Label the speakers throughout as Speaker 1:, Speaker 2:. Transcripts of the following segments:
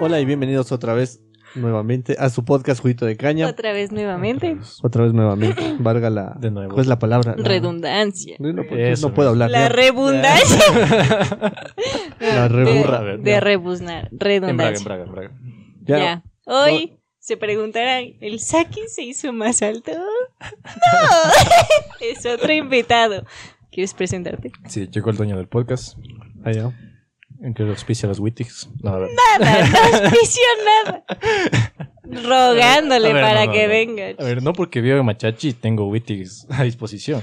Speaker 1: Hola y bienvenidos otra vez nuevamente a su podcast Juguito de Caña.
Speaker 2: Otra vez nuevamente.
Speaker 1: Otra vez nuevamente. Valga la.
Speaker 3: De nuevo.
Speaker 1: ¿Cuál es la palabra? La-
Speaker 2: Redundancia.
Speaker 1: No, porque
Speaker 3: Eso
Speaker 1: no puedo hablar.
Speaker 2: La
Speaker 1: ya.
Speaker 2: redundancia.
Speaker 1: La reburra,
Speaker 3: a
Speaker 2: De,
Speaker 3: ver,
Speaker 2: de
Speaker 3: ya.
Speaker 2: rebuznar.
Speaker 3: En Braga, en
Speaker 2: Redundancia.
Speaker 3: Braga, en Braga.
Speaker 1: Ya.
Speaker 2: Ya. Hoy se preguntarán, ¿el Saki se hizo más alto? No. es otro invitado. ¿Quieres presentarte?
Speaker 3: Sí, llegó el dueño del podcast,
Speaker 1: Ah, ya.
Speaker 3: en que auspicia los Wittix. No, a ver.
Speaker 2: Nada, no auspició nada. Rogándole
Speaker 3: A ver,
Speaker 2: para
Speaker 3: no, no,
Speaker 2: que
Speaker 3: no.
Speaker 2: venga.
Speaker 3: A ver, no porque vivo en Machachi tengo Wittix a disposición.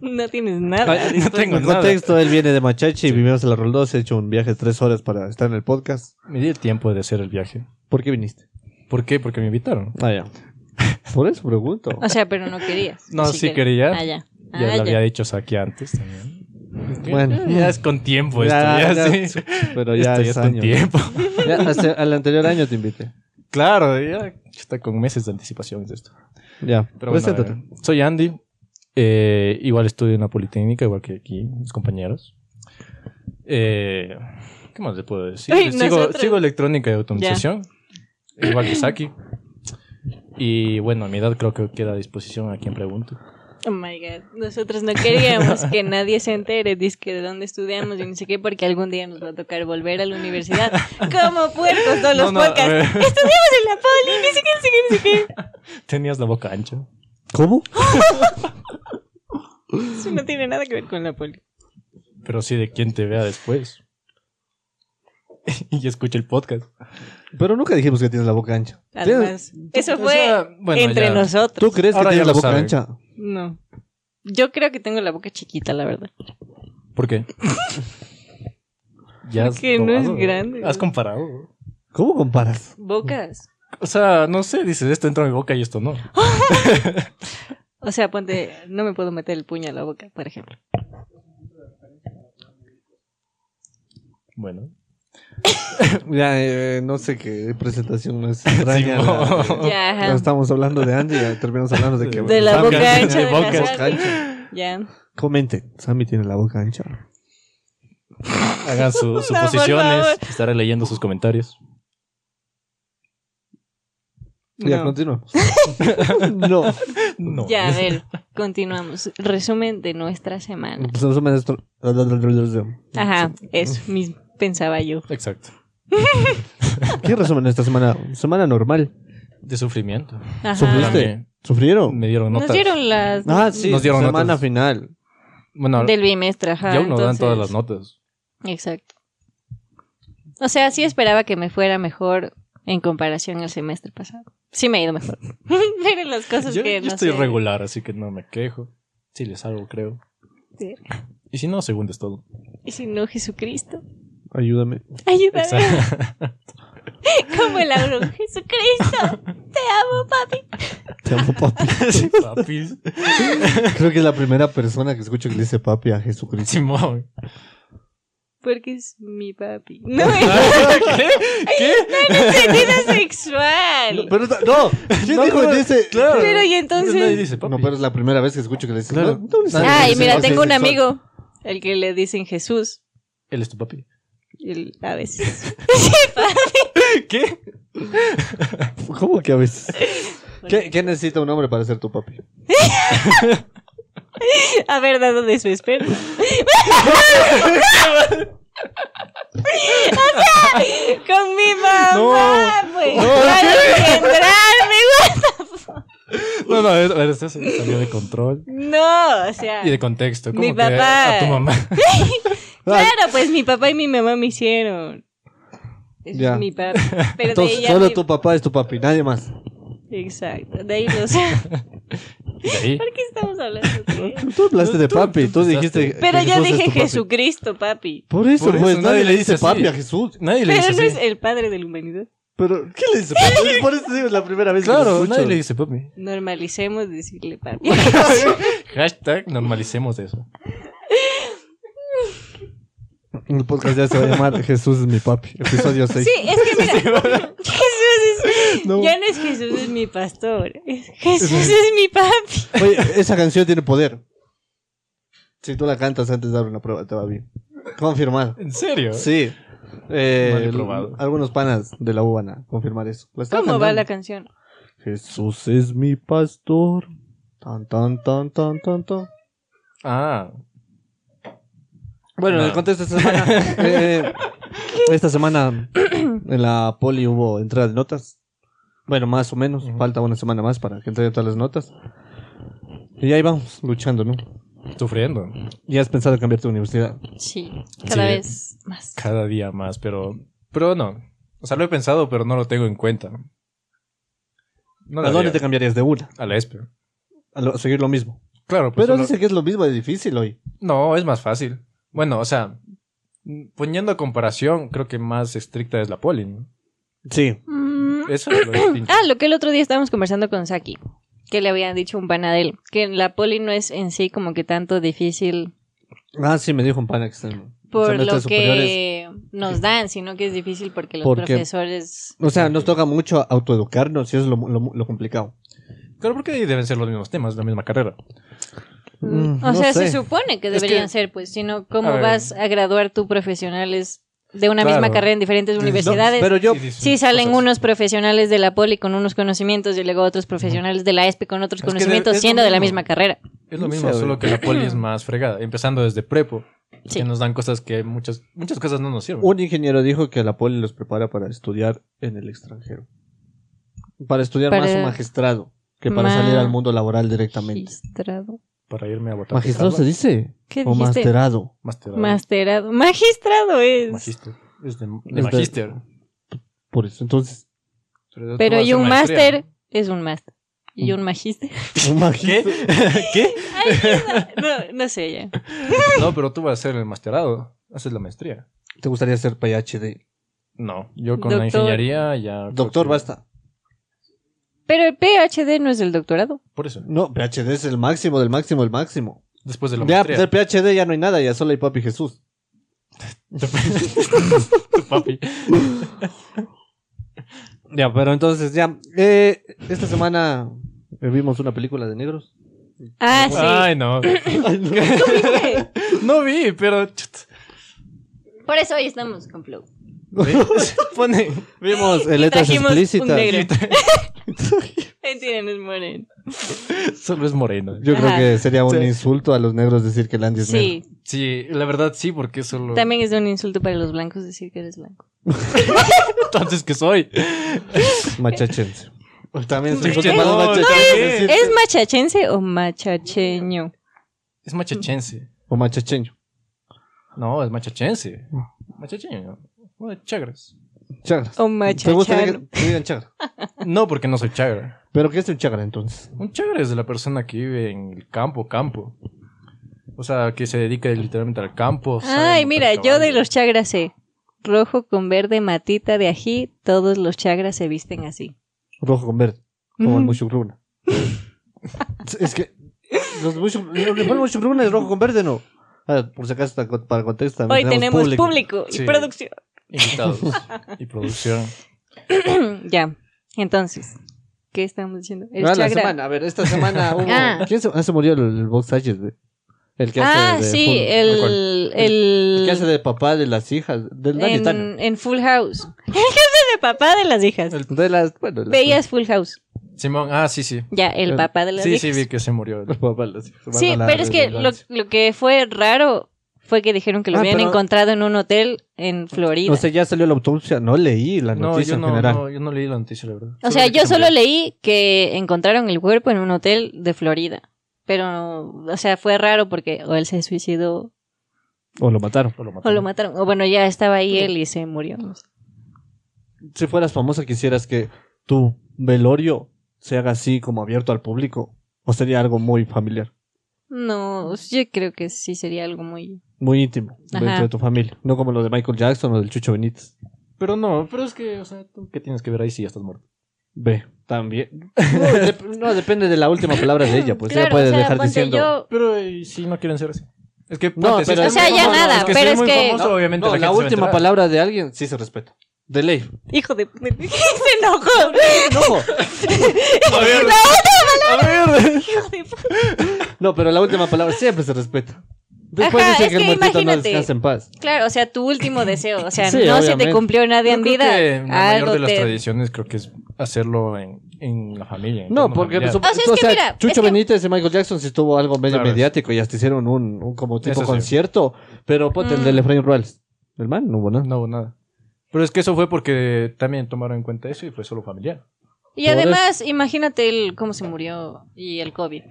Speaker 2: No tienes
Speaker 1: Ah,
Speaker 2: nada.
Speaker 3: Ay, no tengo
Speaker 1: En
Speaker 3: nada.
Speaker 1: Pues contexto, él viene de Machachi y vivimos en la Roldós. He hecho un viaje de tres horas para estar en el podcast.
Speaker 3: Me di el tiempo de hacer el viaje.
Speaker 1: ¿Por qué viniste?
Speaker 3: ¿Por qué? Porque me invitaron.
Speaker 1: Ah, ya. Por eso pregunto.
Speaker 2: O sea, pero no querías.
Speaker 3: No,
Speaker 2: Así
Speaker 3: sí
Speaker 2: que-
Speaker 3: quería.
Speaker 2: Ah, ya. Ah,
Speaker 3: Ya lo
Speaker 2: ya.
Speaker 3: había dicho aquí antes también.
Speaker 1: Bueno.
Speaker 3: ya es con tiempo esto,
Speaker 1: Ya,
Speaker 3: ya,
Speaker 1: ya,
Speaker 3: sí.
Speaker 1: Pero ya
Speaker 3: Esto
Speaker 1: es
Speaker 3: con
Speaker 1: año.
Speaker 3: tiempo.
Speaker 1: Ya, hace- al anterior año te invité.
Speaker 3: Claro, ya está con meses de anticipación de esto.
Speaker 1: Ya. Pues
Speaker 3: Pero bueno, a
Speaker 1: Preséntate.
Speaker 3: ver, soy Andy. Eh, igual estudio en la Politécnica, igual que aquí, mis compañeros. Eh, ¿Qué más le puedo decir?
Speaker 2: Ay,
Speaker 3: sigo,
Speaker 2: nosotros.
Speaker 3: sigo electrónica y automatización, igual que Saki. Y bueno, a mi edad creo que queda a disposición a quien pregunte.
Speaker 2: Oh my god, nosotros no queríamos que nadie se entere, que de dónde estudiamos y no sé qué, porque algún día nos va a tocar volver a la universidad. Como puercos todos los
Speaker 3: No, no,
Speaker 2: podcasts.
Speaker 3: a ver.
Speaker 2: Estudiamos en la poli, ni siquiera, ni siquiera, ni siquiera.
Speaker 3: Tenías la boca ancha.
Speaker 1: ¿Cómo?
Speaker 2: Eso no tiene nada que ver con la poli.
Speaker 3: Pero sí de quien te vea después. y escucha el podcast.
Speaker 1: Pero nunca dijimos que tienes la boca ancha.
Speaker 2: Además, eso
Speaker 3: O
Speaker 2: fue
Speaker 3: sea, bueno,
Speaker 2: entre
Speaker 3: ya.
Speaker 2: nosotros.
Speaker 1: ¿Tú crees que
Speaker 3: Ahora ya
Speaker 1: tienes la
Speaker 3: lo
Speaker 1: boca
Speaker 3: saben.
Speaker 1: ancha?
Speaker 2: No. Yo creo que tengo la boca chiquita, la verdad.
Speaker 3: ¿Por qué? ya has
Speaker 2: Porque no es
Speaker 3: probado?
Speaker 2: grande.
Speaker 3: Has comparado.
Speaker 1: ¿Cómo comparas?
Speaker 2: Bocas.
Speaker 3: O sea, no sé, dices, esto entra en mi boca y esto no.
Speaker 2: O sea, ponte, no me puedo meter el puño a la boca, por ejemplo.
Speaker 3: Bueno.
Speaker 1: Ya, eh, no sé qué presentación más extraña.
Speaker 3: Sí,
Speaker 1: la-
Speaker 3: mo.
Speaker 2: Ya,
Speaker 1: la
Speaker 2: ajá.
Speaker 1: estamos hablando de Andy y terminamos hablando de que...
Speaker 2: De la
Speaker 1: Sammy
Speaker 2: boca
Speaker 1: tiene
Speaker 2: ancha
Speaker 1: la
Speaker 2: de
Speaker 1: boca
Speaker 2: la Sammy.
Speaker 1: ancha.
Speaker 2: Ya.
Speaker 1: Comente, Sammy tiene la boca ancha.
Speaker 3: Hagan sus
Speaker 2: No, por
Speaker 3: suposiciones. Estaré leyendo sus comentarios.
Speaker 1: Ya,
Speaker 2: No.
Speaker 1: continuamos. no.
Speaker 3: No.
Speaker 2: Ya, a ver, continuamos. Resumen de nuestra semana.
Speaker 1: Pues resumen esto.
Speaker 2: Ajá, eso mismo pensaba yo.
Speaker 3: Exacto.
Speaker 1: ¿Qué resumen esta semana? Semana normal.
Speaker 3: De sufrimiento.
Speaker 2: Ajá.
Speaker 1: ¿Supiste?
Speaker 3: También
Speaker 1: ¿Sufrieron?
Speaker 3: Me dieron notas.
Speaker 2: Nos dieron las
Speaker 1: Ah, sí.
Speaker 3: Nos dieron
Speaker 1: semana
Speaker 3: notas.
Speaker 1: final.
Speaker 3: Bueno,
Speaker 2: del bimestre, ajá.
Speaker 3: ya uno dan
Speaker 2: entonces-
Speaker 3: todas las notas.
Speaker 2: Exacto. O sea, sí esperaba que me fuera mejor en comparación al semestre pasado. Sí me ha ido mejor. Pero las cosas
Speaker 3: Yo,
Speaker 2: que
Speaker 3: yo
Speaker 2: no
Speaker 3: estoy
Speaker 2: sé.
Speaker 3: regular, así que no me quejo. Sí les hago, creo.
Speaker 2: Sí.
Speaker 3: Y si no, según es todo.
Speaker 2: Y si no, Jesucristo.
Speaker 1: Ayúdame.
Speaker 2: Ayúdame.
Speaker 3: Exacto.
Speaker 2: Como el aurón. Jesucristo. Te amo, papi.
Speaker 1: Te amo, papi.
Speaker 3: Sí, papis.
Speaker 1: Creo que es la primera persona que escucho que le dice papi a Jesucristo.
Speaker 3: Simón.
Speaker 2: Porque es mi papi. No,
Speaker 3: ¿Qué? ¿Qué?
Speaker 2: en sentido sexual.
Speaker 1: No, pero está- no, no
Speaker 3: digo,
Speaker 1: como dice.
Speaker 3: claro.
Speaker 2: Pero y entonces-
Speaker 3: Nadie dice papi.
Speaker 1: No, pero es la primera vez que escucho que le dicen.
Speaker 3: Claro.
Speaker 1: no, no, no,
Speaker 2: Ay,
Speaker 1: no,
Speaker 2: mira,
Speaker 1: no,
Speaker 2: tengo
Speaker 1: sí, sexual.
Speaker 2: un amigo, el que le dicen Jesús,
Speaker 3: Él es tu papi.
Speaker 2: y él, a veces.
Speaker 3: ¿Qué?
Speaker 1: ¿Cómo que a veces? ¿Qué, qué necesita un hombre para ser tu
Speaker 2: Pues
Speaker 1: papi?
Speaker 2: Haber dado de su esperma. o sea, con mi mamá, pues. para engendrarme, what the fuck.
Speaker 3: No, no, a ver, a ver, esto se salió de control.
Speaker 2: No, o sea.
Speaker 3: Y de contexto. como
Speaker 2: Mi
Speaker 3: que
Speaker 2: papá.
Speaker 3: A tu mamá.
Speaker 2: Claro, pues mi papá y mi mamá me hicieron. Eso
Speaker 1: Ya.
Speaker 2: Es mi papá. Pero
Speaker 1: Entonces,
Speaker 2: de ella.
Speaker 1: solo
Speaker 2: mi-
Speaker 1: tu papá es tu papi, nadie más.
Speaker 2: Exacto. De ahí los.
Speaker 3: Y de ahí.
Speaker 2: ¿Por qué estamos hablando de eso?
Speaker 1: Tú hablaste de
Speaker 3: Tú-
Speaker 1: papi,
Speaker 3: tú
Speaker 1: tú
Speaker 3: empezaste.
Speaker 1: dijiste.
Speaker 2: Pero
Speaker 1: que
Speaker 2: yo
Speaker 1: Jesús es
Speaker 2: dije
Speaker 1: tu papi.
Speaker 2: Jesucristo, papi.
Speaker 1: Por eso,
Speaker 3: Por eso
Speaker 1: pues, nadie, le dice
Speaker 3: así.
Speaker 1: papi a Jesús.
Speaker 3: Nadie le
Speaker 2: Pero
Speaker 3: dice
Speaker 2: no es
Speaker 3: así.
Speaker 2: el padre de la humanidad.
Speaker 1: Pero, ¿qué le dice papi? Por eso digo, es la primera vez que lo
Speaker 3: Claro,
Speaker 1: escucho.
Speaker 3: nadie le dice papi.
Speaker 2: Normalicemos decirle papi.
Speaker 3: Hashtag normalicemos eso.
Speaker 1: El podcast ya se va a llamar Jesús es mi papi, episodio 6.
Speaker 2: Sí, es que mira, Jesús es.
Speaker 1: No.
Speaker 2: Ya no es Jesús es mi pastor. es Jesús es mi papi.
Speaker 1: Oye, esa canción tiene poder. Si tú la cantas antes de dar una prueba, te va bien. Confirmado.
Speaker 3: ¿En serio?
Speaker 1: Sí. Eh,
Speaker 3: No lo he probado.
Speaker 1: Algunos panas de la U van a confirmar eso. La estaba
Speaker 2: ¿Cómo va
Speaker 1: cantando.
Speaker 2: la canción?
Speaker 1: Jesús es mi pastor. Tan, tan, tan, tan, tan, tan.
Speaker 3: Ah,
Speaker 1: Bueno, en
Speaker 3: No.
Speaker 1: el contexto esta semana. eh, esta semana en la poli hubo entrada de notas. Bueno, más o menos.
Speaker 3: Ujú.
Speaker 1: Falta una semana más para que entreguen todas las notas. Y ahí vamos, luchando, ¿no?
Speaker 3: sufriendo
Speaker 1: ¿Ya has pensado en cambiarte de universidad?
Speaker 2: Sí, cada
Speaker 3: Sí.
Speaker 2: vez más.
Speaker 3: cada día más, pero, pero no. O sea, lo he pensado, pero no lo tengo en cuenta. No
Speaker 1: ¿A dónde
Speaker 3: daría-
Speaker 1: te cambiarías de una?
Speaker 3: A la ESPE.
Speaker 1: A, lo- a seguir lo mismo.
Speaker 3: Claro, pues
Speaker 1: Pero
Speaker 3: solo-
Speaker 1: dice que es lo mismo, es difícil hoy.
Speaker 3: No, es más fácil. Bueno, o sea, mm, poniendo a comparación, creo que más estricta es la poli, ¿no?
Speaker 1: Sí.
Speaker 2: Mm.
Speaker 3: Eso es lo distinto.
Speaker 2: Ah, lo que el otro día estábamos conversando con Saki, que le habían dicho un panadel, que en la poli no es en sí como que tanto difícil
Speaker 1: Ah, sí, me dijo un pana que está en
Speaker 2: por lo
Speaker 1: semestres superiores.
Speaker 2: que nos dan, sino que es difícil porque los
Speaker 1: Porque-
Speaker 2: profesores...
Speaker 1: O sea, nos toca mucho autoeducarnos y eso es lo, lo- lo complicado.
Speaker 3: Claro, porque ahí deben ser los mismos temas, la misma carrera.
Speaker 1: Mm,
Speaker 2: o
Speaker 1: no
Speaker 2: sea, se
Speaker 1: sé.
Speaker 2: supone que
Speaker 3: Es
Speaker 2: deberían
Speaker 3: que-
Speaker 2: ser, pues, sino cómo
Speaker 3: A ver.
Speaker 2: vas a graduar tu profesionales de una
Speaker 3: Claro.
Speaker 2: misma carrera en diferentes universidades.
Speaker 1: Pero yo,
Speaker 3: Y dicen
Speaker 2: Sí, salen
Speaker 3: cosas.
Speaker 2: unos profesionales de la poli con unos conocimientos y luego otros profesionales de la ESPE con otros
Speaker 3: Es que de-
Speaker 2: conocimientos,
Speaker 3: es lo
Speaker 2: siendo de la
Speaker 3: mismo.
Speaker 2: misma carrera.
Speaker 3: Es lo
Speaker 1: No
Speaker 3: mismo,
Speaker 1: sé,
Speaker 3: solo
Speaker 1: güey.
Speaker 3: que la poli es más fregada. Empezando desde prepo,
Speaker 2: Sí.
Speaker 3: que nos dan cosas que muchas, muchas cosas no nos sirven.
Speaker 1: un ingeniero dijo que la poli los prepara para estudiar en el extranjero. Para estudiar
Speaker 2: Para-
Speaker 1: más un magistrado que para
Speaker 2: Ma-
Speaker 1: salir al mundo laboral directamente.
Speaker 2: Magistrado.
Speaker 3: Para irme a votar.
Speaker 1: ¿Magistrado se dice?
Speaker 2: ¿Qué
Speaker 1: ¿O
Speaker 2: dijiste?
Speaker 1: masterado?
Speaker 3: Master.
Speaker 2: Masterado. Magistrado es.
Speaker 3: Magister. Es de, de
Speaker 1: Es de-
Speaker 3: magister.
Speaker 1: Por eso, entonces.
Speaker 3: Pero, tú
Speaker 2: Pero
Speaker 3: vas
Speaker 2: y
Speaker 3: a
Speaker 2: un
Speaker 3: maestría. Mm.
Speaker 2: máster es un máster. ¿Y un magíster?
Speaker 1: ¿Un magistro?
Speaker 3: ¿Qué?
Speaker 2: No, no sé ya.
Speaker 3: No, pero tú vas a ser el masterado. Haces la maestría.
Speaker 1: ¿Te gustaría ser PhD?
Speaker 3: No, yo con
Speaker 2: Doctor.
Speaker 3: la ingeniería ya. creo
Speaker 1: Doctor,
Speaker 3: que-
Speaker 1: basta.
Speaker 2: Pero el PhD no es el doctorado.
Speaker 3: Por eso.
Speaker 1: No, PhD es el máximo, del máximo, el máximo.
Speaker 3: Después de la
Speaker 1: Ya, pues,
Speaker 3: maestría.
Speaker 1: del PhD ya no hay nada, ya solo hay papi Jesús.
Speaker 3: Tu papi.
Speaker 1: Ya, pero entonces ya. eh, esta semana eh, vimos una película de negros.
Speaker 2: Ah, sí.
Speaker 3: Ay, no. No vi, pero. chut.
Speaker 2: Por eso hoy estamos con Flow.
Speaker 3: Pone.
Speaker 1: Vimos eh, letras
Speaker 2: Trajimos un
Speaker 1: explícitas.
Speaker 2: negro. Entienden, es moreno.
Speaker 3: Solo es moreno.
Speaker 1: Yo creo
Speaker 2: Ajá.
Speaker 1: que sería un
Speaker 3: Sí.
Speaker 1: insulto a los negros decir que Landy es negro.
Speaker 2: Sí.
Speaker 3: Sí, la verdad sí, porque solo.
Speaker 2: También es un insulto para los blancos decir que eres blanco.
Speaker 3: Entonces que soy.
Speaker 1: Machachense. También es un
Speaker 2: Sí,
Speaker 1: insulto
Speaker 2: no,
Speaker 1: para los
Speaker 3: no,
Speaker 1: machachenses.
Speaker 3: sí.
Speaker 1: decir-
Speaker 2: ¿Es machachense o machacheño?
Speaker 3: Es machachense.
Speaker 1: O machacheño.
Speaker 3: No, es machachense. Machacheño. Bueno, chagras.
Speaker 1: Chagras.
Speaker 2: O
Speaker 1: ¿Te gustaría que
Speaker 2: machachano.
Speaker 1: te digan chagra?
Speaker 3: No, porque no soy chagra.
Speaker 1: ¿Pero qué es un chagra entonces?
Speaker 3: Un chagra es de la persona que vive en el campo, campo. O sea, que se dedica literalmente al campo. sabe
Speaker 2: Ay,
Speaker 3: montar
Speaker 2: mira, yo de
Speaker 3: caballo.
Speaker 2: los chagras sé. Rojo con verde, matita de ají, todos los chagras se visten así.
Speaker 1: Rojo con verde. Como el
Speaker 2: Ujú.
Speaker 1: mushukruna. es que. Los mushuk- el uniforme mushukruna es rojo con verde, ¿no? Ah, por si acaso, está- para contexto.
Speaker 2: Hoy
Speaker 1: también
Speaker 2: tenemos público, y
Speaker 3: Sí.
Speaker 2: producción.
Speaker 3: Invitados. y producción.
Speaker 2: ya, entonces, ¿qué estamos diciendo? El
Speaker 1: Ah, la
Speaker 2: chagra.
Speaker 1: semana. A ver, esta semana hubo.
Speaker 2: Ah.
Speaker 1: ¿Quién se, ah, se murió el, el Bob Sanchez, güey? El que
Speaker 2: ah,
Speaker 1: hace de
Speaker 2: sí,
Speaker 1: Full-
Speaker 2: el,
Speaker 1: El- El
Speaker 2: el,
Speaker 1: que hace de papá de las hijas. Del Danny Tanner.
Speaker 2: en, en Full House. El jefe de papá de las hijas.
Speaker 3: El-
Speaker 1: De las. Bueno, las-
Speaker 2: Veías Full House.
Speaker 3: Simón, ah, sí, sí.
Speaker 2: Ya, el
Speaker 1: El-
Speaker 2: papá de las
Speaker 3: Sí,
Speaker 2: hijas.
Speaker 3: sí, vi que se murió.
Speaker 1: los papás de las hijas. Van
Speaker 2: Sí,
Speaker 1: a la
Speaker 2: pero es que lo,
Speaker 1: redundancia.
Speaker 2: lo que fue raro fue que dijeron que lo
Speaker 1: Ah,
Speaker 2: habían
Speaker 1: pero-
Speaker 2: encontrado en un hotel en Florida.
Speaker 1: O sea, ya salió la autopsia. No leí la
Speaker 3: No,
Speaker 1: noticia
Speaker 3: yo
Speaker 1: en
Speaker 3: no,
Speaker 1: general.
Speaker 3: no, yo no leí la noticia, la verdad.
Speaker 2: O sea,
Speaker 3: vi que
Speaker 2: yo
Speaker 3: se
Speaker 2: solo
Speaker 3: murió.
Speaker 2: leí que encontraron el cuerpo en un hotel de Florida. Pero, o sea, fue raro porque o él se suicidó
Speaker 1: O lo mataron.
Speaker 3: O lo mató.
Speaker 2: o lo mataron. O bueno, ya estaba ahí él y se murió. no sé.
Speaker 1: si fueras famosa, quisieras que tu velorio se haga así como abierto al público. O sería algo muy familiar,
Speaker 2: No, yo creo que sí sería algo muy...
Speaker 1: muy íntimo
Speaker 2: Ajá.
Speaker 1: dentro de tu familia. No como lo de Michael Jackson o del Chucho Benítez.
Speaker 3: Pero no, pero es que, o sea, ¿tú qué tienes que ver ahí si ya estás muerto?
Speaker 1: Ve, también. No, dep- no, depende de la última palabra de ella, pues ella
Speaker 2: Claro,
Speaker 1: puede
Speaker 2: o sea,
Speaker 1: dejar
Speaker 2: ponte
Speaker 1: diciendo.
Speaker 2: yo-
Speaker 3: Pero ¿y si no quieren ser así. Es que,
Speaker 1: No,
Speaker 3: ponte, si
Speaker 1: pero-
Speaker 3: eres
Speaker 1: O sea,
Speaker 3: muy
Speaker 1: ya
Speaker 3: famoso,
Speaker 1: nada,
Speaker 3: es que
Speaker 2: pero
Speaker 3: si
Speaker 2: es
Speaker 3: eres muy
Speaker 2: que-
Speaker 3: famoso, obviamente
Speaker 1: No, la,
Speaker 3: la, gente se va a
Speaker 1: última
Speaker 3: enterar.
Speaker 1: palabra de alguien sí se respeta. De ley.
Speaker 2: Hijo de... se enojó.
Speaker 1: No,
Speaker 3: A ver, a ver.
Speaker 1: no, pero la última palabra siempre se respeta. Después
Speaker 2: Ajá,
Speaker 1: dice
Speaker 2: es
Speaker 1: que el
Speaker 2: que
Speaker 1: muertito no
Speaker 2: imagínate.
Speaker 1: descansa en paz.
Speaker 2: Claro, o sea, tu último deseo. O sea,
Speaker 1: Sí,
Speaker 2: no se
Speaker 1: obviamente.
Speaker 2: te cumplió nadie en
Speaker 3: Yo creo
Speaker 2: vida.
Speaker 3: que la mayor
Speaker 2: Algo
Speaker 3: de las
Speaker 2: te-
Speaker 3: tradiciones creo que es hacerlo en, en la familia. en
Speaker 1: No,
Speaker 3: torno
Speaker 1: porque
Speaker 3: familiar.
Speaker 1: sup-
Speaker 2: O sea, es que mira,
Speaker 1: Chucho
Speaker 2: es que-
Speaker 1: Benítez y Michael Jackson sí tuvo algo medio
Speaker 3: Claro.
Speaker 1: mediático y hasta hicieron un, un como tipo
Speaker 3: Eso sí.
Speaker 1: concierto, pero ponte el
Speaker 2: Mm.
Speaker 1: del Efraín Ruales. El man no hubo nada.
Speaker 3: No hubo nada. Pero es que eso fue porque también tomaron en cuenta eso y fue solo familiar.
Speaker 2: Y además, imagínate el, cómo se murió y el COVID.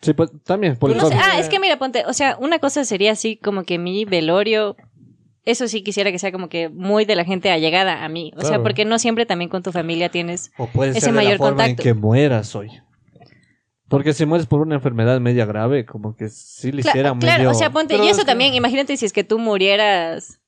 Speaker 1: Sí, pues, también por el
Speaker 2: No sé,
Speaker 1: COVID.
Speaker 2: ah, es que mira, ponte, o sea, una cosa sería así como que mi velorio, eso sí quisiera que sea como que muy de la gente allegada a mí. O sea,
Speaker 3: Claro.
Speaker 2: porque no siempre también con tu familia tienes...
Speaker 1: O puede
Speaker 2: ese
Speaker 1: ser de la
Speaker 2: mayor
Speaker 1: forma en
Speaker 2: contacto.
Speaker 1: que mueras hoy. Porque si mueres por una enfermedad media grave, como que sí le
Speaker 2: Cla-
Speaker 1: hicieran
Speaker 2: claro,
Speaker 1: medio...
Speaker 2: o sea, ponte,
Speaker 3: Pero
Speaker 2: y
Speaker 3: es
Speaker 2: eso
Speaker 3: que-
Speaker 2: también, imagínate si es que tú murieras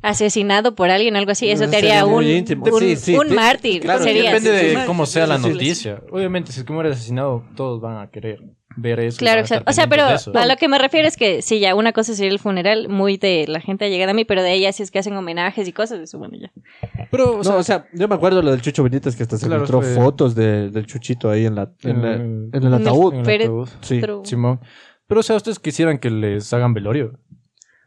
Speaker 2: asesinado por alguien, algo así, eso
Speaker 3: Mm,
Speaker 1: Eso
Speaker 2: te haría
Speaker 1: sería
Speaker 2: un,
Speaker 1: muy íntimo.
Speaker 2: un,
Speaker 1: Sí, sí,
Speaker 2: un
Speaker 1: te-
Speaker 2: mártir.
Speaker 1: claro,
Speaker 2: sería,
Speaker 3: depende
Speaker 2: sí, sí,
Speaker 3: de
Speaker 2: sí.
Speaker 3: cómo sea la
Speaker 1: Sí, sí, sí.
Speaker 3: noticia. Obviamente, si es que mueres asesinado, todos van a querer ver eso. y
Speaker 2: Claro,
Speaker 3: van a estar
Speaker 2: exacto. O sea, pero
Speaker 3: pendientes de eso.
Speaker 2: a lo que me refiero es que sí, ya una cosa sería el funeral muy de la gente allegada a mí, pero de ella si es que hacen homenajes y cosas, eso bueno ya.
Speaker 3: Pero, o sea,
Speaker 1: no, o sea, yo me acuerdo lo del Chucho Benítez que hasta se
Speaker 3: Claro,
Speaker 1: encontró
Speaker 3: fue-
Speaker 1: fotos de- del Chuchito ahí en, la, en,
Speaker 3: En
Speaker 1: la-
Speaker 3: el-
Speaker 1: en el ataúd.
Speaker 3: en el
Speaker 2: Pero-
Speaker 3: ataúd.
Speaker 1: Sí,
Speaker 2: Pero-
Speaker 3: Simón. Pero, o sea, ustedes quisieran que les hagan velorio.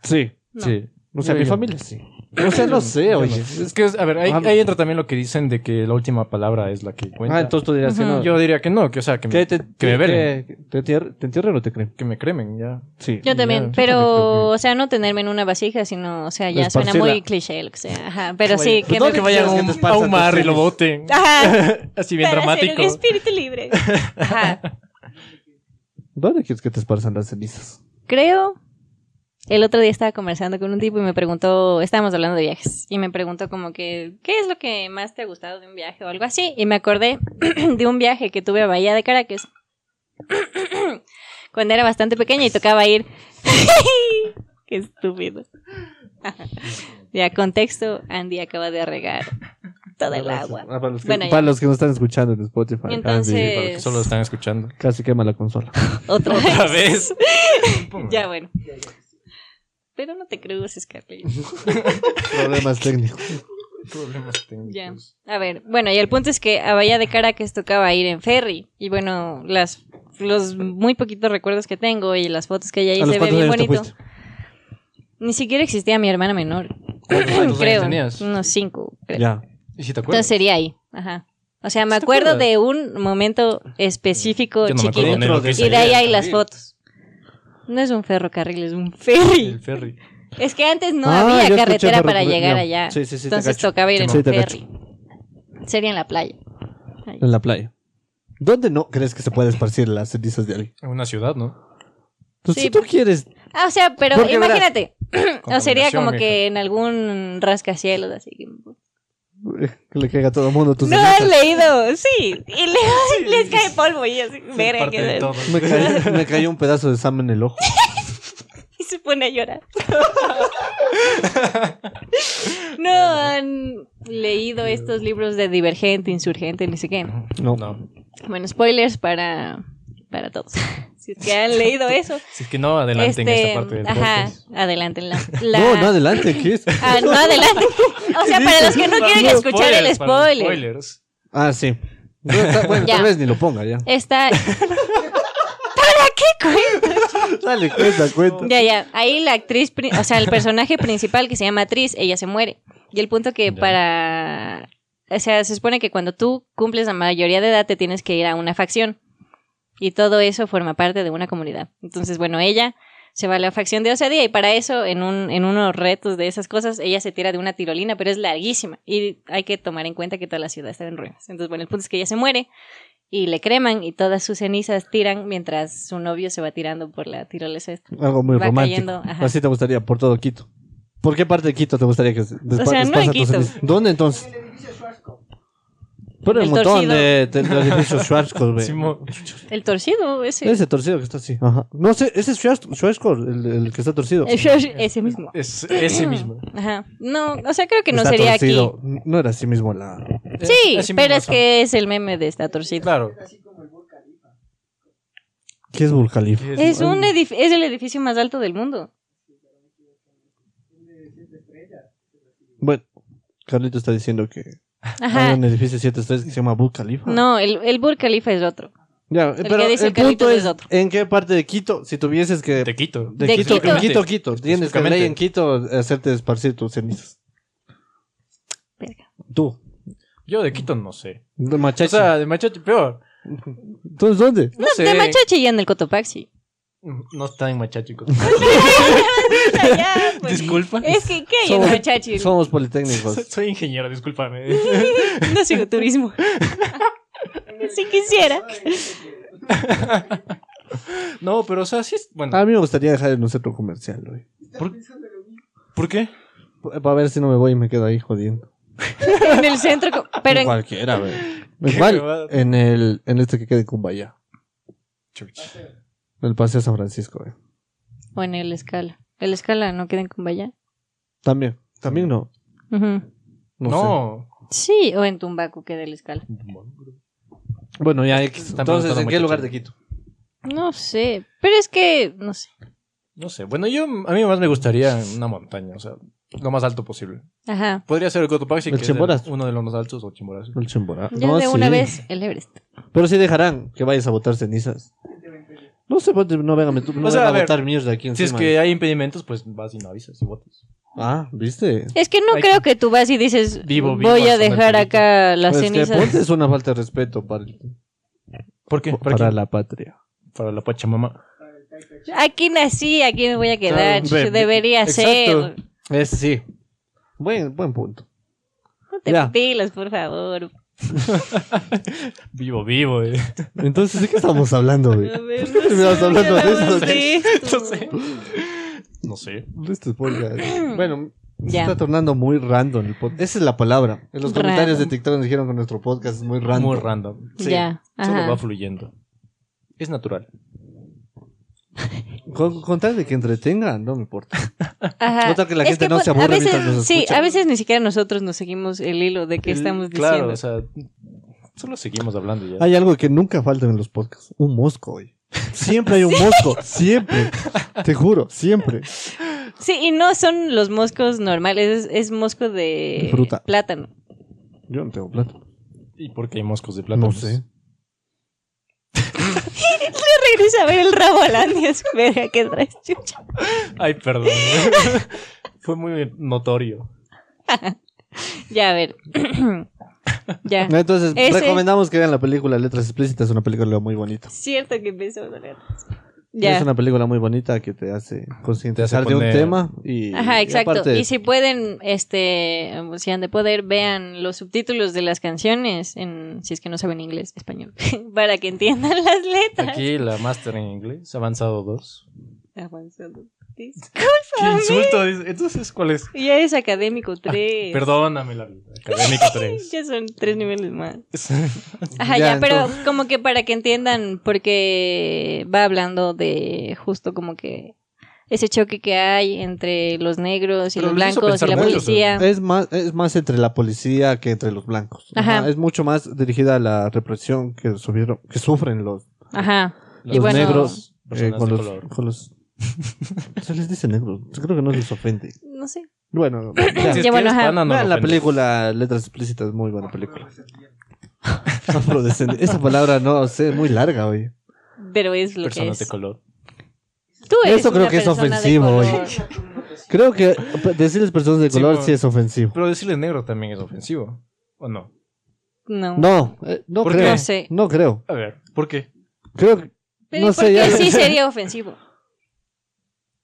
Speaker 1: sí.
Speaker 2: No.
Speaker 3: Sí.
Speaker 1: O sea,
Speaker 3: Yo-
Speaker 1: mi
Speaker 3: yo-
Speaker 1: familia sí. O sea, no sé,
Speaker 3: yo
Speaker 1: oye.
Speaker 3: no sé. Es que, es- a ver, ahí,
Speaker 1: Ah,
Speaker 3: ahí entra también lo que dicen de que la última palabra es la que cuenta.
Speaker 1: Ah, entonces tú dirás que
Speaker 2: Ujú.
Speaker 1: no.
Speaker 3: Yo diría que no, que, o sea, que me,
Speaker 1: ¿Qué te,
Speaker 3: que me velen,
Speaker 1: que- te, entier- te entierren o te creen?
Speaker 3: que me cremen, ya.
Speaker 1: Sí.
Speaker 2: Yo también,
Speaker 3: yo
Speaker 2: pero,
Speaker 3: también creo que-
Speaker 2: o sea, no tenerme en una vasija, sino, o sea, ya suena
Speaker 1: Esparcirla.
Speaker 2: muy cliché, lo que sea. Ajá, pero sí,
Speaker 1: Oye,
Speaker 3: pues
Speaker 1: Pues
Speaker 2: que
Speaker 1: no
Speaker 2: me...
Speaker 1: te vayas a un- a un mar y lo
Speaker 3: boten.
Speaker 2: Ajá,
Speaker 3: Así
Speaker 2: para ser un espíritu libre. Ajá,
Speaker 1: ¿Dónde quieres que te esparzan las cenizas?
Speaker 2: creo... El otro día estaba conversando con un tipo y me preguntó, estábamos hablando de viajes, y me preguntó como que, ¿qué es lo que más te ha gustado de un viaje o algo así? Y me acordé de un viaje que tuve a Bahía de Caracas cuando era bastante pequeña y tocaba ir. Qué estúpido. ya, contexto, Andy acaba de regar todo el agua.
Speaker 1: Ah, para los que,
Speaker 2: Bueno, ya.
Speaker 1: para los que nos están escuchando en Spotify. Ah,
Speaker 2: Entonces-
Speaker 3: Para los que solo lo están escuchando.
Speaker 1: Andy casi quema la consola.
Speaker 2: Otra,
Speaker 3: Otra
Speaker 2: vez.
Speaker 3: vez.
Speaker 2: Ya, bueno. Pero no te cruces, Carly.
Speaker 1: Problemas técnicos.
Speaker 3: Problemas técnicos.
Speaker 2: Ya. A ver, bueno, y el punto es que a Bahía de Caracas tocaba ir en ferry. Y bueno, las los muy poquitos recuerdos que tengo y las fotos que hay ahí
Speaker 1: ¿A los
Speaker 2: se ve
Speaker 1: cuántos
Speaker 2: bien
Speaker 1: años te
Speaker 2: bonito.
Speaker 1: fuiste?
Speaker 2: Ni siquiera existía mi hermana menor.
Speaker 3: ¿Cuántos años
Speaker 2: creo.
Speaker 3: tenías?
Speaker 2: Unos cinco, creo.
Speaker 1: Ya.
Speaker 3: ¿Y si te acuerdas?
Speaker 2: Entonces sería ahí. Ajá. O sea, me
Speaker 3: ¿Sí te
Speaker 2: acuerdo
Speaker 3: acuerdas?
Speaker 2: de un momento específico
Speaker 3: Yo no me acuerdo
Speaker 2: chiquito.
Speaker 3: ni lo que hice
Speaker 2: Y de ahí hay
Speaker 3: ayer.
Speaker 2: las fotos. No es un ferrocarril, es un ferry.
Speaker 3: El ferry.
Speaker 2: Es que antes no
Speaker 1: Ah, yo
Speaker 2: había
Speaker 1: escuché
Speaker 2: carretera para
Speaker 1: ferrocarril,
Speaker 2: llegar
Speaker 1: ya.
Speaker 2: allá.
Speaker 1: Sí, sí, sí, te
Speaker 2: Entonces
Speaker 1: cacho.
Speaker 2: tocaba ir en
Speaker 1: Sí,
Speaker 2: un
Speaker 1: te cacho.
Speaker 2: ferry. Sería en la playa. Ahí.
Speaker 1: En la playa. ¿Dónde no crees que se puede esparcir las cenizas de alguien?
Speaker 3: En una ciudad, ¿no?
Speaker 1: Pues
Speaker 2: Sí,
Speaker 1: si tú
Speaker 2: porque-
Speaker 1: quieres...
Speaker 2: Ah, o sea, pero
Speaker 1: Porque verás,
Speaker 2: imagínate. o sería
Speaker 3: contaminación,
Speaker 2: como
Speaker 3: mija.
Speaker 2: que en algún rascacielos así. que-
Speaker 1: eh, Que le caiga a todo el mundo tus
Speaker 2: No
Speaker 1: cenizas.
Speaker 2: has leído, sí. Y le- les cae polvo y así. verga,
Speaker 3: Parte
Speaker 2: que
Speaker 3: de
Speaker 2: se-
Speaker 3: todo.
Speaker 1: Me cayó, me cayó un pedazo de Sam en el ojo.
Speaker 2: Y se pone a llorar. no han leído estos libros de Divergente, Insurgente, ni sé qué.
Speaker 1: No.
Speaker 3: No.
Speaker 2: Bueno, spoilers para, para todos. si es que han leído eso.
Speaker 3: Si es que no, adelante en
Speaker 2: este,
Speaker 3: esta parte del
Speaker 2: ajá,
Speaker 3: podcast.
Speaker 2: adelante. La,
Speaker 1: No,
Speaker 2: la-
Speaker 1: no, adelante, ¿qué es?
Speaker 2: Ah, no, adelante. O sea, para los que no quieren
Speaker 3: Para los
Speaker 2: escuchar el
Speaker 3: spoilers, para los
Speaker 2: spoiler.
Speaker 3: spoilers.
Speaker 1: Ah, sí. Bueno, ta- bueno,
Speaker 2: Ya.
Speaker 1: tal vez ni lo ponga ya.
Speaker 2: Está.
Speaker 1: Dale, cuenta, cuenta.
Speaker 2: Ya, ya. Ahí la actriz, pri- o sea, el personaje principal que se llama actriz, ella se muere. Y el punto que
Speaker 3: Ya.
Speaker 2: para... O sea, se supone que cuando tú cumples la mayoría de edad te tienes que ir a una facción. Y todo eso forma parte de una comunidad. Entonces, bueno, ella se va a la facción de Osadía y para eso, en, un, en unos retos de esas cosas, ella se tira de una tirolina, pero es larguísima. Y hay que tomar en cuenta que toda la ciudad está en ruinas. Entonces, bueno, el punto es que ella se muere y le creman y todas sus cenizas tiran mientras su novio se va tirando por la tirolesa esta.
Speaker 1: Algo muy
Speaker 2: Va
Speaker 1: romántico.
Speaker 2: cayendo, ajá.
Speaker 1: Así te gustaría, por todo Quito. ¿Por qué parte de Quito te gustaría que se despa-
Speaker 2: O
Speaker 1: desparza
Speaker 2: sea, no en
Speaker 1: tus
Speaker 2: Quito.
Speaker 1: cenizas? ¿Dónde entonces? Por el,
Speaker 2: El
Speaker 1: montón
Speaker 2: torcido.
Speaker 1: de, de- del edificio Schwarzkopf. ve.
Speaker 3: Simón.
Speaker 2: El torcido, ese.
Speaker 1: Ese torcido que está así. Ajá. No sé, ese es Schwarz- Schwarzkopf, el, el que está torcido.
Speaker 2: El short- ese mismo. Ah,
Speaker 3: Es ese mismo.
Speaker 2: Ajá. No, o sea, creo que no
Speaker 1: Está
Speaker 2: sería
Speaker 1: torcido. No era así mismo la.
Speaker 2: aquí. Sí,
Speaker 3: Ese mismo
Speaker 2: pero es
Speaker 3: son.
Speaker 2: que es el meme de esta torcida.
Speaker 3: Claro.
Speaker 1: ¿Qué es Burjalifa?
Speaker 2: Es, un edif- es el edificio más alto del mundo.
Speaker 1: Bueno, Carlito está diciendo que hay
Speaker 2: Ajá.
Speaker 1: un edificio 7 estrellas que se llama Burj Khalifa.
Speaker 2: No, el, el Burj Khalifa es otro.
Speaker 1: Ya,
Speaker 2: que
Speaker 1: pero
Speaker 2: dice
Speaker 1: el
Speaker 2: Carlitos
Speaker 1: punto
Speaker 2: es
Speaker 1: es,
Speaker 2: otro.
Speaker 1: ¿en qué parte de Quito, si tuvieses que...
Speaker 3: Te quito.
Speaker 1: de
Speaker 2: De
Speaker 1: Quito,
Speaker 2: Quito.
Speaker 1: en Quito, Quito. Tienes que
Speaker 3: Específicamente.
Speaker 1: ley en Quito hacerte esparcir tus cenizas.
Speaker 2: Verga.
Speaker 1: Tú,
Speaker 3: Yo de Quito no sé.
Speaker 1: de
Speaker 3: O
Speaker 1: machacha.
Speaker 3: sea, de Machachi, peor.
Speaker 1: ¿Entonces dónde?
Speaker 3: No, sé.
Speaker 2: De Machachi ya en el Cotopaxi.
Speaker 3: No está en Machachi.
Speaker 2: Allá, pues.
Speaker 3: Disculpa.
Speaker 2: Es que, ¿qué hay en
Speaker 1: Somos-
Speaker 2: Machachi?
Speaker 1: Somos politécnicos.
Speaker 3: Soy ingeniero, discúlpame.
Speaker 2: No sigo turismo. si quisiera.
Speaker 3: no, pero o sea, sí es. Bueno,
Speaker 2: Ah.
Speaker 1: A mí me gustaría dejar el centro comercial hoy.
Speaker 3: ¿por qué?
Speaker 1: Para ver si no me voy y me quedo ahí jodiendo.
Speaker 2: En el centro. co- Pero
Speaker 1: En
Speaker 2: en-
Speaker 1: cualquiera, güey.
Speaker 3: Qué
Speaker 1: Igual,
Speaker 3: huevada.
Speaker 1: en el, en este que queda en Cumbaya.
Speaker 3: Chuch.
Speaker 1: En el Paseo San Francisco, güey.
Speaker 2: O en el Escala. El Escala no queda en Cumbaya.
Speaker 1: También, también no.
Speaker 2: Ujú.
Speaker 1: No.
Speaker 3: No.
Speaker 2: Sí, o en Tumbaco queda el Escala.
Speaker 1: sé. Bueno, ya X.
Speaker 3: También
Speaker 1: Entonces,
Speaker 3: está la
Speaker 1: ¿en qué
Speaker 3: muchacha.
Speaker 1: lugar de Quito?
Speaker 2: No sé. Pero es que. No sé.
Speaker 3: No sé. Bueno, yo a mí más me gustaría una montaña, o sea, lo más alto posible.
Speaker 2: Ajá.
Speaker 3: Podría ser el Cotopaxi,
Speaker 1: El
Speaker 3: que es
Speaker 1: Chimborazo.
Speaker 3: uno de los más altos, o Chimborazo.
Speaker 1: El Chimborá.
Speaker 2: Ya
Speaker 1: No,
Speaker 2: de una
Speaker 1: sí.
Speaker 2: vez el Everest.
Speaker 1: Pero sí dejarán que vayas a botar cenizas. No sé, ponte- no vengan, no
Speaker 3: O sea,
Speaker 1: vengan
Speaker 3: a
Speaker 1: a
Speaker 3: ver,
Speaker 1: botar mierda aquí
Speaker 3: Si
Speaker 1: encima.
Speaker 3: es que hay impedimentos, pues vas y no avisas y votas.
Speaker 1: Ah, ¿viste?
Speaker 2: Es que no
Speaker 3: Ay,
Speaker 2: creo que tú vas y dices.
Speaker 3: Vivo, vivo,
Speaker 2: voy a
Speaker 3: hasta me
Speaker 2: dejar
Speaker 3: permito.
Speaker 2: acá las
Speaker 1: Pues que
Speaker 2: cenizas.
Speaker 1: ponte es una falta de respeto para,
Speaker 3: ¿Por qué?
Speaker 1: para la patria.
Speaker 3: para la Pachamama.
Speaker 2: Aquí nací, aquí me voy a quedar.
Speaker 1: Claro, ve-
Speaker 2: Debería ser.
Speaker 1: Exacto. Es sí. Buen, buen punto.
Speaker 2: No te
Speaker 1: Ya.
Speaker 2: pilas, por favor.
Speaker 3: Vivo, vivo, eh.
Speaker 1: Entonces, ¿de qué estamos hablando, güey?
Speaker 2: A ver, no
Speaker 1: Terminamos
Speaker 2: sé,
Speaker 1: hablando de
Speaker 2: hablamos
Speaker 1: eso. ¿eh?
Speaker 2: de esto.
Speaker 3: No sé.
Speaker 1: De estos podcasts. Bueno, se
Speaker 2: Mm. Ya.
Speaker 1: está tornando muy random el podcast. Esa es la palabra. En los
Speaker 2: Random.
Speaker 1: comentarios de TikTok nos dijeron que nuestro podcast es muy random.
Speaker 3: Muy random. Sí.
Speaker 2: Ya, ajá.
Speaker 3: Solo va fluyendo. Es natural.
Speaker 1: Con, con tal de que entretenga, no me importa.
Speaker 2: Ajá.
Speaker 1: Nota que la gente no
Speaker 2: po-
Speaker 1: se aburre
Speaker 2: a veces,
Speaker 1: mientras nos
Speaker 2: Sí,
Speaker 1: escucha.
Speaker 2: a veces ni siquiera nosotros nos seguimos el hilo de qué
Speaker 3: El-
Speaker 2: estamos
Speaker 3: claro,
Speaker 2: diciendo.
Speaker 3: o sea, solo seguimos hablando ya.
Speaker 1: Hay algo que nunca falta en los podcasts. Un mosco hoy. Siempre hay un mosco. Siempre. Te juro, siempre.
Speaker 2: Sí, y no son los moscos normales, es, es mosco de
Speaker 1: Fruta.
Speaker 2: plátano.
Speaker 1: Yo no tengo plata.
Speaker 3: ¿Y por qué hay moscos de
Speaker 1: No
Speaker 3: plátanos?
Speaker 1: sé.
Speaker 2: Regresa a ver el rabo a Landia, su verga que traes, chucha.
Speaker 3: Ay, perdón. Fue muy notorio.
Speaker 2: Ya, a ver. ya.
Speaker 1: Entonces,
Speaker 2: Ese-
Speaker 1: recomendamos que vean la película Letras Explícitas. Es una película muy bonita.
Speaker 2: Cierto que empezó a doler.
Speaker 1: Es
Speaker 2: Ya.
Speaker 1: una película muy bonita que te hace concientizar
Speaker 3: Te hace
Speaker 1: de un
Speaker 3: poner-
Speaker 1: tema. Y,
Speaker 2: Ajá,
Speaker 1: y
Speaker 2: exacto.
Speaker 1: aparte-
Speaker 2: Y si pueden, este, si han de poder, vean los subtítulos de las canciones, en, si es que no saben inglés, español, para que entiendan las letras.
Speaker 3: Aquí la máster en inglés, avanzado 2.
Speaker 2: Avanzado.
Speaker 3: ¡Qué insulto! dice. Entonces, ¿cuál es?
Speaker 2: Ya es académico
Speaker 1: Ah,
Speaker 2: 3.
Speaker 3: Perdóname la vida. Académico 3.
Speaker 2: Ya son tres niveles más. Ajá, ya, pero como que para que entiendan, porque va hablando de justo como que ese choque que hay entre los negros y
Speaker 3: Pero
Speaker 2: los
Speaker 3: lo hizo
Speaker 2: blancos y
Speaker 3: pensar
Speaker 2: la
Speaker 1: mucho,
Speaker 2: policía.
Speaker 1: Es más, es más entre la policía que entre los blancos.
Speaker 2: Ajá.
Speaker 1: Ajá, Es mucho más dirigida a la represión que, sufrieron, que sufren los,
Speaker 3: eh,
Speaker 2: Ajá.
Speaker 1: los
Speaker 2: Y bueno-
Speaker 1: negros eh,
Speaker 3: personas
Speaker 1: con,
Speaker 3: de
Speaker 1: los,
Speaker 3: color.
Speaker 1: con los- Se les dice negros. Yo creo que no les ofende.
Speaker 2: No sé.
Speaker 1: Bueno, ya.
Speaker 3: Si es
Speaker 2: Ya,
Speaker 3: que
Speaker 2: bueno,
Speaker 3: eres
Speaker 2: ajá.
Speaker 3: pana, no
Speaker 1: Vean
Speaker 3: lo
Speaker 1: la
Speaker 3: ofendes.
Speaker 1: película Letras Explícitas, muy buena película. Afrodescendiente. Esa palabra no sé, es muy larga, oye.
Speaker 2: Pero es lo
Speaker 3: Personas
Speaker 2: que
Speaker 3: de
Speaker 2: es.
Speaker 3: color.
Speaker 2: Tú eres
Speaker 1: Eso creo
Speaker 2: una
Speaker 1: que es
Speaker 2: persona de
Speaker 1: ofensivo,
Speaker 2: color.
Speaker 1: oye. Creo que decirles personas de
Speaker 3: Sí,
Speaker 1: color
Speaker 3: mo-
Speaker 1: sí es ofensivo.
Speaker 3: Pero decirle negro también es ofensivo. ¿O no?
Speaker 2: No.
Speaker 1: No, eh, no
Speaker 3: ¿Por
Speaker 1: creo.
Speaker 2: qué? No sé.
Speaker 1: No creo.
Speaker 3: A ver, ¿por qué?
Speaker 1: Creo que
Speaker 2: Pero
Speaker 1: No
Speaker 2: ¿y por
Speaker 1: sé,
Speaker 2: qué
Speaker 1: ya-
Speaker 2: sí sería ofensivo?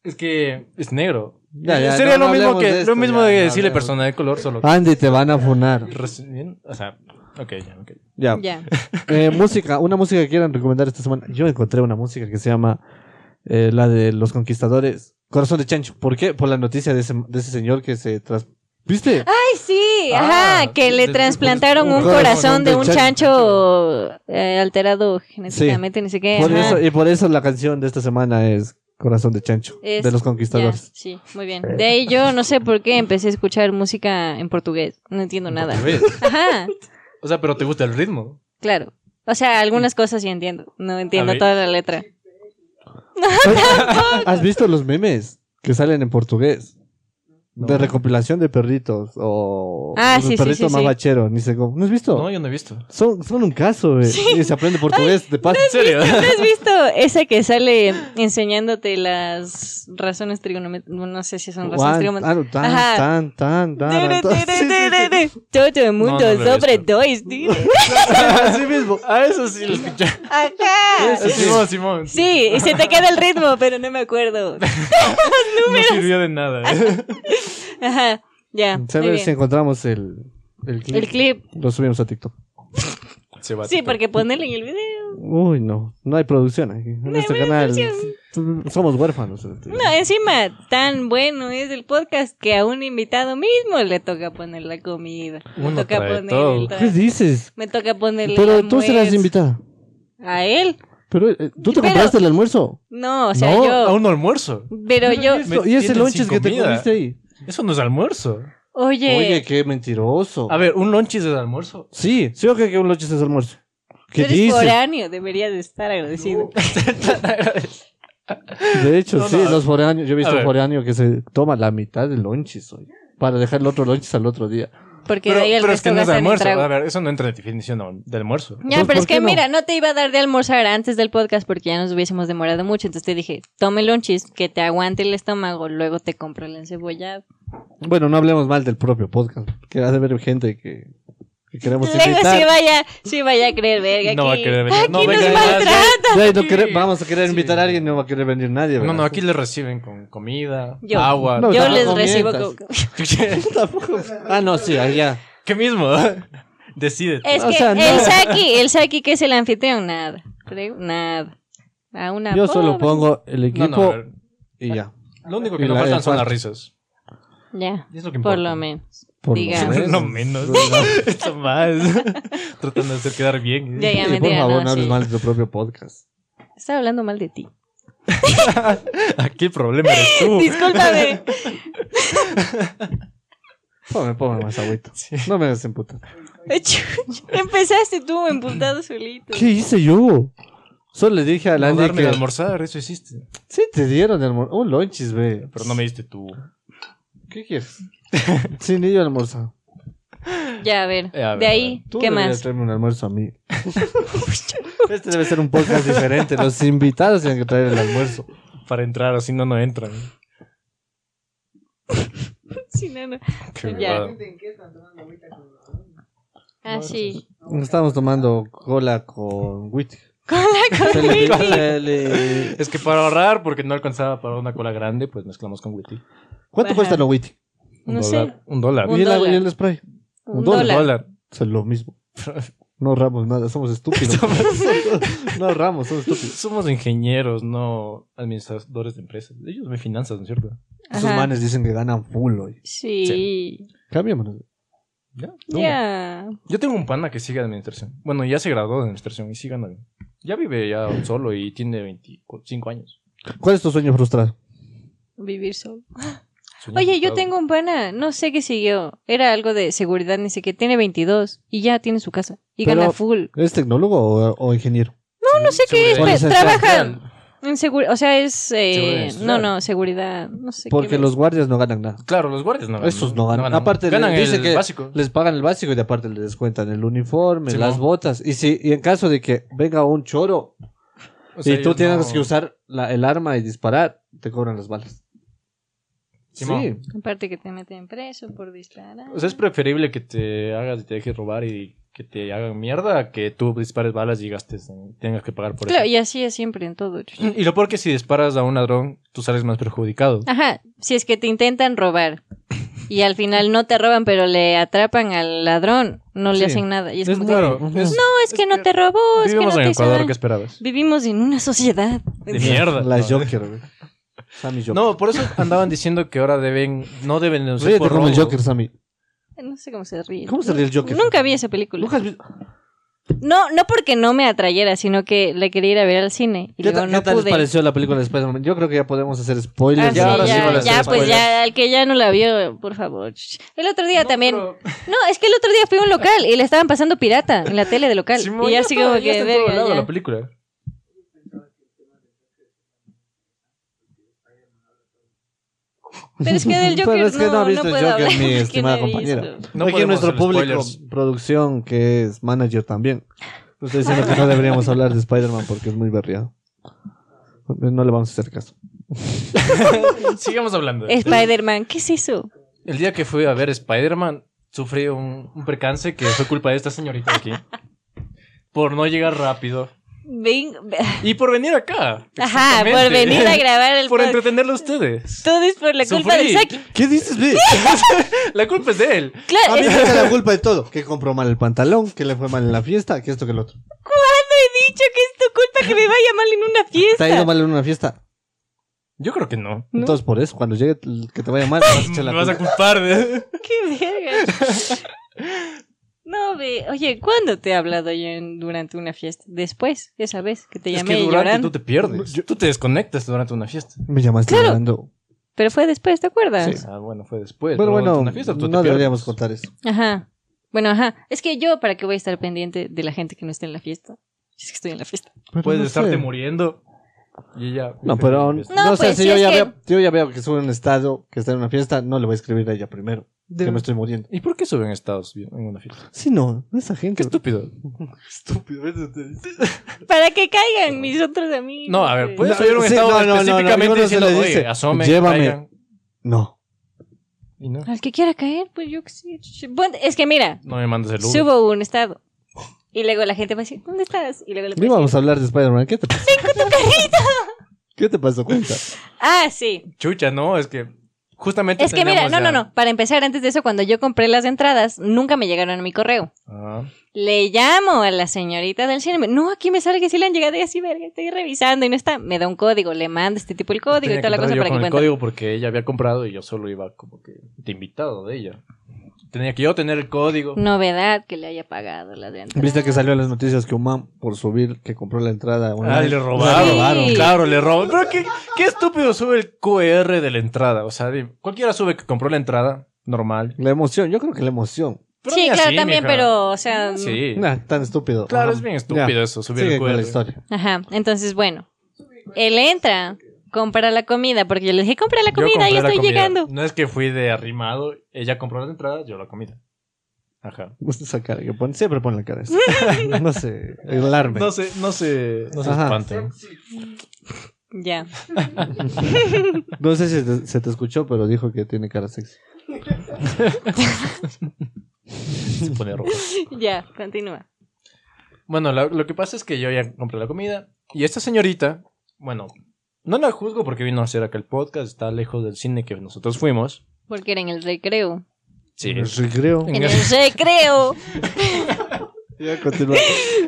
Speaker 3: Es que es negro.
Speaker 1: Ya, ya,
Speaker 3: Sería
Speaker 1: no,
Speaker 3: lo
Speaker 1: no
Speaker 3: mismo
Speaker 1: hablemos
Speaker 3: que,
Speaker 1: de
Speaker 3: lo
Speaker 1: esto,
Speaker 3: mismo
Speaker 1: ya,
Speaker 3: de
Speaker 1: no
Speaker 3: decirle
Speaker 1: hablemos. Ah.
Speaker 3: persona de color, solo que
Speaker 1: Andy te van a funar.
Speaker 3: recién- O sea, ok, ya, ok.
Speaker 1: Ya.
Speaker 2: Ya.
Speaker 1: Eh, música, una música que quieran recomendar esta semana. Yo encontré una música que se llama eh, la de los conquistadores. Corazón de Chancho. ¿Por qué? Por la noticia de ese, de ese señor que se tras... ¿Viste?
Speaker 2: Ay, sí,
Speaker 3: Ah,
Speaker 2: ajá, que le
Speaker 3: de-
Speaker 2: trasplantaron
Speaker 3: un
Speaker 2: un
Speaker 1: corazón
Speaker 2: corazón de
Speaker 1: de
Speaker 2: un
Speaker 1: chancho.
Speaker 2: chancho eh, alterado genéticamente, ni sé qué.
Speaker 1: Por
Speaker 2: ajá.
Speaker 1: eso- y por eso la canción de esta semana es Corazón de Chancho.
Speaker 2: Es-
Speaker 1: de los conquistadores.
Speaker 2: Ya, sí, muy bien.
Speaker 3: Eh.
Speaker 2: De ahí yo no sé por qué empecé a escuchar música en portugués. No entiendo nada.
Speaker 3: ¿Ves?
Speaker 2: Ajá,
Speaker 3: O sea, pero te gusta el ritmo.
Speaker 2: claro. O sea, algunas cosas sí entiendo. No entiendo
Speaker 3: Mm. ver.
Speaker 2: toda la letra.
Speaker 1: ¿Has visto los memes que salen en portugués?
Speaker 3: No.
Speaker 1: de recompilación de perritos o
Speaker 2: Ah,
Speaker 1: el
Speaker 2: sí, sí,
Speaker 1: perrito
Speaker 2: sí, sí.
Speaker 1: más bachero, ni sé cómo. ¿No has visto?
Speaker 3: No, yo no he visto.
Speaker 1: Son, son un caso, güey. Y se aprende portugués de paso.
Speaker 3: ¿En serio?
Speaker 2: ¿No has visto esa que sale enseñándote las razones trigonométricas? No sé si son razones
Speaker 1: Juan,
Speaker 2: trigonométricas.
Speaker 1: ah, no, tan,
Speaker 2: Ajá.
Speaker 1: tan, tan,
Speaker 3: Ah,
Speaker 1: tan,
Speaker 2: Tere,
Speaker 1: tan.
Speaker 2: tere,
Speaker 1: Sí, sí, sí.
Speaker 2: tere, tere. Todo el mundo
Speaker 3: No, no lo he
Speaker 2: sobre
Speaker 3: visto.
Speaker 2: dois, tere.
Speaker 1: Así mismo.
Speaker 3: Ah, eso sí lo escuché.
Speaker 2: Ajá.
Speaker 3: Eso, Simón, Simón.
Speaker 2: Ah, Sí, y se te queda el ritmo, pero no me acuerdo.
Speaker 3: No sirvió de nada. ¿eh?
Speaker 2: Ajá, ya.
Speaker 1: Se
Speaker 2: muy
Speaker 1: ve
Speaker 2: bien.
Speaker 1: si encontramos el, el clip.
Speaker 2: El clip.
Speaker 1: Lo subimos a TikTok.
Speaker 3: Se va a
Speaker 2: Sí,
Speaker 3: tocar.
Speaker 2: porque ponerlo en el video.
Speaker 1: Uy, no. No hay producción aquí. En este canal somos huérfanos. este.
Speaker 2: No, encima, tan bueno es el podcast que a un invitado mismo le toca poner la comida. Me
Speaker 3: Uno
Speaker 2: toca
Speaker 3: trae
Speaker 2: poner
Speaker 3: todo.
Speaker 2: el
Speaker 1: ¿Qué
Speaker 2: tra-
Speaker 1: dices?
Speaker 2: Me toca poner
Speaker 1: Pero tú serás invitada.
Speaker 2: ¿A él?
Speaker 1: Pero eh, tú te
Speaker 2: Pero-
Speaker 1: compraste el almuerzo.
Speaker 2: No, o sea,
Speaker 1: No,
Speaker 2: yo.
Speaker 3: Oh, A un almuerzo.
Speaker 2: Pero yo.
Speaker 1: ¿Y eso- ¿Y ese
Speaker 3: tienen
Speaker 1: lonches
Speaker 3: sin
Speaker 1: que te
Speaker 3: comida.
Speaker 1: comiste ahí?
Speaker 3: Eso no es almuerzo.
Speaker 2: Oye.
Speaker 1: Oye, qué mentiroso.
Speaker 3: A ver, un lonche es el almuerzo.
Speaker 1: Sí, sí o que que un lonches es almuerzo.
Speaker 2: tú
Speaker 1: ¿Qué
Speaker 2: eres
Speaker 1: dices?
Speaker 2: foráneo, deberías de estar agradecido.
Speaker 1: De hecho,
Speaker 3: No,
Speaker 1: sí,
Speaker 3: no.
Speaker 1: los foráneos. Yo he
Speaker 3: A
Speaker 1: visto un
Speaker 3: ver.
Speaker 1: foráneo que se toma la mitad del lonches hoy. Para dejar el otro lonches al otro día.
Speaker 2: Porque
Speaker 3: Pero,
Speaker 2: de ahí el
Speaker 3: pero es
Speaker 2: resto
Speaker 3: que no es
Speaker 2: gastan en
Speaker 3: almuerzo.
Speaker 2: trago.
Speaker 3: A ver, eso no entra en la definición de- de almuerzo.
Speaker 2: Ya,
Speaker 1: Entonces,
Speaker 2: pero
Speaker 1: ¿por
Speaker 2: es que
Speaker 1: qué no?
Speaker 2: mira, no te iba a dar de almorzar antes del podcast porque ya nos hubiésemos demorado mucho. Entonces te dije, tome lonchis, que te aguante el estómago, luego te compro el encebollado.
Speaker 1: Bueno, no hablemos mal del propio podcast. Que ha de haber gente que, que queremos
Speaker 2: Luego sí
Speaker 1: invitar.
Speaker 2: vaya, sí vaya a creer, verga.
Speaker 3: No va a
Speaker 2: aquí-
Speaker 3: querer venir.
Speaker 2: Aquí
Speaker 3: No,
Speaker 2: nos
Speaker 3: venga, venga,
Speaker 2: maltratan.
Speaker 1: Ya, no quere- vamos a querer invitar a alguien no va a querer venir nadie.
Speaker 3: No,
Speaker 1: ¿verdad?
Speaker 3: no, aquí le reciben con comida,
Speaker 2: Yo.
Speaker 3: agua.
Speaker 1: No,
Speaker 2: Yo
Speaker 1: tampoco
Speaker 2: les recibo.
Speaker 1: mientas.
Speaker 2: como-
Speaker 1: Tampoco. Ah, no, sí, allá.
Speaker 3: ¿Qué mismo? Decide.
Speaker 2: Es
Speaker 1: O
Speaker 2: que
Speaker 1: sea, no.
Speaker 2: el Saki, el Saki que es el anfitrión, nada. creo, Nada. A una
Speaker 1: Yo solo
Speaker 2: pobre.
Speaker 1: pongo el equipo
Speaker 3: No, no, a ver,
Speaker 1: y ya.
Speaker 3: lo único
Speaker 1: Y
Speaker 3: que no
Speaker 1: la-
Speaker 3: faltan
Speaker 1: el
Speaker 3: son
Speaker 1: cuarto.
Speaker 3: las risas.
Speaker 2: Ya,
Speaker 3: Es lo que importa.
Speaker 2: por lo menos.
Speaker 1: Por
Speaker 2: Digamos.
Speaker 1: menos.
Speaker 3: Lo menos. Esto más. Tratando de hacer quedar bien.
Speaker 2: Ya, ya,
Speaker 1: Sí, por
Speaker 2: mentira,
Speaker 1: favor,
Speaker 2: no,
Speaker 1: no, hables
Speaker 2: sí.
Speaker 1: mal de tu propio podcast.
Speaker 2: Estaba hablando mal de ti.
Speaker 3: Aquí el problema eres tú.
Speaker 2: Discúlpame.
Speaker 1: Póngame, póngame más agüito. No me hagas emputar.
Speaker 2: Empezaste tú emputado solito.
Speaker 1: ¿Qué hice yo? Solo le dije a
Speaker 3: No
Speaker 1: la
Speaker 3: darme
Speaker 1: que...
Speaker 3: de almorzar, eso hiciste.
Speaker 1: Sí, te dieron el almor- un lonchis, ve.
Speaker 3: Pero no me diste tú.
Speaker 1: ¿Qué quieres? sí, ni yo almorzado.
Speaker 2: Ya, a ver.
Speaker 3: Eh, a ver,
Speaker 2: de
Speaker 3: a
Speaker 2: ahí,
Speaker 1: Tú
Speaker 2: ¿qué
Speaker 1: deberías
Speaker 2: más?
Speaker 1: traerme un almuerzo a mí. este debe ser un podcast diferente. Los invitados tienen que traer el almuerzo.
Speaker 3: Para entrar, así no, no entran.
Speaker 2: Sí, no, no.
Speaker 3: Qué
Speaker 2: Ya.
Speaker 3: huevada.
Speaker 2: Ah, sí.
Speaker 1: Estamos tomando cola con whisky.
Speaker 2: Cola
Speaker 1: Se
Speaker 2: con
Speaker 1: le-
Speaker 2: whisky.
Speaker 1: se le-
Speaker 3: Es que para ahorrar, porque no alcanzaba para una cola grande, pues mezclamos con Witty.
Speaker 1: ¿Cuánto
Speaker 2: Ajá.
Speaker 1: cuesta la whisky?
Speaker 3: Un
Speaker 2: No
Speaker 3: dólar.
Speaker 2: sé.
Speaker 3: Un dólar.
Speaker 2: Un
Speaker 1: ¿Y el,
Speaker 2: dólar.
Speaker 1: y el spray?
Speaker 2: Un
Speaker 1: dólar.
Speaker 2: dólar.
Speaker 1: Es lo mismo. No ahorramos nada, somos estúpidos. no ahorramos, somos estúpidos.
Speaker 3: Pues, Somos ingenieros, no administradores de empresas. Ellos me finanzan, ¿no es cierto?
Speaker 1: Esos
Speaker 2: Ajá.
Speaker 1: manes dicen que ganan full hoy.
Speaker 2: Sí.
Speaker 1: Cambiémonos.
Speaker 3: Ya.
Speaker 2: Ya.
Speaker 3: Yo tengo un pana que sigue administración. Bueno, ya se graduó de administración y sí gana bien. Ya vive ya solo y tiene 25 años.
Speaker 1: ¿Cuál es tu sueño frustrado?
Speaker 2: Vivir solo.
Speaker 3: Sueño
Speaker 2: Oye, yo
Speaker 3: frustrado.
Speaker 2: tengo un pana, no sé qué siguió. Era algo de seguridad, ni sé qué. Tiene 22 y ya tiene su casa. Y
Speaker 1: Pero-
Speaker 2: gana full.
Speaker 1: ¿Es tecnólogo o, o ingeniero?
Speaker 3: No, no
Speaker 2: sé qué es,
Speaker 1: Con
Speaker 2: pero
Speaker 1: licencia.
Speaker 2: trabaja en seguridad. O sea, es. eh,
Speaker 3: Seguridad industrial.
Speaker 2: no, no, seguridad. No sé.
Speaker 1: Porque
Speaker 2: qué-
Speaker 1: los guardias no ganan nada.
Speaker 3: Claro, los guardias no ganan.
Speaker 1: Esos no ganan. Aparte,
Speaker 3: ganan
Speaker 1: le- dicen
Speaker 3: el
Speaker 1: que
Speaker 3: básico.
Speaker 1: les pagan el básico y aparte les descuentan el uniforme,
Speaker 3: Sí,
Speaker 1: las
Speaker 3: ¿no?
Speaker 1: botas. Y si y en caso de que venga un choro
Speaker 3: O sea,
Speaker 1: y tú
Speaker 3: ellos
Speaker 1: tienes
Speaker 3: no-
Speaker 1: que usar la- el arma y disparar, te cobran las balas. Sí.
Speaker 3: Simón.
Speaker 2: Aparte que te meten preso por disparar.
Speaker 3: O sea, es preferible que te hagas y te dejes robar y que te hagan mierda a que tú dispares balas y gastes, en- tengas que pagar por
Speaker 2: Claro,
Speaker 3: eso.
Speaker 2: y así es siempre en todo.
Speaker 3: Y lo peor que si disparas a un ladrón, tú sales más perjudicado.
Speaker 2: Ajá, si es que te intentan robar y al final no te roban, pero le atrapan al ladrón, no le
Speaker 1: Sí.
Speaker 2: hacen nada. Y es,
Speaker 1: Es
Speaker 2: como
Speaker 1: claro.
Speaker 2: que,
Speaker 1: es-
Speaker 2: no, es que no te robó, es que no
Speaker 3: Vivimos en
Speaker 2: te hizo
Speaker 3: Ecuador,
Speaker 2: nada".
Speaker 3: ¿qué esperabas?
Speaker 2: Vivimos en una sociedad.
Speaker 3: De mierda.
Speaker 1: La
Speaker 3: No.
Speaker 1: Joker, güey. Sammy Joker.
Speaker 3: No, por eso andaban diciendo que ahora deben, no deben denunciar
Speaker 1: Ríete
Speaker 3: por
Speaker 1: como el
Speaker 3: robo.
Speaker 1: Joker, Sammy.
Speaker 2: No sé cómo se ríe.
Speaker 1: ¿Cómo se ríe el Joker?
Speaker 2: Nunca vi esa película.
Speaker 1: ¿Nunca has visto?
Speaker 2: No, no porque no me atrayera, sino que le quería ir a ver al cine. Y
Speaker 1: ¿Qué,
Speaker 2: luego
Speaker 1: ta-
Speaker 2: no
Speaker 1: qué tal les
Speaker 2: pude.
Speaker 1: pareció la película de Spider-Man? Yo creo que ya podemos hacer
Speaker 2: Ah,
Speaker 1: spoilers.
Speaker 2: sí,
Speaker 1: de la
Speaker 3: Ya, ahora sí
Speaker 2: ya,
Speaker 1: película de
Speaker 3: vale hacer
Speaker 2: ya, pues
Speaker 1: Spider-Man.
Speaker 2: ya, al que ya no la vio, por favor. El otro día
Speaker 3: No,
Speaker 2: también.
Speaker 3: pero-
Speaker 2: No, es que el otro día fui a un local y le estaban pasando pirata en la tele de local.
Speaker 3: Simón,
Speaker 2: y
Speaker 3: ya
Speaker 2: así
Speaker 3: está-
Speaker 2: como
Speaker 3: ya
Speaker 2: que.
Speaker 3: está en todo
Speaker 2: verga,
Speaker 3: lado
Speaker 2: ya.
Speaker 3: la película.
Speaker 2: Pero es que del Joker
Speaker 1: Pero es que no,
Speaker 2: no,
Speaker 1: ha visto
Speaker 2: no
Speaker 1: el
Speaker 2: puedo
Speaker 1: Joker,
Speaker 2: hablar
Speaker 1: mi
Speaker 2: porque
Speaker 1: estimada
Speaker 2: no he
Speaker 1: compañera.
Speaker 2: visto.
Speaker 3: No
Speaker 1: Aquí
Speaker 3: podemos
Speaker 1: nuestro
Speaker 3: hacer
Speaker 1: público,
Speaker 3: spoilers.
Speaker 1: producción, que es manager también. No estoy diciendo que no deberíamos hablar de Spider-Man porque es muy barriado. No le vamos a hacer caso.
Speaker 3: Sigamos hablando. de esto.
Speaker 2: Spider-Man, ¿qué es eso?
Speaker 3: El día que fui a ver Spider-Man, sufrí un, un percance que fue culpa de esta señorita aquí. Por no llegar rápido.
Speaker 2: Ven-
Speaker 3: Y por venir acá.
Speaker 2: Ajá, por
Speaker 3: Exactamente.
Speaker 2: venir a grabar el
Speaker 3: Por
Speaker 2: podcast.
Speaker 3: entretenerlo a ustedes.
Speaker 2: Todo es por la culpa
Speaker 3: Sufrí.
Speaker 2: de Saki.
Speaker 1: ¿Qué dices, ve?
Speaker 3: La culpa es de él.
Speaker 1: A
Speaker 2: Claro,
Speaker 1: mí
Speaker 2: es-
Speaker 1: me echa la culpa de todo. Que compró mal el pantalón, que le fue mal en la fiesta, que esto que el otro.
Speaker 2: ¿cuándo he dicho que es tu culpa que me vaya mal en una
Speaker 1: ¿Te ha ido
Speaker 2: fiesta?
Speaker 1: mal en una fiesta?
Speaker 3: Yo creo que no.
Speaker 2: No.
Speaker 1: Entonces, por eso, cuando llegue el que te vaya mal, te vas a echar la
Speaker 3: Mm, Me vas a
Speaker 1: culpa.
Speaker 3: culpar de...
Speaker 2: ¡Qué verga! No, ve, oye, ¿cuándo te he hablado yo en- durante una fiesta? Después, esa vez que te
Speaker 3: Es
Speaker 2: llamé
Speaker 3: que durante
Speaker 2: llorando.
Speaker 3: tú te pierdes. Tú te desconectas durante una fiesta.
Speaker 1: Me llamaste
Speaker 2: Claro.
Speaker 1: llorando.
Speaker 2: Pero fue después, ¿te acuerdas?
Speaker 3: Ah, bueno, fue después.
Speaker 1: Bueno,
Speaker 3: pero durante
Speaker 1: bueno,
Speaker 3: una fiesta tú te
Speaker 1: no
Speaker 3: pierdes.
Speaker 1: deberíamos contar eso.
Speaker 2: Ajá. Bueno, ajá. Es que yo, ¿para qué voy a estar pendiente de la gente que no está en la fiesta? Es que estoy en la fiesta.
Speaker 1: Pero
Speaker 3: Puedes
Speaker 1: no sé.
Speaker 3: estarte muriendo. Y ella...
Speaker 1: No, pero no, sé,
Speaker 2: pues,
Speaker 1: si
Speaker 2: si
Speaker 1: yo
Speaker 2: es
Speaker 1: ya,
Speaker 2: que-
Speaker 1: veo, yo ya veo que sube un estado, que está en una fiesta, no le voy a escribir a ella primero, que me estoy muriendo.
Speaker 3: ¿Y por qué suben estados en una fiesta?
Speaker 1: Sí, no, esa gente...
Speaker 3: Qué estúpido.
Speaker 1: estúpido.
Speaker 2: Para que caigan mis otros amigos.
Speaker 3: No, a ver,
Speaker 2: pues.
Speaker 3: puedes
Speaker 1: No,
Speaker 3: subir un
Speaker 1: sí,
Speaker 3: estado
Speaker 1: no, no, no, no,
Speaker 3: específicamente
Speaker 1: yo no se
Speaker 3: diciendo,
Speaker 1: le dice,
Speaker 3: oye, asome,
Speaker 1: llévame".
Speaker 3: caigan".
Speaker 1: No.
Speaker 3: Y no,
Speaker 2: Al que quiera caer, pues yo que sí. Bueno, Es que mira,
Speaker 3: no me mandes el Uber.
Speaker 2: subo un estado. Y luego la gente va a decir, ¿dónde estás? Y luego
Speaker 1: No
Speaker 2: le voy a decir,
Speaker 1: vamos a hablar de Spider-Man. ¿Qué te pasó? ¿Qué te pasó? Cuenta.
Speaker 2: Ah, sí.
Speaker 3: Chucha, no, es que justamente...
Speaker 2: Es que mira,
Speaker 3: teníamos
Speaker 2: no, no,
Speaker 3: ya-
Speaker 2: no. Para empezar, antes de eso, cuando yo compré las entradas, nunca me llegaron a mi correo.
Speaker 3: Ah,
Speaker 2: Le llamo a la señorita del cine. me- No, aquí me sale que sí le han llegado y así, verga, estoy revisando y no está. Me da un código, le manda este tipo el código
Speaker 3: tenía
Speaker 2: y toda la
Speaker 3: entrar
Speaker 2: cosa
Speaker 3: yo
Speaker 2: para que
Speaker 3: con el
Speaker 2: cuente.
Speaker 3: código porque ella había comprado y yo solo iba como que de invitado de ella. Tenía que yo tener el código.
Speaker 2: Novedad que le haya pagado la de entrada.
Speaker 1: Viste que salió en las noticias que un man, por subir, que compró la entrada. bueno,
Speaker 3: Ah, le
Speaker 1: la
Speaker 3: robaron.
Speaker 2: Sí.
Speaker 3: Claro, le robaron. Pero qué, qué estúpido sube el QR de la entrada. O sea, di- cualquiera sube que compró la entrada, normal.
Speaker 1: La emoción, yo creo que la emoción.
Speaker 3: Pero
Speaker 2: sí,
Speaker 3: ni
Speaker 2: claro,
Speaker 3: así,
Speaker 2: también,
Speaker 3: mija.
Speaker 2: pero, o sea.
Speaker 3: Sí.
Speaker 1: Nah, tan estúpido.
Speaker 3: Claro,
Speaker 1: Ajá.
Speaker 3: es bien estúpido
Speaker 1: Ya,
Speaker 3: eso, subir
Speaker 1: sigue
Speaker 3: el
Speaker 1: con la
Speaker 3: QR.
Speaker 1: historia.
Speaker 2: mm, Ajá, entonces, bueno. Él entra, compra la comida, porque yo le dije, compra la
Speaker 3: Yo
Speaker 2: comida,
Speaker 3: compré
Speaker 2: ya
Speaker 3: la
Speaker 2: estoy
Speaker 3: comida.
Speaker 2: llegando.
Speaker 3: No es que fui de arrimado, ella compró la entrada, yo la comida. Ajá.
Speaker 1: Esa cara que pone, siempre pone la cara esa. No sé, alarme.
Speaker 3: No sé, no sé, no se
Speaker 1: Ajá.
Speaker 3: espanten. Mm.
Speaker 2: Ya.
Speaker 1: No sé si te- se te escuchó, pero dijo que tiene cara sexy.
Speaker 3: Se pone rojo.
Speaker 2: Ya, continúa.
Speaker 3: Bueno, la- lo que pasa es que yo ya compré la comida y esta señorita, bueno, no la juzgo porque vino a hacer acá el podcast, está lejos del cine que nosotros fuimos.
Speaker 2: Porque era en el recreo.
Speaker 3: Sí.
Speaker 1: El recreo.
Speaker 2: En el recreo.
Speaker 1: Ya continúa.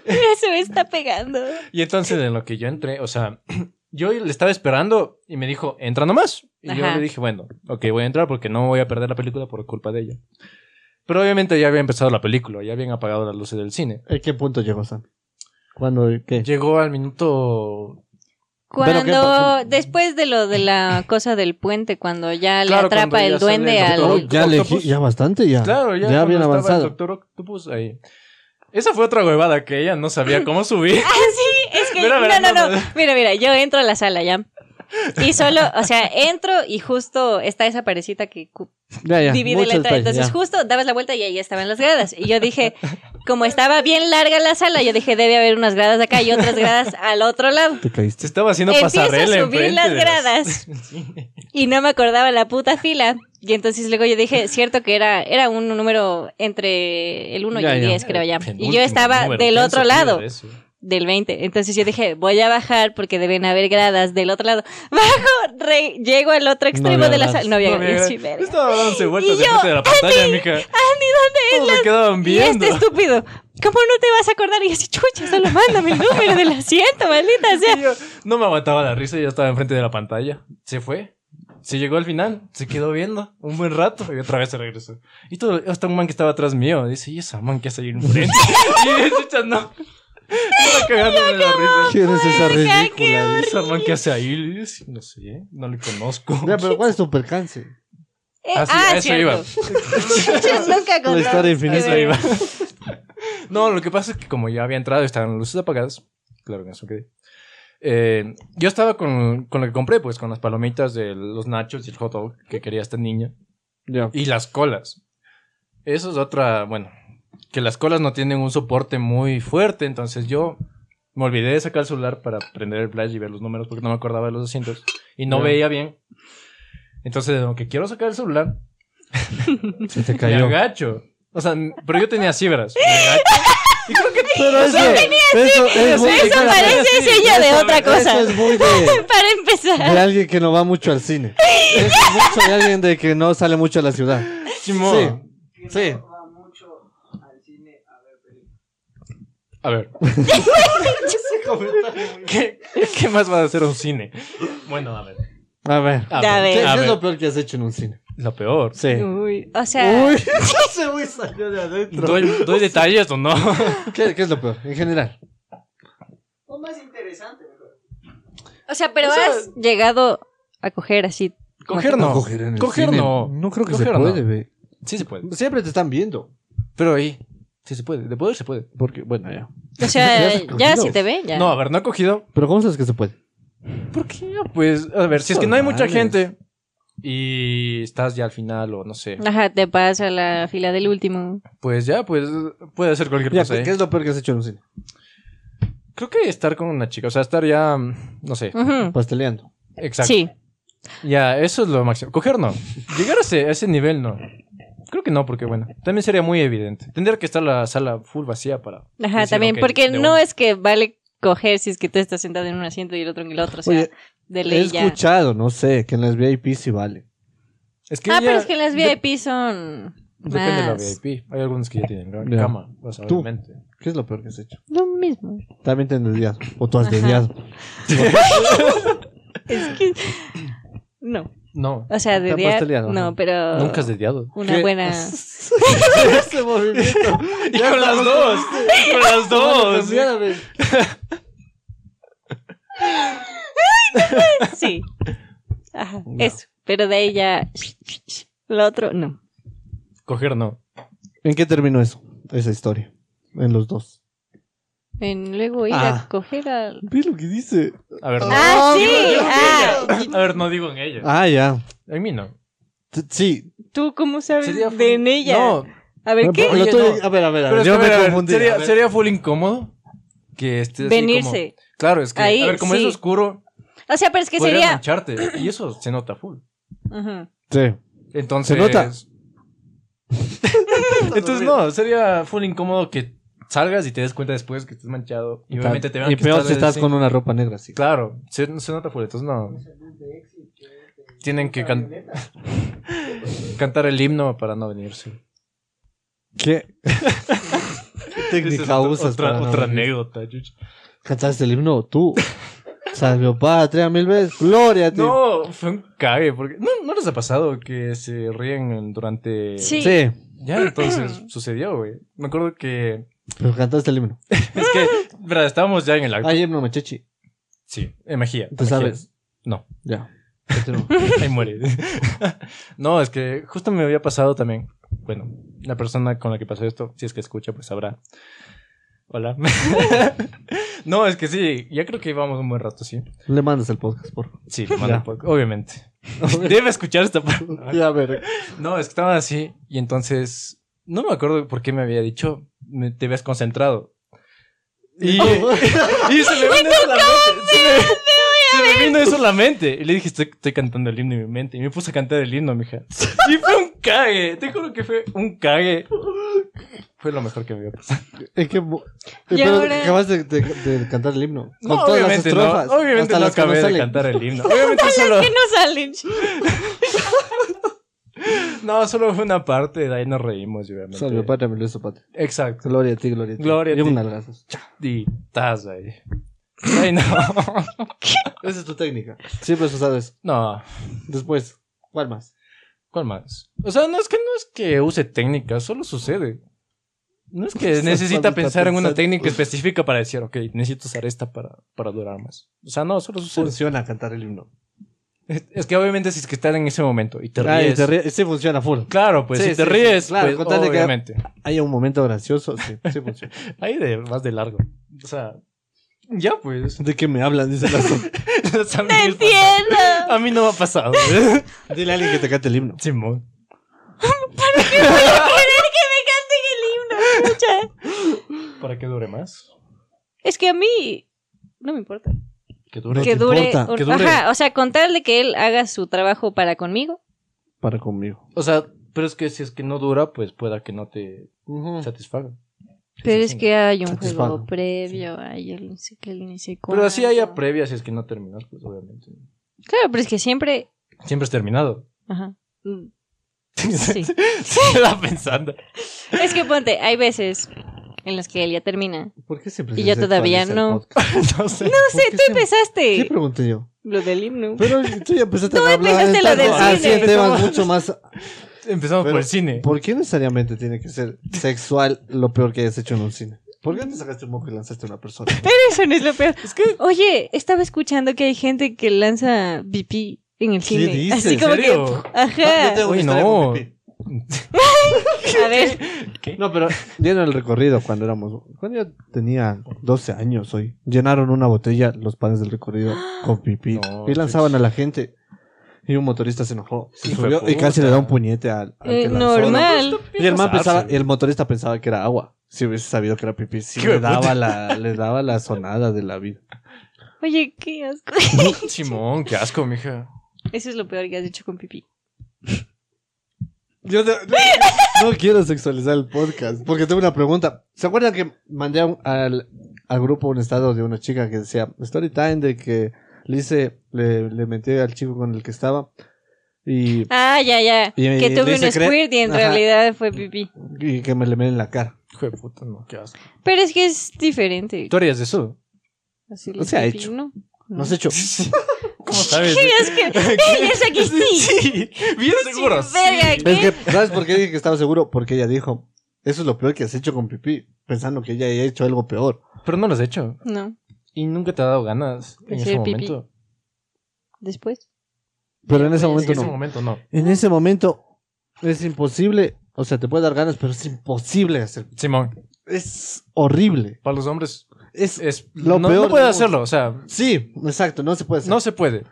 Speaker 2: Mira, se me está pegando.
Speaker 3: Y entonces en lo que yo entré, o sea, yo le estaba esperando y me dijo, entra nomás. Y yo
Speaker 2: Ajá.
Speaker 3: le dije, bueno, ok, voy a entrar porque no voy a perder la película por culpa de ella. Pero obviamente ya había empezado la película, ya habían apagado las luces del cine.
Speaker 1: ¿En qué punto llegó Sam? ¿Cuándo? ¿Qué?
Speaker 3: Llegó al minuto...
Speaker 1: Pero qué-
Speaker 2: Cuando, después de lo de la cosa del puente, cuando ya le
Speaker 3: Claro, cuando
Speaker 2: atrapa
Speaker 3: ya
Speaker 2: el
Speaker 3: sale
Speaker 2: duende
Speaker 3: el
Speaker 2: al...
Speaker 3: doctor.
Speaker 1: Oh, ya,
Speaker 3: Octopus.
Speaker 1: lejí- ya bastante, ya.
Speaker 3: Claro, ya,
Speaker 1: Ya
Speaker 3: cuando
Speaker 1: bien
Speaker 3: estaba
Speaker 1: avanzado.
Speaker 3: El doctor Octopus ahí. Esa fue otra huevada que ella no sabía cómo subir.
Speaker 2: Ah, sí, es que.
Speaker 3: Mira, mira,
Speaker 2: no, no,
Speaker 3: no,
Speaker 2: no.
Speaker 3: no.
Speaker 2: Mira, mira, yo entro a la sala ya. Y solo, o sea, entro y justo está esa parecita que cu-
Speaker 1: Ya, ya.
Speaker 2: divide
Speaker 1: mucho
Speaker 2: la entrada.
Speaker 1: detalle,
Speaker 2: Entonces,
Speaker 1: ya.
Speaker 2: justo dabas la vuelta y ahí estaban las gradas. Y yo dije, como estaba bien larga la sala, yo dije, debe haber unas gradas acá y otras gradas al otro lado.
Speaker 1: Te caíste.
Speaker 3: Se estaba haciendo
Speaker 2: Empiezo a
Speaker 3: pasarela
Speaker 2: subir
Speaker 3: enfrente
Speaker 2: las
Speaker 3: de
Speaker 2: gradas. Y no me acordaba la puta fila. Y entonces luego yo dije, cierto que era, era un número entre el 1 y
Speaker 1: Ya,
Speaker 2: el
Speaker 1: ya.
Speaker 2: 10, creo ya. Y yo
Speaker 3: Penúltimo
Speaker 2: estaba
Speaker 3: número,
Speaker 2: del
Speaker 3: ¿quién
Speaker 2: otro
Speaker 3: se
Speaker 2: lado
Speaker 3: acuerda de eso?
Speaker 2: del 20. Entonces yo dije, voy a bajar porque deben haber gradas del otro lado. Bajo, re- llego al otro extremo
Speaker 1: había
Speaker 2: de la
Speaker 1: gradas.
Speaker 2: sala. No había
Speaker 3: No,
Speaker 2: gradas.
Speaker 3: mira,
Speaker 2: sí, verga.
Speaker 3: Estaba dándose
Speaker 2: Y
Speaker 3: vueltas
Speaker 2: yo,
Speaker 3: delante de la pantalla, mija. Todos me quedaban
Speaker 2: Y
Speaker 3: viendo.
Speaker 2: este estúpido, ¿cómo no te vas a acordar? Y yo así, chucha, solo mándame el número del asiento, maldita
Speaker 3: Y
Speaker 2: sea.
Speaker 3: yo, no me aguantaba la risa, yo estaba enfrente de la pantalla. Se fue. Se llegó al final, se quedó viendo un buen rato y otra vez se regresó. Y todo, hasta un man que estaba atrás mío dice, ¿y esa man que hace ahí enfrente? y dice, "Chuta, no. Estaba cagándome de la risa.
Speaker 1: ¿Quién es esa
Speaker 2: Verga,
Speaker 1: ridícula?
Speaker 2: qué
Speaker 1: dice?
Speaker 3: Esa man que hace ahí, le dice, no sé, no le conozco.
Speaker 1: Ya, pero ¿cuál es tu percance?
Speaker 2: Eh,
Speaker 3: Ah, sí, a eso iba.
Speaker 2: Chuchas, nunca
Speaker 1: La
Speaker 2: acordaba.
Speaker 1: historia infinita.
Speaker 2: Qué verga.
Speaker 3: No, lo que pasa es que como ya había entrado, estaban las luces apagadas. Claro que eso quedé. eh, yo estaba con, con lo que compré, pues, con las palomitas de los nachos y el hot dog que quería esta niña.
Speaker 1: Ya.
Speaker 3: Y las colas. Eso es otra, bueno, que las colas no tienen un soporte muy fuerte, entonces yo me olvidé de sacar el celular para prender el flash y ver los números porque no me acordaba de los asientos y no
Speaker 1: Ya.
Speaker 3: veía bien. Entonces, aunque quiero sacar el celular,
Speaker 1: Se te
Speaker 3: me
Speaker 1: cayó.
Speaker 3: agacho. O sea, m- pero yo tenía cibras. Me agacho. Y creo que
Speaker 1: Pero eso, eso es
Speaker 3: Eso
Speaker 1: muy,
Speaker 2: Eso parece
Speaker 3: sí,
Speaker 2: sello de
Speaker 3: eso-
Speaker 2: otra
Speaker 3: eso
Speaker 2: cosa.
Speaker 1: eso es muy de,
Speaker 2: Para
Speaker 1: de
Speaker 2: empezar.
Speaker 1: alguien que no va mucho al cine. Es mucho de alguien de que no sale mucho a la ciudad.
Speaker 3: Simón.
Speaker 1: Sí.
Speaker 3: A ver. ¿Qué, ¿Qué más va a hacer un cine? Bueno, a ver.
Speaker 1: A ver.
Speaker 3: A
Speaker 2: Ya
Speaker 3: ver.
Speaker 1: ¿Qué,
Speaker 2: ves.
Speaker 3: A
Speaker 1: qué es
Speaker 3: ver.
Speaker 1: lo peor que has hecho en un cine?
Speaker 3: Lo peor.
Speaker 1: Sí.
Speaker 2: Uy, o sea,
Speaker 1: Uy, ese güey salió de adentro.
Speaker 3: ¿Doy, doy detalles o no?
Speaker 1: ¿Qué, qué es lo peor? En general.
Speaker 2: o sea, pero has llegado a coger así.
Speaker 3: Coger no.
Speaker 1: Coger en el
Speaker 3: Coger
Speaker 1: cine.
Speaker 3: no.
Speaker 1: No creo que
Speaker 3: Coger
Speaker 1: se
Speaker 3: no.
Speaker 1: puede, ve.
Speaker 3: Sí se puede.
Speaker 1: Siempre te están viendo.
Speaker 3: Pero ahí. Sí se puede. De poder se puede.
Speaker 1: Porque, bueno, ya.
Speaker 2: O sea,
Speaker 1: Ya has
Speaker 2: ya
Speaker 1: cogido.
Speaker 2: si te ve, ya.
Speaker 3: No, a ver, no he cogido.
Speaker 1: Pero ¿cómo sabes que se puede?
Speaker 3: ¿Por qué? Pues, a ver, si es que no hay mucha
Speaker 1: Mames.
Speaker 3: gente y estás ya al final o no sé.
Speaker 2: Ajá, te pasa la fila del último.
Speaker 3: Pues ya, pues puede ser cualquier
Speaker 1: Ya,
Speaker 3: cosa.
Speaker 1: ¿qué
Speaker 3: ¿eh?
Speaker 1: qué es lo peor que has hecho en un cine?
Speaker 3: Creo que estar con una chica, o sea, estar ya, mm, no sé.
Speaker 2: Ujú.
Speaker 1: Pasteleando.
Speaker 3: Exacto.
Speaker 2: Sí.
Speaker 3: Ya, eso es lo máximo. Coger no. Llegar a ese, a ese nivel no. Creo que no, porque bueno, también sería muy evidente. Tendría que estar la sala full vacía para.
Speaker 2: Ajá,
Speaker 3: decir,
Speaker 2: también.
Speaker 3: ok,
Speaker 2: porque
Speaker 3: de
Speaker 2: no
Speaker 3: una.
Speaker 2: es que vale coger si es que tú estás sentado en un asiento y el otro en el otro. O sea,
Speaker 1: Oye,
Speaker 2: de
Speaker 1: He
Speaker 2: ley ya.
Speaker 1: escuchado, no sé, que en las VIP sí vale.
Speaker 3: Es que
Speaker 2: Ah,
Speaker 3: ya-
Speaker 2: pero es que las
Speaker 3: de-
Speaker 2: VIP son.
Speaker 3: Depende de la
Speaker 2: Más.
Speaker 3: VIP. Hay algunos que ya tienen gran
Speaker 1: Ya.
Speaker 3: cama, o sea,
Speaker 1: Tú.
Speaker 3: obviamente.
Speaker 1: ¿Qué es lo peor que has hecho?
Speaker 2: Lo mismo.
Speaker 1: También te han desviado. O tú has
Speaker 2: Ajá.
Speaker 1: desviado.
Speaker 2: Es que. No.
Speaker 3: No.
Speaker 2: O sea, de
Speaker 1: Te han
Speaker 2: día.
Speaker 1: pasteleado,
Speaker 2: No,
Speaker 1: ¿no?
Speaker 2: pero.
Speaker 3: Nunca has dediado.
Speaker 2: Una
Speaker 1: ¿Qué?
Speaker 2: buena.
Speaker 1: Ese movimiento.
Speaker 3: Y con las dos. y con las dos.
Speaker 2: Sí. Ajá, eso. Pero de ahí ya. Lo otro, no.
Speaker 3: Coger no.
Speaker 1: ¿En qué terminó eso? Esa historia. En los dos.
Speaker 2: En luego ir
Speaker 1: Ah.
Speaker 2: a coger al.
Speaker 1: Ve lo que dice.
Speaker 3: A ver, no.
Speaker 2: Ah, sí. Ah,
Speaker 3: A ver, no digo en ella.
Speaker 1: Ah, ya.
Speaker 3: En mí no.
Speaker 1: T- Sí.
Speaker 2: ¿Tú cómo sabes
Speaker 3: Sería
Speaker 2: de en
Speaker 3: full-
Speaker 2: ella?
Speaker 3: No,
Speaker 2: A ver, ¿qué?
Speaker 1: Lo
Speaker 3: Oye,
Speaker 1: tuyo-
Speaker 3: no.
Speaker 1: A ver, a ver, a ver.
Speaker 3: pero es que, a
Speaker 1: Yo
Speaker 3: ver, a
Speaker 1: me
Speaker 3: ver,
Speaker 1: confundí. A
Speaker 3: Sería,
Speaker 1: ver.
Speaker 3: sería full incómodo que estés así
Speaker 2: Venirse.
Speaker 3: como- claro, es que
Speaker 2: Ahí,
Speaker 3: a ver, como
Speaker 2: sí.
Speaker 3: es oscuro,
Speaker 2: O sea, pero es que
Speaker 3: podrías
Speaker 2: sería.
Speaker 3: mancharte y eso se nota full.
Speaker 2: Ujú.
Speaker 1: Sí.
Speaker 3: Entonces
Speaker 1: ¿Se nota?
Speaker 3: Entonces no, sería full incómodo que salgas y te des cuenta después que estás manchado y obviamente te vean
Speaker 1: y
Speaker 3: que
Speaker 1: peor si estás
Speaker 3: así.
Speaker 1: con una ropa negra, sí.
Speaker 3: Claro, se, se nota full, entonces no. Tienen que can- cantar el himno para no venirse.
Speaker 1: ¿Qué? ¿Qué técnica
Speaker 3: Esa es otra-
Speaker 1: usas
Speaker 3: otra,
Speaker 1: para no
Speaker 3: otra
Speaker 1: venir?
Speaker 3: anécdota, chucha.
Speaker 1: ¿Cantaste el himno tú? Salve patria mil veces. Gloria a ti.
Speaker 3: No, fue un cague, porque no, no les ha pasado que se ríen durante
Speaker 2: Sí.
Speaker 1: Sí.
Speaker 3: Ya, entonces sucedió, güey. Me acuerdo que.
Speaker 1: Pero cantaste el himno.
Speaker 3: Es que, verdad, estábamos ya en el acto.
Speaker 1: Hay himno machechi.
Speaker 3: Sí, en Mejía. en
Speaker 1: Tú
Speaker 3: Mejía.
Speaker 1: sabes.
Speaker 3: No,
Speaker 1: Ya. Continúa.
Speaker 3: ahí muere. no, es que justo me había pasado también. Bueno, la persona con la que pasó esto, si es que escucha, pues sabrá. Hola. no, es que sí, ya creo que íbamos un buen rato, sí.
Speaker 1: Le mandas el podcast, por favor.
Speaker 3: Sí, le mando
Speaker 1: Ya.
Speaker 3: un poco, obviamente. Debe escuchar esta parte.
Speaker 1: Ya, a ver.
Speaker 3: No, es que estaban así y entonces no me acuerdo por qué me había dicho, me- te ves concentrado. Y, y se me vino eso a la mente. Se me, se me vino eso a la mente. Y le dije, estoy, estoy cantando el himno en mi mente. Y me puse a cantar el himno, mija. Y fue un cague. Te juro que fue un cague. Fue lo mejor que me había pasado.
Speaker 1: Es que. mo-
Speaker 2: Y
Speaker 1: Pero
Speaker 2: ahora-
Speaker 1: acabas de, de- de cantar el himno. Con
Speaker 3: No,
Speaker 1: todas las
Speaker 3: obviamente
Speaker 1: estrofas.
Speaker 3: no. Obviamente
Speaker 1: hasta
Speaker 3: no
Speaker 1: las que no
Speaker 3: acabé de
Speaker 1: salen.
Speaker 3: cantar el himno. Obviamente solo,
Speaker 2: Que no salen.
Speaker 3: no, solo fue una parte. De ahí nos reímos, y obviamente.
Speaker 1: Salve patria mil veces, patria.
Speaker 3: Exacto.
Speaker 1: Gloria a ti, gloria a ti.
Speaker 3: Gloria a
Speaker 1: Y un
Speaker 3: ti.
Speaker 1: nalgazo. Cha.
Speaker 3: Y estás ahí. Ay, no.
Speaker 1: Esa es tu técnica. Siempre has usado eso.
Speaker 3: No.
Speaker 1: Después, ¿cuál más?
Speaker 3: ¿Cuál más? O sea, no es que no es que use técnicas, solo sucede. No es que necesita
Speaker 1: Cuando está
Speaker 3: pensar en una
Speaker 1: pensando.
Speaker 3: técnica específica para decir, ok, necesito usar esta para, para durar más. O sea, no, solo sucede.
Speaker 1: Funciona cantar el himno.
Speaker 3: Es, es que obviamente si es que están en ese momento y te
Speaker 1: Ah, y
Speaker 3: ríes.
Speaker 1: te ríes. Sí, funciona full.
Speaker 3: Claro, pues
Speaker 1: Sí,
Speaker 3: si te
Speaker 1: sí,
Speaker 3: ríes,
Speaker 1: sí, claro,
Speaker 3: pues,
Speaker 1: con tal de que-
Speaker 3: obviamente.
Speaker 1: Hay un momento gracioso. Sí, sí funciona.
Speaker 3: Ahí de más de largo. O sea, Ya, pues.
Speaker 1: ¿De qué me hablan? Dice la
Speaker 3: Las
Speaker 2: ¡Te
Speaker 3: amigas-
Speaker 2: entiendo!
Speaker 3: A mí no me ha pasado. ¿eh?
Speaker 1: Dile a alguien que te cante el himno.
Speaker 3: Simón.
Speaker 2: Querer que me canten el himno, pucha.
Speaker 3: ¿Para que dure más?
Speaker 2: Es que a mí no me importa.
Speaker 3: Que dure.
Speaker 1: No
Speaker 2: que
Speaker 1: te
Speaker 2: dure,
Speaker 1: importa,
Speaker 2: un-
Speaker 3: que dure.
Speaker 2: Ajá, o sea, con tal de que él haga su trabajo para conmigo.
Speaker 1: Para conmigo.
Speaker 3: O sea, pero es que si es que no dura, pues pueda que no te satisfaga.
Speaker 2: Pero
Speaker 3: Mm. Sí,
Speaker 2: es
Speaker 3: sí.
Speaker 2: que hay un
Speaker 1: Satisfago.
Speaker 2: juego previo, hay el no sé qué, el no sé
Speaker 3: Pero así
Speaker 2: cuánto.
Speaker 3: haya previa, si es que no terminas, pues obviamente.
Speaker 2: Claro, pero es que siempre.
Speaker 3: Siempre es terminado.
Speaker 2: Ajá. Mm,
Speaker 3: Sí.
Speaker 2: Sí.
Speaker 3: Se queda pensando.
Speaker 2: Es que ponte, hay veces en las que él ya termina.
Speaker 1: ¿Por qué siempre
Speaker 2: Y
Speaker 1: se
Speaker 2: yo
Speaker 1: sexualiza
Speaker 2: todavía
Speaker 1: el
Speaker 2: no.
Speaker 1: podcast?
Speaker 3: No sé.
Speaker 2: No sé,
Speaker 1: ¿Por qué
Speaker 2: tú
Speaker 1: siempre- ¿Qué
Speaker 2: empezaste
Speaker 1: pregunté yo?
Speaker 2: lo del himno.
Speaker 1: Pero tú ya empezaste
Speaker 2: Tú
Speaker 1: a hablar
Speaker 2: empezaste lo
Speaker 1: estás-
Speaker 2: del
Speaker 1: así
Speaker 2: cine.
Speaker 1: en temas mucho más.
Speaker 3: Empezamos
Speaker 1: Pero-
Speaker 3: por el cine.
Speaker 1: ¿Por qué necesariamente tiene que ser sexual lo peor que hayas hecho en un cine? ¿Por qué te sacaste un moco y lanzaste a una persona?
Speaker 2: Eso no es lo peor. Oye, estaba escuchando que hay gente que lanza pipí en el
Speaker 1: ¿Qué
Speaker 2: cine.
Speaker 1: dices? Ah,
Speaker 2: Así
Speaker 3: ¿En
Speaker 2: como
Speaker 3: serio?
Speaker 2: que. Ajá.
Speaker 3: Uy,
Speaker 1: una historia
Speaker 3: no.
Speaker 1: con pipí.
Speaker 2: A ver,
Speaker 1: No, pero dieron el recorrido cuando éramos. Cuando yo tenía 12 años hoy, llenaron una botella los panes del recorrido con pipí
Speaker 3: No,
Speaker 1: y lanzaban a la gente. Y un motorista se enojó, se
Speaker 3: Hijo de
Speaker 1: subió y
Speaker 3: puta.
Speaker 1: casi le da un puñete al, al que
Speaker 2: eh,
Speaker 1: lanzó.
Speaker 2: normal.
Speaker 1: Y el, man
Speaker 3: Pasarse.
Speaker 1: pensaba, el motorista pensaba que era agua. Si hubiese sabido que era pipí, sí
Speaker 3: Qué
Speaker 1: le
Speaker 3: puta.
Speaker 1: daba, la, le daba la sonada de la vida.
Speaker 2: Oye, qué asco.
Speaker 3: Simón, qué asco, mija.
Speaker 2: Eso es lo peor que has hecho con pipí.
Speaker 1: Yo te- no quiero sexualizar el podcast porque tengo una pregunta. ¿Se acuerdan que mandé a un- al, al grupo un estado de una chica que decía story time de que le hice, le, le mentí al chico con el que estaba y,
Speaker 2: Ah, ya, ya.
Speaker 1: Y- y
Speaker 2: que
Speaker 1: le
Speaker 2: tuve un
Speaker 1: hice creer-
Speaker 2: squirt y en
Speaker 1: Ajá.
Speaker 2: realidad fue pipí.
Speaker 1: y que me le meten en la cara?
Speaker 3: Hijo de puta, no, qué asco.
Speaker 2: Pero es que es diferente.
Speaker 3: ¿Tú harías eso?
Speaker 2: Así
Speaker 1: no
Speaker 2: les
Speaker 1: se ha
Speaker 2: pipí,
Speaker 1: hecho.
Speaker 2: ¿no?
Speaker 1: ¿No has hecho?
Speaker 3: ¿Cómo
Speaker 2: Es
Speaker 3: sabes?
Speaker 2: que ella es aquí sí.
Speaker 3: Bien seguro.
Speaker 2: Sí, verga,
Speaker 3: sí.
Speaker 2: ¿qué?
Speaker 1: Es que, ¿sabes por qué dije que estaba seguro? Porque ella dijo, eso es lo peor que has hecho con pipí, pensando que ella había hecho algo peor.
Speaker 3: Pero no lo has hecho.
Speaker 2: No,
Speaker 3: Y nunca te ha dado ganas
Speaker 2: De
Speaker 3: en
Speaker 2: hacer
Speaker 3: ese
Speaker 2: pipí.
Speaker 3: momento.
Speaker 2: después.
Speaker 1: Pero en ese
Speaker 2: Pues,
Speaker 1: momento
Speaker 3: En ese
Speaker 1: no.
Speaker 3: momento no.
Speaker 1: En ese momento es imposible, o sea, te puede dar ganas, pero es imposible hacer.
Speaker 3: Simón,
Speaker 1: Es horrible.
Speaker 3: para los hombres
Speaker 1: Es
Speaker 3: es
Speaker 1: Lo
Speaker 3: no,
Speaker 1: peor
Speaker 3: no puede
Speaker 1: del
Speaker 3: hacerlo, o sea,
Speaker 1: sí, exacto, no se puede hacer.
Speaker 3: no se puede.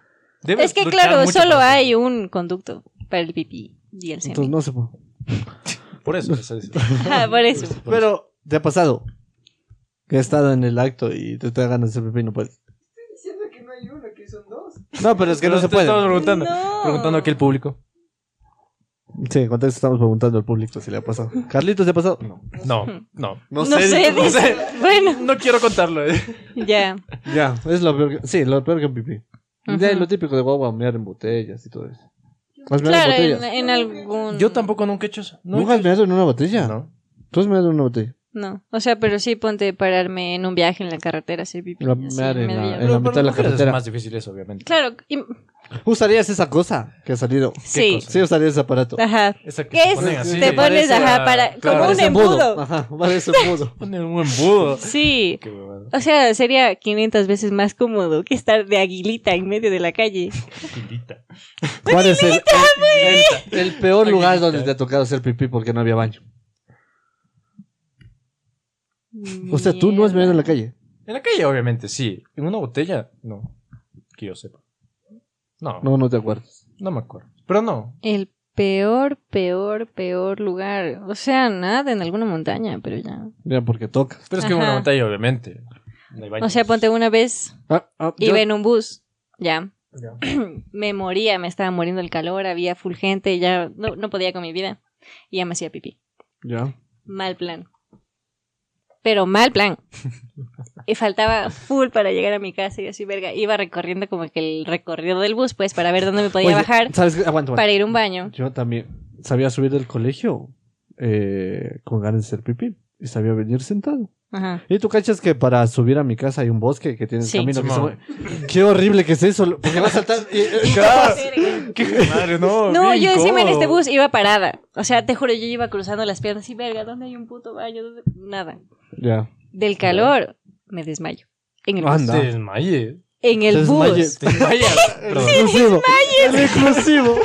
Speaker 3: Debes
Speaker 2: es que
Speaker 3: luchar
Speaker 2: claro,
Speaker 3: mucho
Speaker 2: solo
Speaker 3: para
Speaker 2: hay un conducto para el pipí y el
Speaker 1: Entonces
Speaker 2: semen.
Speaker 1: no se puede.
Speaker 3: hacerlo. por eso. o sea, es-
Speaker 2: Ajá, por eso.
Speaker 1: Pero te ha pasado que has estado en el acto y te, te da ganas de hacer pipí y no puedes. Diciendo que no hay uno, que son dos. No, pero es que no
Speaker 3: Pero
Speaker 1: se
Speaker 3: te Estamos
Speaker 1: puede.
Speaker 3: preguntando,
Speaker 2: No.
Speaker 3: preguntando aquí el público.
Speaker 1: Sí, en contexto estamos preguntando al público si le ha pasado. Carlitos, ¿te ha pasado?
Speaker 3: No, no, no.
Speaker 2: No sé,
Speaker 1: dice.
Speaker 2: dice. Bueno,
Speaker 3: No quiero contarlo. eh.
Speaker 2: ya.
Speaker 1: Ya, es lo peor que, sí, lo peor que un pipí.
Speaker 2: Ujú.
Speaker 1: Ya es lo típico de guagua, mear en botellas y todo eso. ¿Has meado
Speaker 2: Claro,
Speaker 1: en
Speaker 2: en,
Speaker 1: botellas?
Speaker 2: en algún.
Speaker 3: Yo tampoco nunca he hecho eso. No,
Speaker 1: ¿Nunca has meado en una botella?
Speaker 3: no.
Speaker 1: ¿Tú has meado en una botella?
Speaker 2: No, o sea, pero sí ponte pararme en un viaje en la carretera, hacer pipí.
Speaker 1: La-
Speaker 2: así,
Speaker 1: mear en
Speaker 2: medio.
Speaker 1: la- en
Speaker 3: Pero para
Speaker 1: mitad de la
Speaker 3: mujeres
Speaker 1: carretera.
Speaker 3: Es más difícil eso, obviamente.
Speaker 2: Claro, y-
Speaker 1: ¿Usarías esa cosa que ha salido?
Speaker 2: Sí.
Speaker 1: cosa? Sí, usarías ese aparato.
Speaker 2: ajá.
Speaker 3: Esa que
Speaker 2: ¿Qué
Speaker 3: se
Speaker 2: es?
Speaker 3: ponen así.
Speaker 2: Te pones,
Speaker 3: Parece
Speaker 2: ajá,
Speaker 3: la-
Speaker 2: para- como
Speaker 3: claro,
Speaker 2: un
Speaker 1: Parece
Speaker 3: se
Speaker 2: embudo.
Speaker 1: Ajá, parece embudo.
Speaker 3: ponen un embudo.
Speaker 2: Sí.
Speaker 3: Qué huevada.
Speaker 2: O sea, sería 500 veces más cómodo que estar de aguilita en medio de la calle.
Speaker 3: Pilita.
Speaker 1: ¿Cuál es el, el- el peor lugar donde te ha tocado hacer pipí porque no había baño? O sea, tú no has meado en la calle.
Speaker 3: En la calle, obviamente, sí. En una botella, no. Que yo sepa. No, no,
Speaker 1: No, no te acuerdas.
Speaker 3: me acuerdo. Pero no.
Speaker 2: El peor, peor, peor lugar. O sea, nada en alguna montaña, pero ya.
Speaker 1: Mira, porque toca.
Speaker 3: Pero es que en una
Speaker 2: Ajá.
Speaker 3: botella, obviamente. no hay
Speaker 2: O
Speaker 3: baños.
Speaker 2: sea, ponte una vez
Speaker 1: Ah, ah, yo-
Speaker 2: iba en un bus, ya.
Speaker 3: Ya.
Speaker 2: me moría, me estaba muriendo el calor, había full gente, ya no, no podía con mi vida. Y ya me hacía pipí.
Speaker 1: Ya.
Speaker 2: Mal plan. Pero mal plan. Y faltaba full para llegar a mi casa y así, verga. Iba recorriendo como que el recorrido del bus, pues, para ver dónde me podía
Speaker 1: Oye,
Speaker 2: bajar
Speaker 1: ¿Sabes qué? Aguanta, aguanta.
Speaker 2: para ir a un baño.
Speaker 1: Yo también sabía subir del colegio eh, con ganas de ser pipí y sabía venir sentado.
Speaker 2: Ajá.
Speaker 1: Y tú cachas que para subir a mi casa hay un bosque que tiene el
Speaker 2: Sí.
Speaker 1: camino. que se mueve.
Speaker 3: Simón.
Speaker 1: Qué horrible que es eso. lo- Porque vas a saltar. y- eh, y-
Speaker 3: Qué madre, no.
Speaker 2: No,
Speaker 3: bien
Speaker 2: yo encima en
Speaker 3: incómodo.
Speaker 2: este bus iba parada. O sea, te juro, yo iba cruzando las piernas y, verga, ¿dónde hay un puto baño? ¿Dónde-?" Nada.
Speaker 1: ya.
Speaker 2: Del calor, me desmayo. En el bus.
Speaker 1: Anda.
Speaker 3: Te desmayes.
Speaker 2: En el
Speaker 1: Te desmayes.
Speaker 2: bus.
Speaker 3: Te desmayas. Perdón.
Speaker 1: Exclusivo. El exclusivo.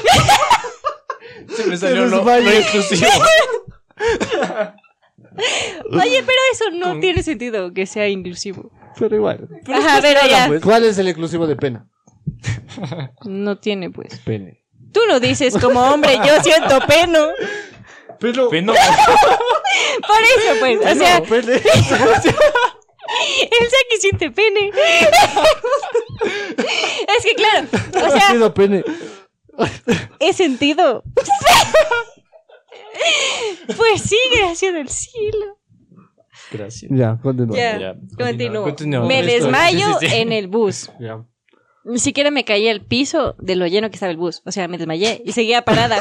Speaker 3: Se me salió
Speaker 1: Te
Speaker 3: lo, lo
Speaker 1: desmayes.
Speaker 3: exclusivo.
Speaker 2: Oye, pero eso no
Speaker 3: Con-
Speaker 2: tiene sentido que sea inclusivo.
Speaker 1: Pero igual.
Speaker 2: Ajá, pero ya.
Speaker 3: Pues,
Speaker 1: ¿Cuál es el exclusivo de pena?
Speaker 2: No tiene, pues.
Speaker 1: Pene.
Speaker 2: Tú lo dices como hombre, yo siento peno.
Speaker 1: Pero.
Speaker 3: peno.
Speaker 2: Por eso, pues. O sea,
Speaker 1: No, pene.
Speaker 2: él sabe que siente pene. Es que claro, o
Speaker 1: Ha
Speaker 2: sea,
Speaker 1: sido pene.
Speaker 2: he sentido. Pues sí, gracias del cielo.
Speaker 3: Gracias.
Speaker 1: Ya, continúa.
Speaker 2: Ya.
Speaker 3: Ya,
Speaker 2: Continúo.
Speaker 3: continúa, continúa.
Speaker 2: Me
Speaker 3: Listo.
Speaker 2: desmayo
Speaker 3: Sí, sí, sí.
Speaker 2: en el bus.
Speaker 1: Ya.
Speaker 2: Ni siquiera me caí al piso de lo lleno que estaba el bus. O sea, me desmayé y seguía parada.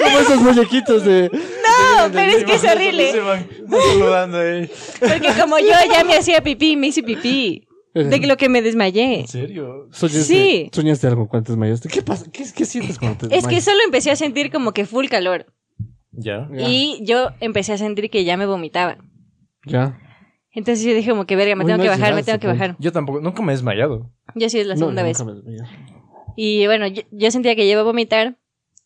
Speaker 1: Como esos muñequitos de.
Speaker 2: No, pero es que es
Speaker 3: Se
Speaker 2: horrible.
Speaker 3: van saludando ahí.
Speaker 2: Porque como yo ya me hacía pipí, me hice pipí. De que lo que me desmayé.
Speaker 3: ¿En serio?
Speaker 1: Soñaste,
Speaker 2: Sí.
Speaker 1: soñaste algo cuando te desmayaste. ¿Qué pasa? ¿Qué, qué sientes cuando te
Speaker 2: Es que
Speaker 1: desmayas?
Speaker 2: solo empecé a sentir como que full calor.
Speaker 3: Ya.
Speaker 1: Ya.
Speaker 2: Y yo empecé a sentir que ya me vomitaba.
Speaker 1: Ya.
Speaker 2: Entonces yo dije como que verga, me
Speaker 1: Uy,
Speaker 2: tengo
Speaker 1: no
Speaker 2: que
Speaker 1: es
Speaker 2: bajar, me
Speaker 1: llegar,
Speaker 2: tengo que
Speaker 1: supongo.
Speaker 2: bajar.
Speaker 3: Yo tampoco, nunca me he desmayado.
Speaker 2: Yo sí es la
Speaker 1: No,
Speaker 2: segunda
Speaker 1: yo
Speaker 2: vez.
Speaker 1: nunca me desmayé.
Speaker 2: Y bueno, yo, yo sentía que llevo a vomitar.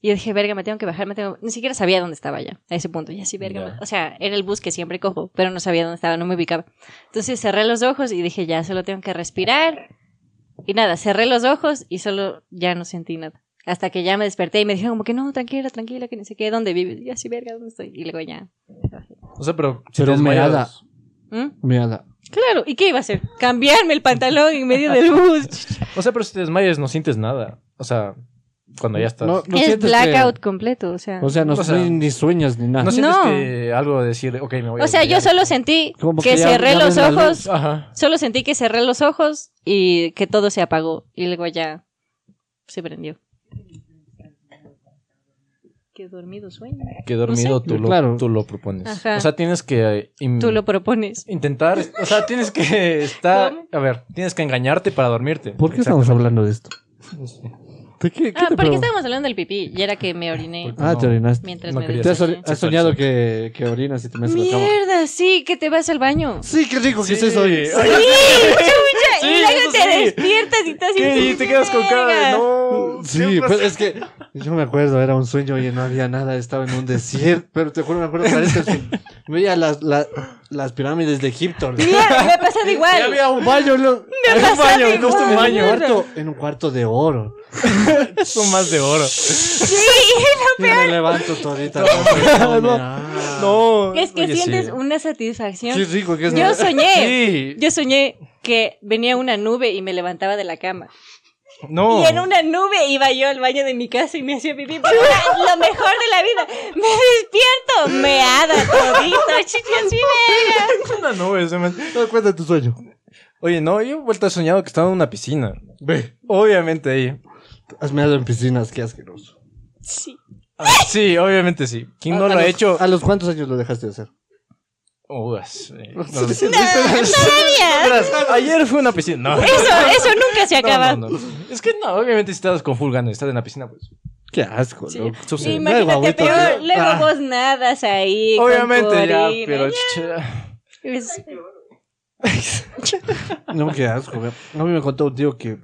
Speaker 2: Y yo dije, verga, me tengo que bajar, me tengo... Ni siquiera sabía dónde estaba ya, a ese punto. Ya sí, verga.
Speaker 3: Ya.
Speaker 2: me- O sea, era el bus que siempre cojo, pero no sabía dónde estaba, no me ubicaba. Entonces cerré los ojos y dije, ya, solo tengo que respirar. Y nada, cerré los ojos y solo ya no sentí nada. Hasta que ya me desperté y me dijeron como que no, tranquila, tranquila, que ni sé qué, ¿dónde vives? Ya sí, verga, ¿dónde estoy? Y luego ya.
Speaker 3: O sea, pero. si
Speaker 1: Pero
Speaker 3: te desmayas-
Speaker 1: meada.
Speaker 2: ¿Mm?
Speaker 1: Meada.
Speaker 2: Claro, ¿y qué iba a hacer? Cambiarme el pantalón en medio del bus.
Speaker 3: O sea, pero si te desmayas no sientes nada. O sea, cuando ya estás.
Speaker 1: No,
Speaker 3: No,
Speaker 1: no
Speaker 2: es
Speaker 1: sientes
Speaker 2: blackout completo, o sea.
Speaker 1: Que, o sea, no
Speaker 3: O sea,
Speaker 1: ni- ni sueñas ni nada.
Speaker 2: No.
Speaker 3: sientes que algo de decir, ok, me voy a
Speaker 2: O sea, yo
Speaker 3: desmayar.
Speaker 2: solo sentí
Speaker 1: Como
Speaker 2: que,
Speaker 1: que ya-
Speaker 2: cerré
Speaker 1: ya
Speaker 2: los
Speaker 1: ves la luz.
Speaker 2: ojos.
Speaker 3: Ajá.
Speaker 2: Solo sentí que cerré los ojos y que todo se apagó. Y luego ya se prendió. Qué dormido sueño.
Speaker 3: Que dormido
Speaker 1: sé.
Speaker 3: tú, lo,
Speaker 1: Claro.
Speaker 3: tú lo propones.
Speaker 2: Ajá.
Speaker 3: O sea, tienes que. eh, im-
Speaker 2: Tú lo propones.
Speaker 3: Intentar, o sea, tienes que estar, a ver, tienes que engañarte para dormirte.
Speaker 1: ¿Por qué estamos hablando de esto? ¿De qué, qué te
Speaker 2: Ah, porque
Speaker 1: pregunto?
Speaker 2: estábamos hablando del pipí. Y era que me oriné
Speaker 3: Porque-
Speaker 1: Ah, te
Speaker 3: No.
Speaker 1: orinaste.
Speaker 2: mientras
Speaker 3: Pues, No
Speaker 2: me
Speaker 3: quería
Speaker 1: ¿Te has,
Speaker 3: hacer-
Speaker 2: desmayé.
Speaker 1: ori- has soñado que, que orinas y te metes en la cama?
Speaker 2: Mierda, sí, que te vas al baño.
Speaker 1: Sí, qué rico que
Speaker 3: Sí.
Speaker 1: es eso. oye.
Speaker 3: Sí.
Speaker 2: ¡Sí! chucha,
Speaker 3: Sí,
Speaker 2: y luego
Speaker 3: eso
Speaker 2: te
Speaker 3: sí.
Speaker 2: despiertas y estás así.
Speaker 3: ¿Qué? Y te quedas con cara de no.
Speaker 1: Sí, pues es que yo me acuerdo, era un sueño y no había nada, estaba en un desierto, pero te juro, me acuerdo, parece que veía las, la- las pirámides de Egipto. ¿no?
Speaker 2: Mierda, me ha pasado
Speaker 1: Y
Speaker 2: igual.
Speaker 1: había un baño, ¿no?
Speaker 2: Me
Speaker 1: Había un
Speaker 2: pasaba
Speaker 1: baño,
Speaker 2: igual.
Speaker 1: justo un baño.
Speaker 2: Mierda.
Speaker 1: Cuarto, en un cuarto de oro.
Speaker 3: son más de oro.
Speaker 2: Sí,
Speaker 1: Y me levanto todita.
Speaker 3: No,
Speaker 1: Ah.
Speaker 3: No.
Speaker 2: Es que
Speaker 3: Oye, sí.
Speaker 2: sientes una satisfacción.
Speaker 1: Qué rico que es. ¿no?
Speaker 2: Yo soñé.
Speaker 3: Sí.
Speaker 2: Yo soñé que venía una nube y me levantaba de la cama.
Speaker 3: No.
Speaker 2: Y en una nube iba yo al baño de mi casa y me hacía pipí. Pero era lo mejor de la vida. Me despierto, meada, todito, chichas sí, verga.
Speaker 3: Una nube, se me-
Speaker 1: No, cuenta tu sueño.
Speaker 3: Oye, no, yo he vuelto a soñado que estaba en una piscina.
Speaker 1: Ve,
Speaker 3: Obviamente ahí.
Speaker 1: has meado en piscinas, qué asqueroso.
Speaker 2: Sí.
Speaker 3: Ah, sí, obviamente sí. ¿Quién no
Speaker 1: A- a
Speaker 3: lo ha
Speaker 1: los-
Speaker 3: hecho?
Speaker 1: ¿A los cuántos años lo dejaste de hacer?
Speaker 3: Uy, sí. eh. No,
Speaker 2: Todavía.
Speaker 3: verás, Ayer fue una piscina. No.
Speaker 2: Eso, eso nunca se
Speaker 3: No,
Speaker 2: acaba.
Speaker 3: no, no. Es que no, obviamente si estás con full ganas, estás en la piscina, pues.
Speaker 1: Qué asco,
Speaker 2: Sí.
Speaker 1: loco.
Speaker 3: Sucede.
Speaker 1: Luego,
Speaker 2: Imagínate,
Speaker 1: agüita,
Speaker 2: peor.
Speaker 1: ¿no?
Speaker 2: Luego
Speaker 1: Ah.
Speaker 2: vos nadas ahí. con
Speaker 3: Obviamente ya,
Speaker 2: tu orina.
Speaker 3: pero chicha.
Speaker 2: Es-
Speaker 1: No, qué asco. güey. A mí me contó un tío que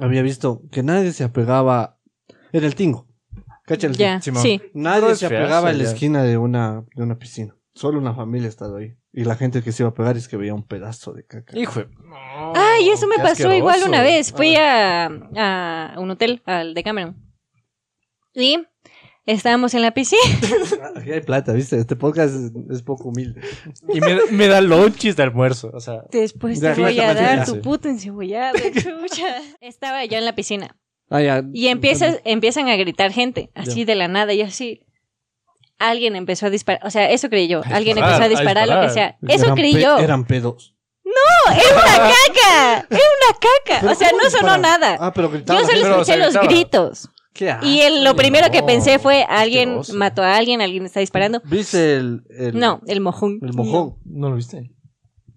Speaker 1: había visto que nadie se apegaba en el tingo. ¿Cacha el
Speaker 2: Ya,
Speaker 3: Simón.
Speaker 2: sí.
Speaker 1: tingo? Nadie
Speaker 3: No es
Speaker 1: se
Speaker 3: feazo,
Speaker 1: apegaba en la
Speaker 3: ya.
Speaker 1: esquina de una, de una piscina. Solo una familia estaba ahí. Y la gente que se iba a pegar es que veía un pedazo de caca.
Speaker 3: Hijo. de-
Speaker 2: Ay, eso me
Speaker 3: Qué
Speaker 2: pasó
Speaker 3: asqueroso.
Speaker 2: igual una vez. Fui a, a un hotel, al de Cameron. Y estábamos en la piscina.
Speaker 1: Aquí hay plata, ¿viste? Este podcast es, es poco humilde.
Speaker 3: Y me, me da lonchis de almuerzo. O sea,
Speaker 2: Después te
Speaker 1: Ya,
Speaker 2: voy
Speaker 1: ya,
Speaker 2: a
Speaker 1: ya, ya,
Speaker 2: dar
Speaker 3: sí.
Speaker 2: tu puta encebollada, chucha. Estaba yo en la piscina.
Speaker 1: Ah, ya.
Speaker 2: Y empiezas, empiezan a gritar gente, así de la nada, y así. Alguien empezó a disparar. O sea, eso creí yo. Alguien empezó
Speaker 3: disparar,
Speaker 2: a
Speaker 3: a
Speaker 2: disparar, lo que sea.
Speaker 3: disparar.
Speaker 2: Eso
Speaker 1: Eran
Speaker 2: creí
Speaker 1: pe-
Speaker 2: yo.
Speaker 1: Eran pedos.
Speaker 2: ¡No! ¡Es una caca! ¡Es una caca!
Speaker 1: ¿Pero
Speaker 2: O sea,
Speaker 1: cómo
Speaker 2: no sonó
Speaker 1: disparaban?
Speaker 2: nada.
Speaker 1: Ah, pero
Speaker 2: Yo
Speaker 1: gritaban.
Speaker 2: solo
Speaker 3: pero
Speaker 2: escuché
Speaker 3: se
Speaker 2: los
Speaker 3: gritaba.
Speaker 2: gritos.
Speaker 1: ¿Qué asco.
Speaker 2: Y el- lo primero que
Speaker 3: no,
Speaker 2: pensé fue alguien
Speaker 3: asqueroso.
Speaker 2: mató a alguien, alguien está disparando.
Speaker 1: ¿Viste el, el-
Speaker 2: No, el mojón.
Speaker 1: el mojón?
Speaker 3: no lo viste.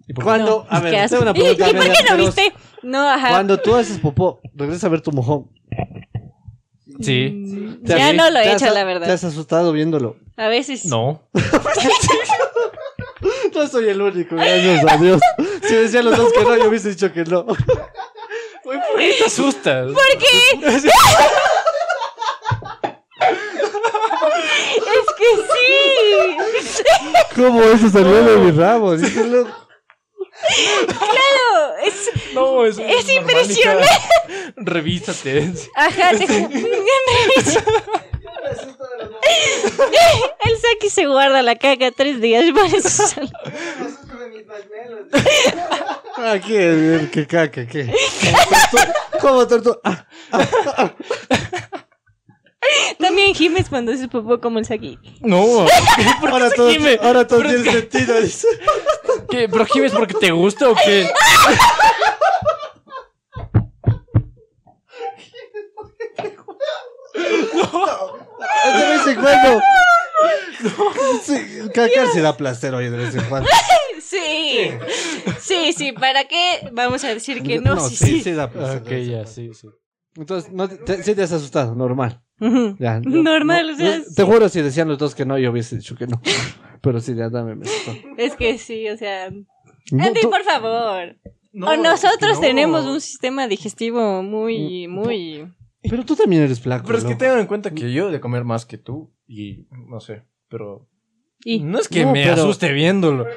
Speaker 3: ¿Y por qué?
Speaker 1: Cuando,
Speaker 2: No,
Speaker 1: a
Speaker 2: qué
Speaker 1: ver,
Speaker 2: asco.
Speaker 1: tengo una
Speaker 2: ¿Y,
Speaker 1: pregunta.
Speaker 2: y por
Speaker 1: media
Speaker 2: qué no
Speaker 1: asquerosa.
Speaker 2: viste? No, ajá.
Speaker 1: Cuando tú haces popó, regresa a ver tu mojón.
Speaker 3: Sí.
Speaker 1: ¿Te
Speaker 2: Mm, Ya
Speaker 1: has-
Speaker 2: no lo
Speaker 1: te
Speaker 2: he
Speaker 1: has-
Speaker 2: hecho, la
Speaker 1: Te
Speaker 2: verdad.
Speaker 1: has asustado viéndolo.
Speaker 2: A veces.
Speaker 3: No.
Speaker 1: No soy el único, gracias a Dios. Si decían los dos que no, yo hubiese dicho que no.
Speaker 3: Güey, ¿Por qué te asustas?
Speaker 2: ¿Por qué? es que sí.
Speaker 1: ¿Cómo eso salió de mi rabo? Dice, loco.
Speaker 2: ¡Claro! Es,
Speaker 3: No, es,
Speaker 2: Es
Speaker 3: normal,
Speaker 2: impresionante.
Speaker 3: hija. Revísate.
Speaker 2: ajá, te- El Saki se guarda la caca tres días para su-
Speaker 1: Ah, ¿qué? A ver, ¿Qué caca? ¿Qué? ¿Cómo tortuga? Ah,
Speaker 2: También Jiménez cuando se popó como el Saki.
Speaker 3: No,
Speaker 1: ahora, todo,
Speaker 3: gime?
Speaker 1: ahora todo
Speaker 3: ¿Por
Speaker 1: tiene sentido. dice.
Speaker 3: ¿qué? ¿Pero Jimmy es porque te gusta o qué?
Speaker 1: De vez en cuando. Sí, cacar sí da placer, oye, de vez en cuando.
Speaker 2: Sí. Sí, sí, ¿para qué? Vamos a decir que no, sí,
Speaker 1: sí,
Speaker 2: sí.
Speaker 1: sí da placer.
Speaker 3: Ok,
Speaker 1: de vez en
Speaker 3: ya,
Speaker 1: cuando.
Speaker 3: sí, sí.
Speaker 1: Entonces, no te- te- sí te has asustado, normal.
Speaker 2: Ujú.
Speaker 1: Ya, yo-
Speaker 2: Normal,
Speaker 1: no-
Speaker 2: o sea,
Speaker 1: yo- Te juro, si decían los dos que no, yo hubiese dicho que no. Pero sí, ya dame. Me asustó.
Speaker 2: Es que sí, o sea.
Speaker 1: No,
Speaker 2: Andy,
Speaker 1: tú-
Speaker 2: Eh, por favor. o nosotros tenemos un sistema digestivo muy, muy.
Speaker 1: Pero tú también eres flaco.
Speaker 3: Pero es que
Speaker 1: loco.
Speaker 3: tengan en cuenta que yo he de comer más que tú y no sé, pero...
Speaker 2: Y-
Speaker 3: No es que
Speaker 1: No,
Speaker 3: me
Speaker 1: pero-
Speaker 3: asuste viéndolo.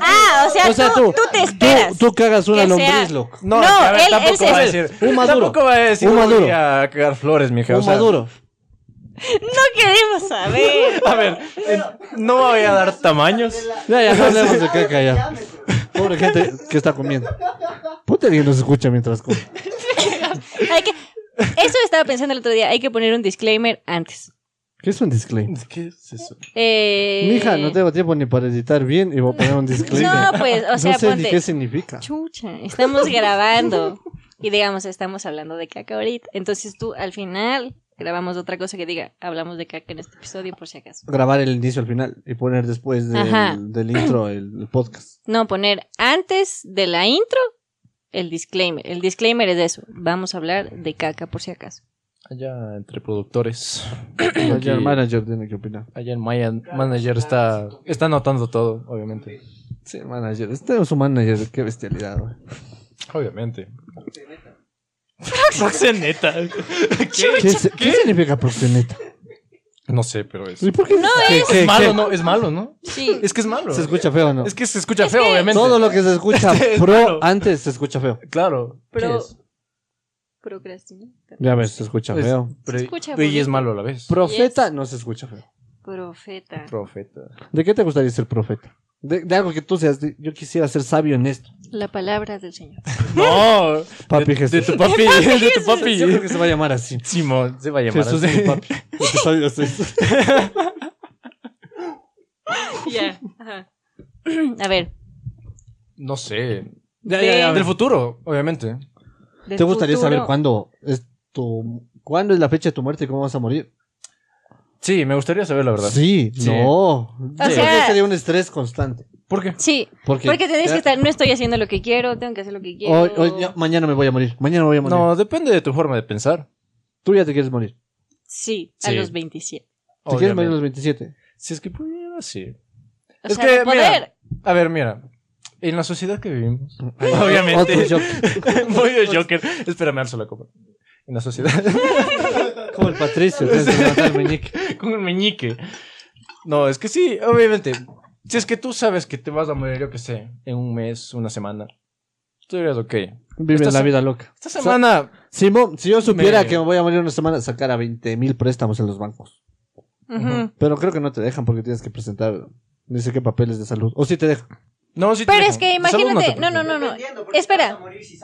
Speaker 2: Ah, o sea,
Speaker 1: O sea,
Speaker 2: tú,
Speaker 1: tú-
Speaker 2: tú te esperas.
Speaker 1: Tú, tú cagas una
Speaker 2: que
Speaker 1: lombriz,
Speaker 2: sea-
Speaker 1: loco.
Speaker 2: No,
Speaker 3: es que, a ver,
Speaker 2: él- él
Speaker 3: tampoco
Speaker 2: se-
Speaker 3: va a decir.
Speaker 1: Un maduro.
Speaker 3: Tampoco va a decir.
Speaker 1: Un maduro.
Speaker 3: voy a cagar flores, mija. o
Speaker 1: Un
Speaker 3: sea,
Speaker 1: maduro.
Speaker 2: No queremos saber.
Speaker 3: A ver, eh, no voy a dar tamaños.
Speaker 1: Ya, ya, no hablemos de caca ya. Pobre gente que está comiendo. Ponte que nos escucha mientras come.
Speaker 2: Hay que... Eso estaba pensando el otro día. Hay que poner un disclaimer antes.
Speaker 1: ¿Qué es un disclaimer?
Speaker 3: ¿Qué es eso?
Speaker 2: Eh...
Speaker 1: Mija, no tengo tiempo ni para editar bien y voy a poner un disclaimer.
Speaker 2: No, pues, o sea,
Speaker 1: no sé
Speaker 2: ponte.
Speaker 1: ni qué significa.
Speaker 2: Chucha, estamos grabando. Y digamos, estamos hablando de caca ahorita. Entonces tú, al final, grabamos otra cosa que diga, hablamos de caca en este episodio, por si acaso.
Speaker 1: Grabar el inicio al final y poner después
Speaker 2: Ajá.
Speaker 1: del, del intro el, el podcast.
Speaker 2: No, poner antes de la intro el disclaimer. El disclaimer es eso. Vamos a hablar de caca, por si acaso.
Speaker 3: Allá entre productores.
Speaker 1: Oye, el
Speaker 3: Aquí-
Speaker 1: manager tiene que opinar.
Speaker 3: Allá el Maya manager está, está anotando todo, obviamente.
Speaker 1: Sí, el manager. Este es su manager. Qué bestialidad, güey.
Speaker 3: Obviamente. Proxeneta.
Speaker 1: ¿Qué, se- qué significa proxeneta?
Speaker 3: No sé, pero es.
Speaker 1: ¿Y por qué? No
Speaker 3: Es malo, ¿no? Es malo, ¿no?
Speaker 2: Sí.
Speaker 3: Es que es malo.
Speaker 1: ¿Se escucha feo o no?
Speaker 3: Es que se escucha feo, obviamente.
Speaker 1: Todo lo que se escucha
Speaker 3: Este es
Speaker 1: pro
Speaker 3: malo.
Speaker 1: antes se escucha feo.
Speaker 3: Claro.
Speaker 2: Pro-
Speaker 3: ¿Qué es?
Speaker 2: Procrastinar.
Speaker 1: Ya ves, se escucha
Speaker 3: Es-
Speaker 1: feo.
Speaker 3: pero-
Speaker 2: escucha
Speaker 3: pero y
Speaker 2: bonito.
Speaker 3: es malo a la vez.
Speaker 1: Profeta no se escucha feo.
Speaker 2: Profeta.
Speaker 3: Profeta.
Speaker 1: ¿De qué te gustaría ser profeta? De, de algo que tú seas. de- yo quisiera ser sabio en esto.
Speaker 2: La palabra del Señor.
Speaker 3: No.
Speaker 1: Papi
Speaker 3: de,
Speaker 1: Jesús.
Speaker 3: De tu papi. de tu papi.
Speaker 1: Yo creo que se va a llamar así.
Speaker 3: Simón, se va a llamar
Speaker 1: Jesús
Speaker 3: así.
Speaker 1: es mi papi. Lo que sabio es esto.
Speaker 2: Ya. ajá. A ver.
Speaker 3: No sé.
Speaker 1: Ya,
Speaker 2: ya, ya, a ver.
Speaker 3: Del futuro, obviamente.
Speaker 2: del
Speaker 1: ¿Te gustaría
Speaker 2: futuro-
Speaker 1: saber cuándo es tu... ¿Cuándo es la fecha de tu muerte y cómo vas a morir?
Speaker 3: Sí, me gustaría saber la verdad.
Speaker 1: Sí,
Speaker 3: Sí.
Speaker 1: no. Yo
Speaker 2: sea-
Speaker 1: creo que sería un estrés constante.
Speaker 3: ¿Por qué?
Speaker 2: Sí,
Speaker 1: Porque,
Speaker 2: porque tenés
Speaker 1: ya-
Speaker 2: que estar, no estoy haciendo lo que quiero, tengo que hacer lo que quiero.
Speaker 1: Hoy, hoy- ya- mañana me voy a morir. Mañana me voy a morir.
Speaker 3: No, depende de tu forma de pensar.
Speaker 1: Tú ya te quieres morir.
Speaker 2: Sí, a
Speaker 3: Sí.
Speaker 2: los 27.
Speaker 1: Te quieres morir a
Speaker 3: obviamente.
Speaker 1: los 27.
Speaker 3: Si es que pudiera, sí.
Speaker 2: O
Speaker 3: Es
Speaker 2: sea,
Speaker 3: que,
Speaker 2: de poder.
Speaker 3: A ver, mira. En la sociedad que vivimos.
Speaker 1: Otro
Speaker 3: Ah, obviamente.
Speaker 1: shock.
Speaker 3: Voy de Joker. Espérame, alzo la copa. En la sociedad.
Speaker 1: Como el Patricio. tienes que levantar el meñique.
Speaker 3: con el meñique. No, es que sí, obviamente. Si es que tú sabes que te vas a morir, yo qué sé, en un mes, una semana. Tú dirías, ok.
Speaker 1: Vive
Speaker 3: Esta
Speaker 1: la
Speaker 3: se-
Speaker 1: vida loca.
Speaker 3: Esta semana.
Speaker 1: Si, mo- si yo supiera
Speaker 3: Me-
Speaker 1: que me voy a morir una semana, sacara 20 mil préstamos en los bancos.
Speaker 2: Ujú.
Speaker 1: Pero creo que no te dejan porque tienes que presentar ni sé qué papeles de salud. O si te dejan.
Speaker 3: No, sí te
Speaker 2: Pero
Speaker 3: dejo.
Speaker 2: es que
Speaker 3: Salud te
Speaker 2: imagínate, no,
Speaker 3: preocupa.
Speaker 2: no, no, no. Espera.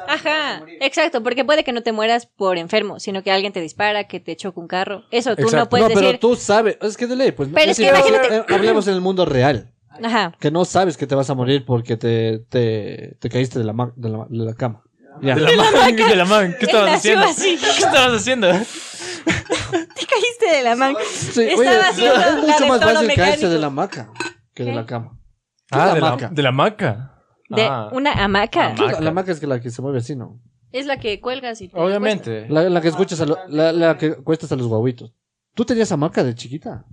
Speaker 2: Ajá, exacto, porque puede que no te mueras por enfermo, sino que alguien te dispara, que te choca un carro. Eso tú no
Speaker 3: Exacto.
Speaker 2: puedes
Speaker 1: no, pero
Speaker 2: decir.
Speaker 1: tú sabes. Es que de ley, pues.
Speaker 2: Pero es
Speaker 1: si
Speaker 2: que
Speaker 1: no-
Speaker 2: imagínate-
Speaker 1: eh, Hablemos en el mundo real.
Speaker 2: Ajá.
Speaker 1: Que no sabes que te vas a morir porque te, te, te caíste de la, ma- de la, de la cama. Ya.
Speaker 3: De la man, de la man. ¿Qué
Speaker 2: Él
Speaker 3: estabas
Speaker 2: nació
Speaker 3: haciendo?
Speaker 2: así.
Speaker 3: ¿Qué estabas haciendo?
Speaker 2: Te caíste de la mano.
Speaker 1: Sí,
Speaker 2: Estaba
Speaker 1: oye,
Speaker 2: haciendo
Speaker 1: es
Speaker 2: la
Speaker 1: mucho
Speaker 2: de
Speaker 1: más
Speaker 2: todo
Speaker 1: fácil caerse
Speaker 2: mecánico.
Speaker 1: de la hamaca que de
Speaker 2: ¿Qué?
Speaker 1: la cama.
Speaker 3: Ah, de la
Speaker 1: hamaca.
Speaker 3: De la maca.
Speaker 2: De
Speaker 3: Ah.
Speaker 2: una hamaca.
Speaker 3: Hamaca.
Speaker 1: La hamaca es que la que se mueve así, ¿no?
Speaker 2: Es la que cuelgas y te
Speaker 3: Obviamente.
Speaker 2: pues,
Speaker 1: La, la que escuchas a lo- la, la que cuestas a los guaguitos. ¿Tú tenías hamaca de chiquita?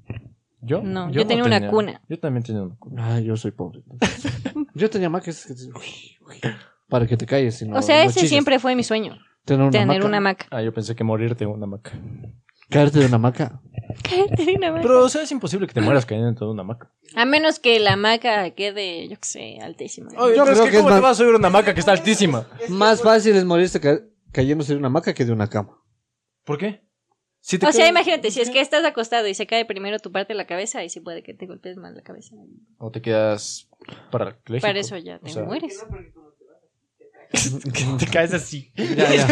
Speaker 3: ¿Yo?
Speaker 2: No, yo tenía una cuna.
Speaker 3: Yo también tenía una cuna.
Speaker 1: Ay, yo soy pobre. Yo tenía hamacas que te- uy, uy, para que te calles. y no-
Speaker 2: O
Speaker 1: no
Speaker 2: sea, ese
Speaker 1: chilles.
Speaker 2: siempre fue mi sueño,
Speaker 1: tener una
Speaker 2: tener
Speaker 1: hamaca.
Speaker 2: una hamaca.
Speaker 3: Ah, yo pensé que morirte en una hamaca.
Speaker 1: Caerte de una hamaca.
Speaker 2: Caerte de una hamaca.
Speaker 3: Pero, o sea, es imposible que te mueras cayendo en toda una hamaca.
Speaker 2: A menos que la hamaca quede, yo qué sé, altísima.
Speaker 3: Oye,
Speaker 1: Yo
Speaker 3: pero es
Speaker 1: creo
Speaker 3: que,
Speaker 1: que es
Speaker 3: ¿cómo
Speaker 1: más-
Speaker 3: te vas a subir a una hamaca que está altísima?
Speaker 1: Más fácil es morirse ca- cayéndose de una hamaca que de una cama.
Speaker 3: ¿Por qué? Si
Speaker 2: O sea,
Speaker 3: caes-
Speaker 2: imagínate, si es que estás acostado y se cae primero tu parte de la cabeza, ahí sí puede que te golpees más la cabeza.
Speaker 3: O te quedas parapléjico.
Speaker 2: Para eso ya te
Speaker 3: O sea,
Speaker 2: mueres.
Speaker 3: Que te caes así.
Speaker 1: Ya, ya.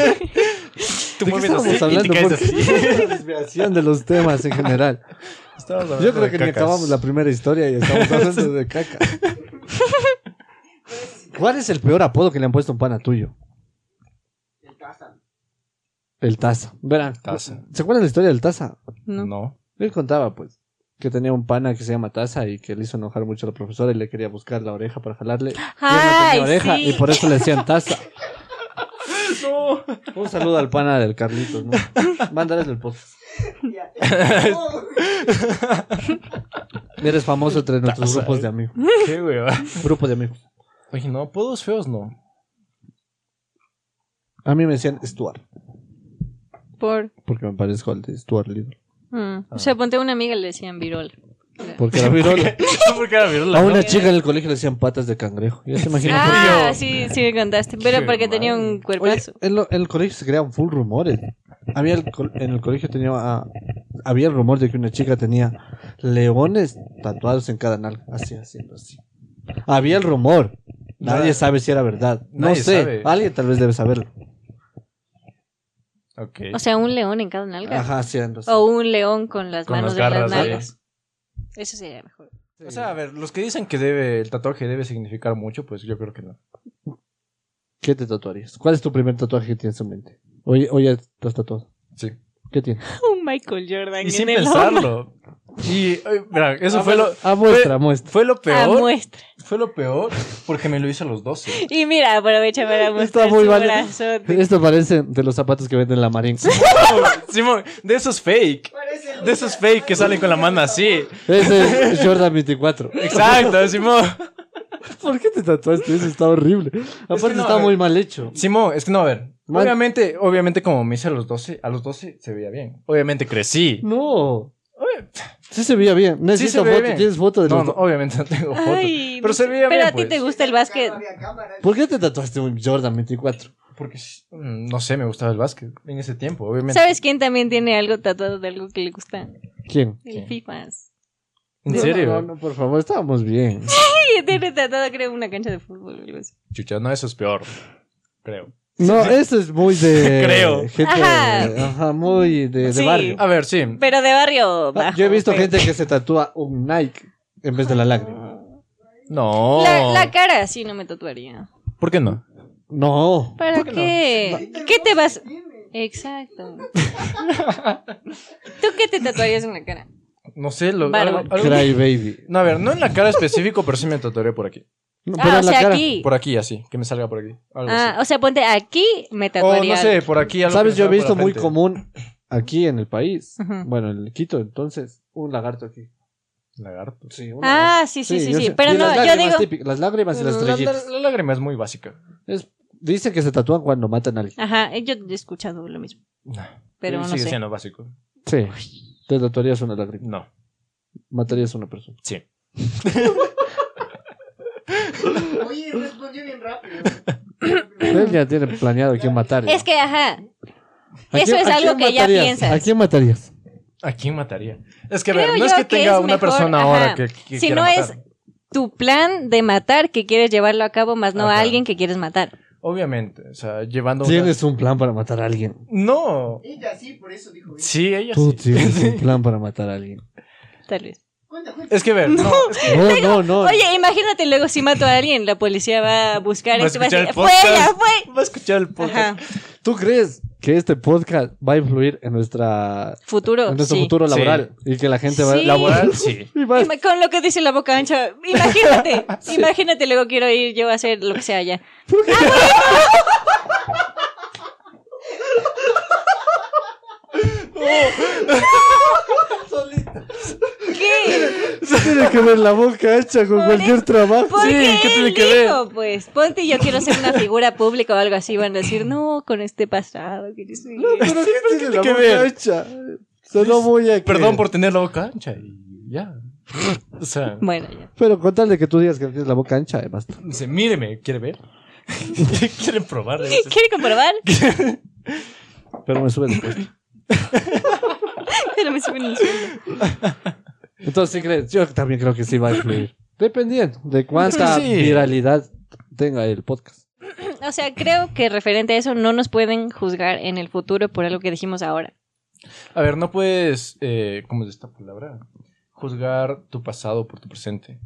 Speaker 3: Tú
Speaker 1: ¿De qué
Speaker 3: mueves
Speaker 1: estábamos
Speaker 3: así y te
Speaker 1: hablando?
Speaker 3: caes
Speaker 1: ¿Por
Speaker 3: así.
Speaker 1: qué? La desviación de los temas en general.
Speaker 3: Estábamos hablando
Speaker 1: Yo creo
Speaker 3: de
Speaker 1: que ni
Speaker 3: cacas.
Speaker 1: acabamos la primera historia y estamos hablando de caca. ¿Cuál es el peor apodo que le han puesto a un pana tuyo? El Taza. Verán. pues,
Speaker 3: Taza.
Speaker 1: ¿Se acuerdan la historia del Taza?
Speaker 2: No.
Speaker 3: No.
Speaker 1: Él contaba, pues, que tenía un pana que se llama Taza y que le hizo enojar mucho a la profesora y le quería buscar la oreja para jalarle. Y él no tenía
Speaker 2: Ay,
Speaker 1: oreja
Speaker 2: sí.
Speaker 1: y por eso le decían Taza.
Speaker 3: No.
Speaker 1: Un saludo al pana del Carlitos, ¿no? Mándales el post. Eres famoso entre nuestros
Speaker 3: Taza,
Speaker 1: grupos
Speaker 3: eh.
Speaker 1: de amigos.
Speaker 3: Qué hueva.
Speaker 1: Grupo de amigos.
Speaker 3: Oye, no, apodos feos no.
Speaker 1: A mí me decían Stuart,
Speaker 2: Por.
Speaker 1: porque me parezco al de Stuart Little.
Speaker 2: Mm.
Speaker 3: Ah.
Speaker 2: O sea, ponte a una amiga y le decían virol.
Speaker 1: Porque era virola.
Speaker 3: Porque era virola,
Speaker 1: A
Speaker 3: ¿no?
Speaker 1: una chica en el colegio le decían patas de cangrejo. Ya se imaginan. por qué.
Speaker 2: Ah, sí, sí me contaste. Pero
Speaker 3: Qué
Speaker 2: porque tenía un
Speaker 3: mal.
Speaker 1: Oye,
Speaker 2: cuerpazo.
Speaker 1: en, lo- en el colegio se creaban full rumores. Había el col- en el colegio tenía ah, había el rumor de que una chica tenía leones tatuados en cada nalga, así haciendo así. Había el rumor. Nadie
Speaker 3: Nada.
Speaker 1: sabe si era verdad. No
Speaker 3: Nadie
Speaker 1: sé.
Speaker 3: sabe.
Speaker 1: Alguien tal vez debe saberlo.
Speaker 3: Ok.
Speaker 2: O sea, un león en cada nalga.
Speaker 1: Ajá, haciendo así.
Speaker 2: O un león con las
Speaker 3: Con
Speaker 2: manos
Speaker 3: las garras,
Speaker 2: en las
Speaker 3: ahí.
Speaker 2: nalgas. Eso sería mejor.
Speaker 3: O sea, a ver, los que dicen que debe, el tatuaje debe significar mucho, pues yo creo que no.
Speaker 1: ¿Qué te tatuarías? ¿Cuál es tu primer tatuaje que tienes en mente? Oye, oye, te has tatuado.
Speaker 3: Sí.
Speaker 1: ¿Qué tienes?
Speaker 2: Un Michael Jordan.
Speaker 3: Y sin
Speaker 2: en el
Speaker 3: pensarlo. Y, eh, mira, eso
Speaker 1: Ah,
Speaker 3: fue lo,
Speaker 1: bueno, Ah, muestra, muestra.
Speaker 3: fue lo
Speaker 2: A
Speaker 3: peor.
Speaker 2: Ah, muestra.
Speaker 3: Fue lo peor porque me lo hizo a los 12.
Speaker 2: Y mira, aprovecha para mostrar
Speaker 1: Está muy
Speaker 2: su
Speaker 1: mal.
Speaker 2: brazote.
Speaker 1: Esto parece de los zapatos que venden en la marín.
Speaker 3: Simón, de esos fake. De esos fake que salen con la mano así.
Speaker 1: Ese es Jordan 24.
Speaker 3: Exacto, Simón.
Speaker 1: ¿Por qué te tatuaste? Eso está horrible. Aparte
Speaker 3: no, eh,
Speaker 1: está
Speaker 3: a ver.
Speaker 1: muy mal hecho.
Speaker 3: Simón, es que no, a ver.
Speaker 1: Man-
Speaker 3: Obviamente, obviamente como me hice a los 12, a los 12 se veía bien. Obviamente crecí.
Speaker 1: No.
Speaker 3: Oye,
Speaker 1: Sí se veía bien.
Speaker 3: Sí se
Speaker 1: Necesito
Speaker 3: ve
Speaker 1: foto.
Speaker 3: bien.
Speaker 1: ¿Tienes foto de
Speaker 3: No,
Speaker 1: los
Speaker 3: no,
Speaker 1: dos?
Speaker 3: obviamente no tengo foto.
Speaker 2: Ay,
Speaker 3: pero se veía
Speaker 2: Pero
Speaker 3: bien,
Speaker 2: a ti
Speaker 3: pues.
Speaker 2: te gusta el básquet.
Speaker 1: ¿Por qué te tatuaste un Jordan 24?
Speaker 3: Porque, mm, no sé, me gustaba el básquet en ese tiempo, obviamente.
Speaker 2: ¿Sabes quién también tiene algo tatuado de algo que le gusta?
Speaker 1: ¿Quién?
Speaker 2: El
Speaker 3: ¿Quién?
Speaker 2: FIFAs.
Speaker 3: ¿En
Speaker 1: No,
Speaker 3: serio?
Speaker 1: No, no, por favor, estábamos bien.
Speaker 2: Sí, tiene tatuado, creo, una cancha de fútbol. o algo así.
Speaker 3: Chucha, no, eso es peor. Creo.
Speaker 1: No, eso es muy de.
Speaker 3: Creo.
Speaker 1: Gente,
Speaker 2: Ajá.
Speaker 1: ajá, muy de, de
Speaker 2: Sí. Ah,
Speaker 1: barrio.
Speaker 3: A ver, sí.
Speaker 2: Pero de barrio
Speaker 1: Ah,
Speaker 2: bajo,
Speaker 1: Yo he visto
Speaker 2: pero-
Speaker 1: gente que se tatúa un Nike en vez de la
Speaker 2: Ah.
Speaker 1: lágrima.
Speaker 3: No.
Speaker 2: La, la cara sí no me tatuaría.
Speaker 3: ¿Por qué no?
Speaker 1: No.
Speaker 2: ¿Para
Speaker 3: qué no?
Speaker 2: qué? ¿Qué te vas? Exacto. ¿Tú qué te tatuarías en la cara?
Speaker 3: No sé, lo,
Speaker 2: Barba.
Speaker 3: algo- algo-
Speaker 1: Cry baby.
Speaker 3: No, a ver, no en la cara específico, pero sí me tatuaré por aquí.
Speaker 1: No,
Speaker 2: Ah, o
Speaker 1: en la
Speaker 2: sea,
Speaker 1: cara.
Speaker 2: aquí.
Speaker 3: Por aquí, así, que me salga por aquí. Algo
Speaker 2: Ah, o sea, ponte aquí,
Speaker 1: Oh,
Speaker 2: me
Speaker 3: así. O
Speaker 2: tatuaría.
Speaker 3: no sé, por aquí. Algo
Speaker 1: ¿Sabes?
Speaker 3: que me
Speaker 1: Yo he
Speaker 3: salga
Speaker 1: visto
Speaker 3: por la
Speaker 1: muy
Speaker 3: frente.
Speaker 1: común aquí en el país.
Speaker 2: Ajá.
Speaker 1: Bueno, en el Quito, entonces, un lagarto aquí.
Speaker 3: Lagarto.
Speaker 1: Sí, un lagarto.
Speaker 2: Ah, sí, sí, sí,
Speaker 1: yo
Speaker 2: sí.
Speaker 1: sé.
Speaker 2: Pero
Speaker 1: Y
Speaker 2: no,
Speaker 1: las
Speaker 2: yo
Speaker 1: lágrimas
Speaker 2: digo.
Speaker 1: típicas, las lágrimas y las
Speaker 3: La, la-
Speaker 1: estrellitas.
Speaker 3: la lágrima es muy básica.
Speaker 1: Es- dicen que se tatúan cuando matan a alguien.
Speaker 2: Ajá, eh, yo he escuchado lo mismo. Pero no
Speaker 3: sigue
Speaker 2: sé.
Speaker 3: siendo básico.
Speaker 1: Sí. Te tatuarías una lágrima.
Speaker 3: No,
Speaker 1: Matarías a una persona.
Speaker 3: sí.
Speaker 4: Oye,
Speaker 1: Pues,
Speaker 4: respondió bien rápido.
Speaker 1: Él ya tiene planeado a quién matar. ya.
Speaker 2: Es que, ajá.
Speaker 1: ¿A
Speaker 2: eso
Speaker 1: quién-
Speaker 2: es
Speaker 1: a
Speaker 2: algo
Speaker 1: quién
Speaker 2: que ya
Speaker 1: matarías?
Speaker 2: piensas.
Speaker 1: ¿A quién matarías?
Speaker 3: ¿A quién mataría? Es que, a
Speaker 2: Creo
Speaker 3: ver, no es
Speaker 2: yo
Speaker 3: que
Speaker 2: que
Speaker 3: tenga
Speaker 2: es
Speaker 3: una
Speaker 2: mejor,
Speaker 3: persona
Speaker 2: ajá.
Speaker 3: ahora que, que
Speaker 2: Si
Speaker 3: quiera
Speaker 2: no
Speaker 3: matar.
Speaker 2: es tu plan de matar que quieres llevarlo a cabo, más
Speaker 1: Ah,
Speaker 2: no a
Speaker 3: Ajá.
Speaker 2: alguien que quieres matar.
Speaker 3: Obviamente, o sea, llevando... una-
Speaker 1: Tienes un plan para matar a alguien.
Speaker 3: No.
Speaker 4: Ella sí, por eso dijo. eso.
Speaker 3: Sí, ella
Speaker 1: Tú
Speaker 3: sí.
Speaker 1: tienes un plan para matar a alguien.
Speaker 2: Tal vez.
Speaker 4: Cuenta, cuenta.
Speaker 3: Es que, a ver, no. es que-
Speaker 1: No, no, no.
Speaker 2: Oye, imagínate luego si mato a alguien, la policía va a buscar
Speaker 3: Va a
Speaker 2: esto, va a
Speaker 3: escuchar
Speaker 2: decir,
Speaker 3: el
Speaker 2: fue ella,
Speaker 3: podcast".
Speaker 2: fue.
Speaker 3: Va a escuchar el podcast.
Speaker 2: Ajá.
Speaker 1: ¿Tú crees que este podcast va a influir en nuestra
Speaker 2: Futuro.
Speaker 1: en nuestro
Speaker 2: sí.
Speaker 1: futuro
Speaker 3: Sí.
Speaker 1: laboral? Y que la gente va
Speaker 2: Sí.
Speaker 3: Laboral, sí.
Speaker 1: y va a
Speaker 2: Ima- Con lo que dice la boca ancha, imagínate, imagínate, luego quiero ir yo a hacer lo que sea allá. ¡Ah, ¿Qué?
Speaker 1: Tiene que ver la boca hecha con
Speaker 2: Por
Speaker 1: cualquier
Speaker 2: eso-
Speaker 1: trabajo.
Speaker 2: Porque
Speaker 3: Sí, ¿qué tiene
Speaker 2: él
Speaker 3: que ver?
Speaker 2: dijo, pues, ponte yo quiero ser una figura pública o algo así, van a decir, no, con este pasado, que yo soy-
Speaker 1: Pero ¿qué tiene
Speaker 3: tiene
Speaker 1: la
Speaker 3: que
Speaker 1: boca
Speaker 3: ver?
Speaker 1: hecha? Sonó muy a que-
Speaker 3: Perdón por tener la boca ancha y ya. O sea,
Speaker 2: Bueno, ya.
Speaker 1: Pero con tal de que tú digas que tienes la boca ancha, eh, basta.
Speaker 3: dice, míreme, ¿quiere ver? ¿Quiere probar? Le dice.
Speaker 2: ¿Quiere comprobar?
Speaker 1: Pero me sube después.
Speaker 2: Pero me suben el sueldo.
Speaker 1: Entonces, ¿sí crees? Yo también creo que sí va a influir. Dependiendo de cuánta
Speaker 3: Sí.
Speaker 1: viralidad tenga el podcast.
Speaker 2: O sea, creo que referente a eso no nos pueden juzgar en el futuro por algo que dijimos ahora.
Speaker 3: A ver, no puedes, eh, ¿cómo es esta palabra? Juzgar tu pasado por tu presente.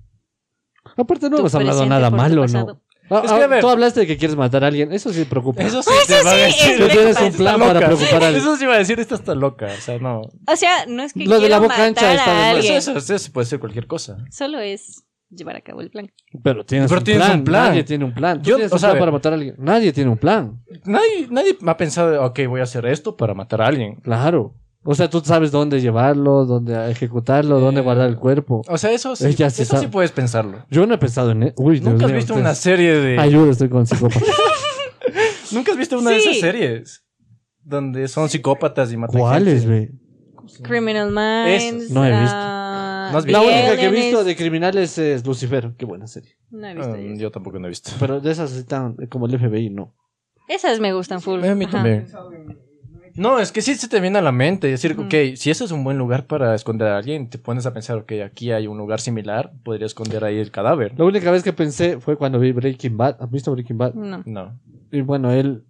Speaker 1: Aparte, no
Speaker 2: Tu
Speaker 1: hemos hablado
Speaker 2: presente
Speaker 1: nada
Speaker 2: por tu
Speaker 1: malo,
Speaker 2: pasado.
Speaker 1: ¿no? Ah,
Speaker 3: Es que, a
Speaker 1: ah,
Speaker 3: ver.
Speaker 1: Tú hablaste de que quieres matar a alguien. Eso sí preocupa.
Speaker 3: Eso sí,
Speaker 2: Eso
Speaker 3: te van a
Speaker 2: sí,
Speaker 3: decir,
Speaker 2: es Tú
Speaker 1: tienes un
Speaker 3: "Esta
Speaker 1: plan
Speaker 3: loca".
Speaker 1: para preocupar a alguien.
Speaker 3: Eso sí iba a decir, esta está loca. O sea, no.
Speaker 2: O sea, no es que
Speaker 1: Lo de
Speaker 2: quiero
Speaker 1: la boca
Speaker 2: matar
Speaker 1: ancha está de
Speaker 2: a
Speaker 1: más.
Speaker 3: Eso,
Speaker 2: alguien.
Speaker 3: eso, eso, puede ser cualquier cosa.
Speaker 2: Solo es llevar a cabo el plan.
Speaker 1: Pero tienes,
Speaker 3: Pero
Speaker 1: un,
Speaker 3: tienes
Speaker 1: plan.
Speaker 3: un plan.
Speaker 1: Nadie tiene un plan. Tú
Speaker 3: Yo-
Speaker 1: tienes
Speaker 3: o
Speaker 1: un
Speaker 3: sea,
Speaker 1: plan
Speaker 3: a ver.
Speaker 1: para matar a alguien. Nadie tiene un plan.
Speaker 3: Nadie, nadie me ha pensado, ok, voy a hacer esto para matar a alguien.
Speaker 1: Claro. O sea, tú sabes dónde llevarlo, dónde ejecutarlo, dónde
Speaker 3: Eh.
Speaker 1: guardar el cuerpo.
Speaker 3: O sea, eso sí,
Speaker 1: Eh, ya se
Speaker 3: eso sí
Speaker 1: sabe.
Speaker 3: puedes pensarlo.
Speaker 1: Yo no he pensado en... e- Uy, Dios
Speaker 3: Nunca has
Speaker 1: mío,
Speaker 3: visto
Speaker 1: ustedes-
Speaker 3: una serie de.
Speaker 1: Ayuda, estoy con psicópata.
Speaker 3: Nunca has visto una de
Speaker 2: Sí.
Speaker 3: esas series donde son psicópatas y matan
Speaker 1: ¿Cuáles,
Speaker 3: gente?
Speaker 1: güey?
Speaker 2: Criminal Minds.
Speaker 3: Esos.
Speaker 1: Mm. No he visto.
Speaker 2: ah,
Speaker 3: No has
Speaker 1: La
Speaker 3: visto.
Speaker 1: única que he
Speaker 2: Aliens.
Speaker 1: visto de criminales es Lucifer. Qué buena serie.
Speaker 2: No he visto.
Speaker 3: Um,
Speaker 2: yo.
Speaker 3: yo tampoco no he visto.
Speaker 1: Pero de esas están como el FBI, no.
Speaker 2: Esas me gustan full.
Speaker 3: A mí
Speaker 2: Ajá.
Speaker 3: también. No, es que sí se te viene a la mente decir,
Speaker 2: Ujú.
Speaker 3: ok, si ese es un buen lugar para esconder a alguien, te pones a pensar, ok, aquí hay un lugar similar, podría esconder ahí el cadáver.
Speaker 1: La única vez que pensé fue cuando vi Breaking Bad. ¿Has visto Breaking Bad?
Speaker 2: No,
Speaker 3: No.
Speaker 1: Y bueno, él.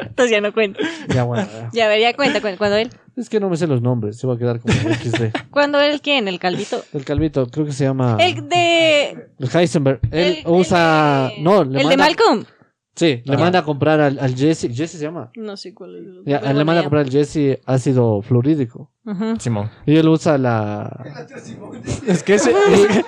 Speaker 2: entonces ya no cuenta.
Speaker 1: Ya, bueno. eh.
Speaker 2: Ya vería cuenta cu- cuando él.
Speaker 1: Es que no me sé los nombres. Se va a quedar como XD.
Speaker 2: ¿Cuándo él quién? El calvito.
Speaker 1: El Calvito, creo que se llama. El,
Speaker 2: El de.
Speaker 1: Heisenberg. Él
Speaker 2: el-
Speaker 1: usa.
Speaker 2: el de-
Speaker 1: no,
Speaker 2: el
Speaker 1: le
Speaker 2: de
Speaker 1: manda.
Speaker 2: Malcolm.
Speaker 1: sí, le
Speaker 3: Ajá.
Speaker 1: manda a comprar al, al Jesse. ¿Jesse se llama?
Speaker 2: No sé cuál es. el-
Speaker 1: Ya,
Speaker 2: Pero
Speaker 1: le manda a
Speaker 2: bueno,
Speaker 1: comprar al Jesse ácido fluorídico.
Speaker 2: ya. Ajá.
Speaker 3: Simón.
Speaker 1: Y él usa la.
Speaker 3: Es que ese...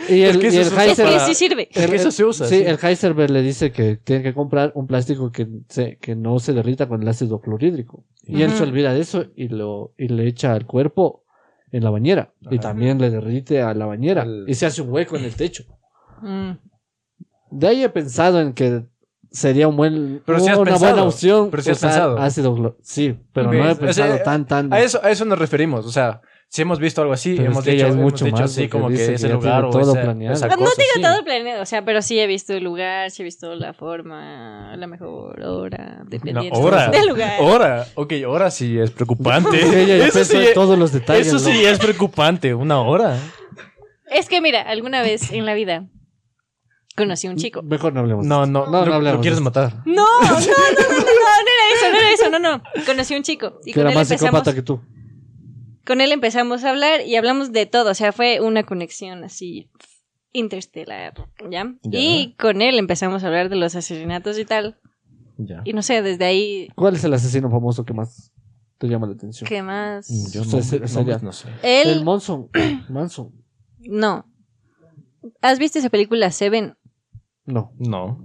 Speaker 1: Y, y el,
Speaker 3: Es que
Speaker 1: y
Speaker 3: eso
Speaker 1: el
Speaker 3: es otra
Speaker 2: Es que
Speaker 1: Heisenberg.
Speaker 2: sí sirve.
Speaker 3: Es que eso se usa,
Speaker 1: Sí,
Speaker 3: sí.
Speaker 1: el Heisenberg le dice que tiene que comprar un plástico que, se- que no se derrita con el ácido clorhídrico. Y él
Speaker 2: Ujú.
Speaker 1: se olvida de eso y, lo, y le echa al cuerpo en la bañera. Y
Speaker 3: Ajá.
Speaker 1: también le derrite a la bañera.
Speaker 3: Al-
Speaker 1: Y se hace un hueco en el techo.
Speaker 2: Mm.
Speaker 1: De ahí he pensado en que sería un buen,
Speaker 3: Pero
Speaker 1: una
Speaker 3: sí has pensado.
Speaker 1: buena opción
Speaker 3: Pero sí has
Speaker 1: usar
Speaker 3: pensado.
Speaker 1: ácido clor- Sí, pero
Speaker 3: Ok.
Speaker 1: no he
Speaker 3: O sea,
Speaker 1: pensado tan, tan...
Speaker 3: a, eso, a eso nos referimos, o sea, si hemos visto algo así,
Speaker 1: Pero es
Speaker 3: hemos
Speaker 1: que
Speaker 3: dicho,
Speaker 1: ya es
Speaker 3: hemos
Speaker 1: mucho
Speaker 3: dicho
Speaker 1: más,
Speaker 3: así
Speaker 1: porque
Speaker 3: como
Speaker 1: dice
Speaker 3: que
Speaker 1: que
Speaker 3: ese
Speaker 1: ya tiene
Speaker 3: lugar o
Speaker 1: todo
Speaker 3: esa-
Speaker 1: planeado.
Speaker 3: esa
Speaker 1: No
Speaker 2: Ah, No
Speaker 3: cosa,
Speaker 2: tengo
Speaker 3: sí.
Speaker 2: todo planeado, o sea, pero sí he visto el lugar, sí he visto la forma, la mejor hora, dependiendo
Speaker 3: hora.
Speaker 2: del lugar.
Speaker 3: Ahora, ok, ahora sí es preocupante.
Speaker 1: Sí, ya- ya
Speaker 3: eso
Speaker 1: pensó
Speaker 3: sí,
Speaker 1: en todos los detalles.
Speaker 3: eso
Speaker 1: ¿no?
Speaker 3: sí es preocupante, una hora.
Speaker 2: Es que mira, alguna vez en la vida conocí a un chico.
Speaker 1: Mejor no hablemos.
Speaker 3: No,
Speaker 1: No,
Speaker 3: no,
Speaker 1: no
Speaker 3: lo- lo,
Speaker 1: hablemos de
Speaker 3: quieres
Speaker 1: eso.
Speaker 3: matar.
Speaker 2: No, no, no, no, no, no, no era eso, no era eso, no, no. Conocí a un chico y
Speaker 1: Que
Speaker 2: con
Speaker 1: era
Speaker 2: él
Speaker 1: más
Speaker 2: empezamos,
Speaker 1: psicópata que tú.
Speaker 2: con él empezamos a hablar y hablamos de todo, o sea, fue una conexión así interestelar, ¿ya?
Speaker 3: Ya.
Speaker 2: Y con él empezamos a hablar de los asesinatos y tal.
Speaker 3: Ya.
Speaker 2: Y no sé, desde ahí,
Speaker 1: ¿Cuál es el asesino famoso que más te llama la atención?
Speaker 2: ¿qué más?
Speaker 3: Yo
Speaker 1: O sea,
Speaker 3: no,
Speaker 1: se-
Speaker 3: no,
Speaker 1: sería-
Speaker 3: no sé.
Speaker 2: Él,
Speaker 1: El Monson. Manson.
Speaker 2: No. ¿Has visto esa película Seven?
Speaker 1: No.
Speaker 3: No.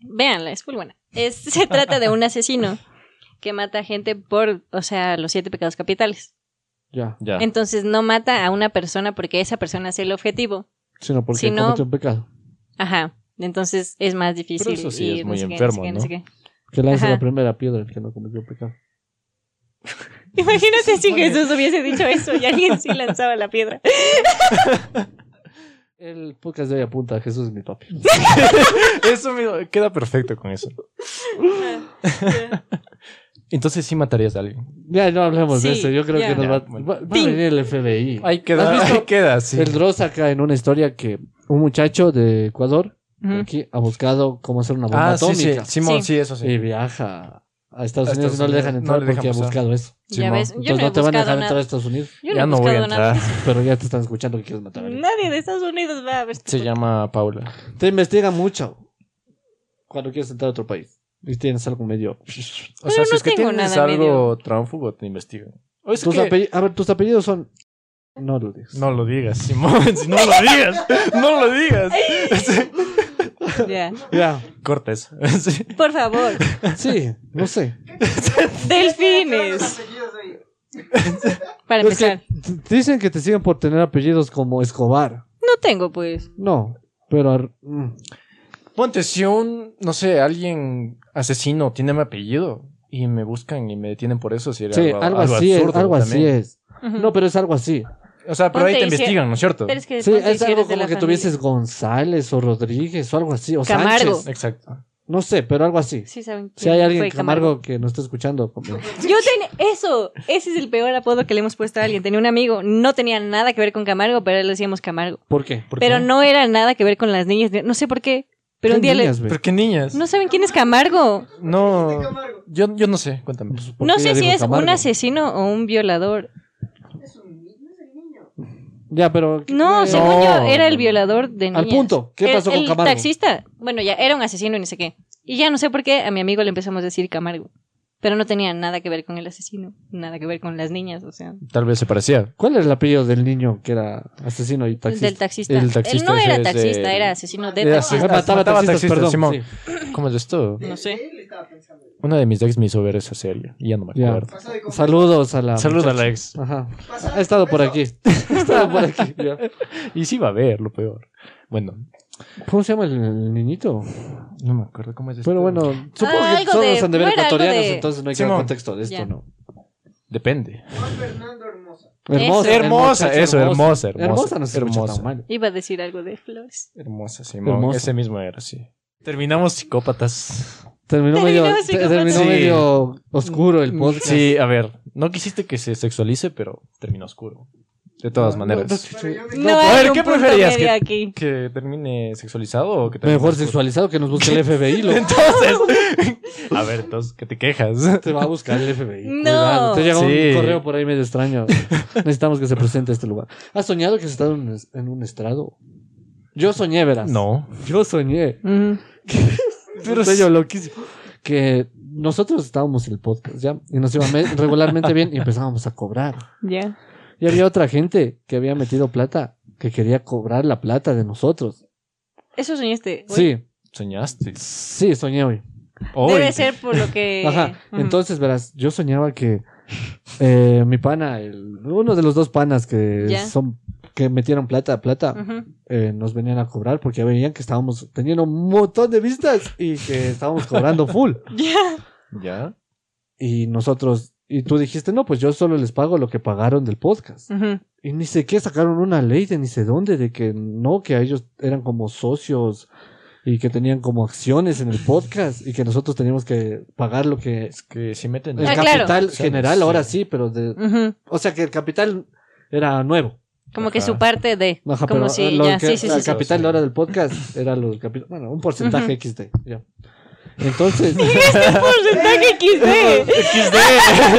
Speaker 2: Véanla, es muy buena. Es- se trata de un asesino que mata gente por, o sea, los siete pecados capitales.
Speaker 1: Ya.
Speaker 3: Ya.
Speaker 2: Entonces no mata a una persona porque esa persona es el objetivo.
Speaker 1: Sino porque
Speaker 2: Si no-
Speaker 1: cometió un pecado.
Speaker 2: Ajá. Entonces es más difícil.
Speaker 3: Pero eso sí
Speaker 2: y
Speaker 3: es
Speaker 2: no
Speaker 3: muy
Speaker 2: sé qué,
Speaker 3: enfermo,
Speaker 2: no sé qué, no sé
Speaker 1: Que lance
Speaker 2: Ajá.
Speaker 1: la primera piedra el que no cometió pecado.
Speaker 2: qué. Imagínate si Jesús hubiese dicho eso y alguien sí lanzaba la piedra.
Speaker 1: El podcast de hoy apunta a Jesús es mi papi.
Speaker 3: Eso mismo, queda perfecto con eso. Entonces sí matarías a alguien.
Speaker 1: Ya, no hablemos de
Speaker 2: Sí,
Speaker 1: eso. Yo creo
Speaker 2: ya.
Speaker 1: que nos
Speaker 3: Ya,
Speaker 1: va,
Speaker 3: bueno.
Speaker 1: va- va a
Speaker 2: Ting.
Speaker 1: venir el FBI.
Speaker 3: Ahí queda,
Speaker 1: ¿Has visto?
Speaker 3: ahí queda, sí.
Speaker 1: El Dross acá en una historia que un muchacho de Ecuador
Speaker 2: Ujú.
Speaker 1: aquí ha buscado cómo hacer una bomba
Speaker 3: Ah, sí, sí,
Speaker 1: atómica.
Speaker 3: Simón, sí, eso
Speaker 1: Y
Speaker 3: sí.
Speaker 1: viaja a Estados
Speaker 3: A
Speaker 1: Unidos
Speaker 3: Estados
Speaker 1: y no le dejan
Speaker 3: Unidos.
Speaker 1: entrar
Speaker 3: No le dejan
Speaker 1: porque ha
Speaker 3: pasar.
Speaker 1: buscado eso.
Speaker 2: ya
Speaker 3: Simón.
Speaker 2: ves, yo
Speaker 1: Entonces
Speaker 2: no he
Speaker 1: no te van a
Speaker 2: buscado
Speaker 1: dejar
Speaker 2: nada.
Speaker 1: entrar a Estados Unidos,
Speaker 2: Yo
Speaker 3: ya
Speaker 2: he
Speaker 3: no voy a
Speaker 2: buscado nada.
Speaker 3: entrar.
Speaker 1: pero ya te están escuchando que quieres matar a alguien.
Speaker 2: Nadie de Estados Unidos va a ver. este
Speaker 3: Se llama Paula.
Speaker 1: Te investigan mucho cuando quieres entrar a otro país y tienes algo medio.
Speaker 3: O sea,
Speaker 2: Pero
Speaker 3: si
Speaker 2: no
Speaker 3: es que
Speaker 2: tengo
Speaker 3: tienes
Speaker 2: nada
Speaker 3: algo
Speaker 2: medio.
Speaker 3: tránfugo, te investigan. O es
Speaker 1: Tus
Speaker 3: que-
Speaker 1: apelli- A ver, tus apellidos son. No lo digas.
Speaker 3: No lo digas, Simón. si no lo digas. No lo digas.
Speaker 2: Ya.
Speaker 1: Ya.
Speaker 3: Corta eso. Sí.
Speaker 2: Por favor,
Speaker 1: Sí, no sé.
Speaker 2: delfines. Para
Speaker 1: Es
Speaker 2: empezar.
Speaker 1: que d- dicen que te siguen por tener apellidos como Escobar.
Speaker 2: No tengo, pues.
Speaker 1: No, pero. ar- mm.
Speaker 3: Ponte, si un, no sé, alguien asesino tiene mi apellido, Y me buscan y me detienen por eso. Si era
Speaker 1: Sí, algo, así es.
Speaker 3: absurdo
Speaker 1: Algo así
Speaker 3: también.
Speaker 1: es. No, pero es algo así.
Speaker 3: O sea, pero
Speaker 2: Ponte
Speaker 3: ahí te
Speaker 2: y si-
Speaker 3: investigan, ¿no es cierto?
Speaker 2: Pero es que
Speaker 1: Sí,
Speaker 2: ponte
Speaker 1: es
Speaker 2: si
Speaker 1: algo
Speaker 2: eres de
Speaker 1: como
Speaker 2: la
Speaker 1: que
Speaker 2: familia.
Speaker 1: tuvieses González o Rodríguez o algo así. O
Speaker 2: Camargo.
Speaker 1: Sánchez.
Speaker 3: Exacto.
Speaker 1: No sé, pero algo así.
Speaker 2: Sí, saben
Speaker 1: Si
Speaker 2: quién
Speaker 1: hay alguien
Speaker 2: fue
Speaker 1: en Camargo que nos está escuchando, como-
Speaker 2: Yo tenía eso. Ese es el peor apodo que le hemos puesto a alguien. Tenía un amigo, no tenía nada que ver con Camargo, pero le decíamos Camargo.
Speaker 1: ¿por qué?
Speaker 3: ¿Por
Speaker 2: Pero
Speaker 3: qué?
Speaker 2: no era nada que ver con las niñas. No sé por qué. Pero un día le...
Speaker 3: ¿Pero qué niñas?
Speaker 2: No saben quién es Camargo.
Speaker 4: De
Speaker 3: No.
Speaker 4: Camargo.
Speaker 3: Yo, yo no sé, cuéntame.
Speaker 1: Pues,
Speaker 2: No sé si es un asesino o un violador.
Speaker 4: Es un niño, es el niño.
Speaker 1: Ya, pero.
Speaker 2: No,
Speaker 1: eh,
Speaker 2: según yo, era el violador de niñas.
Speaker 1: Al punto, ¿qué
Speaker 2: El-
Speaker 1: pasó con
Speaker 2: el
Speaker 1: Camargo?
Speaker 2: taxista, bueno, ya era un asesino y no sé qué. Y ya no sé por qué a mi amigo le empezamos a decir Camargo. Pero no tenía nada que ver con el asesino, nada que ver con las niñas, o sea.
Speaker 3: Tal vez se parecía.
Speaker 1: ¿Cuál era el apellido del niño que era asesino y taxista?
Speaker 2: Del taxista.
Speaker 3: El taxista
Speaker 2: Él no
Speaker 3: ese
Speaker 2: era
Speaker 3: es
Speaker 2: taxista,
Speaker 3: de-
Speaker 2: era asesino de
Speaker 3: Era
Speaker 1: Ah,
Speaker 2: taxista.
Speaker 3: asesino.
Speaker 1: mataba,
Speaker 3: Mataba
Speaker 1: taxistas,
Speaker 3: taxistas,
Speaker 1: perdón.
Speaker 3: Simón.
Speaker 1: sí.
Speaker 3: ¿Cómo es esto?
Speaker 2: No sé.
Speaker 4: Él estaba pensando.
Speaker 3: Una de mis ex me hizo ver esa serie. Y ya Ah, no me
Speaker 1: Ya.
Speaker 3: acuerdo.
Speaker 4: Pasó de
Speaker 1: Saludos a la.
Speaker 3: Saludos a
Speaker 1: muchacha.
Speaker 3: la ex.
Speaker 1: Ajá.
Speaker 4: Pasó
Speaker 1: Ha estado por
Speaker 4: eso.
Speaker 1: aquí. Ha estado por aquí. ya.
Speaker 3: Y sí va a ver, lo peor. Bueno,
Speaker 1: ¿Cómo se llama el, el niñito?
Speaker 3: no me acuerdo cómo es esto.
Speaker 1: Pero bueno, supongo que
Speaker 2: Ah, algo
Speaker 1: todos
Speaker 2: de-
Speaker 1: han de ver
Speaker 2: no era algo
Speaker 1: ecuatorianos,
Speaker 2: de-
Speaker 1: entonces no hay que
Speaker 3: Simón.
Speaker 1: dar contexto de esto,
Speaker 2: Ya.
Speaker 1: ¿no?
Speaker 3: Depende.
Speaker 4: Juan Fernando Hermosa.
Speaker 2: Hermosa,
Speaker 3: Hermosa, eso, hermosa, hermosa.
Speaker 1: Hermosa no se escucha
Speaker 3: Hermosa.
Speaker 1: tan mal.
Speaker 2: Iba a decir algo de flores.
Speaker 3: Hermosa, Simón.
Speaker 1: Hermosa.
Speaker 3: Ese mismo era, sí. Terminamos psicópatas.
Speaker 1: Terminó,
Speaker 2: Terminó
Speaker 1: medio,
Speaker 2: así como-
Speaker 1: terminó
Speaker 3: Sí.
Speaker 1: medio oscuro el podcast.
Speaker 3: Sí, a ver. No quisiste que se sexualice, pero terminó oscuro. De todas maneras.
Speaker 4: Pero yo me
Speaker 2: No,
Speaker 3: a
Speaker 2: hay
Speaker 3: ver,
Speaker 2: un
Speaker 3: ¿qué
Speaker 2: punto
Speaker 3: preferías?
Speaker 2: medio
Speaker 3: ¿Que-
Speaker 2: aquí.
Speaker 3: ¿Que termine sexualizado o que termine
Speaker 1: Mejor
Speaker 3: oscuro?
Speaker 1: sexualizado que nos busque el FBI. Lo,
Speaker 3: Entonces, a ver, entonces, ¿qué te quejas?
Speaker 1: te va a buscar el FBI.
Speaker 2: No.
Speaker 1: Cuidado. Te llega
Speaker 3: Sí.
Speaker 1: un correo por ahí medio extraño. Necesitamos que se presente a este lugar. ¿Has soñado que has estado en un, es- en un estrado? Yo soñé, verás.
Speaker 3: No.
Speaker 1: Yo soñé.
Speaker 2: Mm,
Speaker 3: Pero
Speaker 1: un sueño loquísimo. Que nosotros estábamos en el podcast, ¿ya? Y nos iba me- regularmente bien y empezábamos a cobrar.
Speaker 2: Ya.
Speaker 1: Y había otra gente que había metido plata, que quería cobrar la plata de nosotros.
Speaker 2: Eso soñaste. hoy.
Speaker 1: Sí,
Speaker 3: Soñaste.
Speaker 1: sí, soñé hoy.
Speaker 3: Hoy.
Speaker 2: Debe ser por lo que.
Speaker 1: Ajá.
Speaker 2: Eh, Ujú.
Speaker 1: Entonces, verás, yo soñaba que eh, mi pana, el- uno de los dos panas que
Speaker 2: Ya.
Speaker 1: son que metieron plata a plata,
Speaker 2: Ujú.
Speaker 1: eh, nos venían a cobrar porque veían que estábamos teniendo un montón de vistas y que estábamos cobrando full.
Speaker 2: Ya.
Speaker 3: ¿Ya?
Speaker 1: Y nosotros, y tú dijiste, no, pues yo solo les pago lo que pagaron del podcast.
Speaker 2: Ujú.
Speaker 1: Y ni sé qué, sacaron una ley de ni sé dónde, de que no, que a ellos eran como socios y que tenían como acciones en el podcast y que nosotros teníamos que pagar lo que
Speaker 3: Es que si meten...
Speaker 1: El
Speaker 2: Ah, claro.
Speaker 1: capital general
Speaker 3: Sí.
Speaker 1: ahora sí, pero de,
Speaker 2: Ujú.
Speaker 1: o sea que el capital era nuevo.
Speaker 2: Como que
Speaker 3: Ajá.
Speaker 2: su parte de.
Speaker 1: Ajá,
Speaker 2: como
Speaker 1: pero
Speaker 2: si.
Speaker 1: lo
Speaker 2: Ya,
Speaker 1: que-
Speaker 2: sí, sí,
Speaker 1: el
Speaker 2: sí. sí.
Speaker 1: capital
Speaker 3: Sí.
Speaker 1: ahora del podcast era los capital, bueno, un porcentaje
Speaker 2: Ujú.
Speaker 1: XD, ya. Entonces,
Speaker 2: Este Porcentaje XD.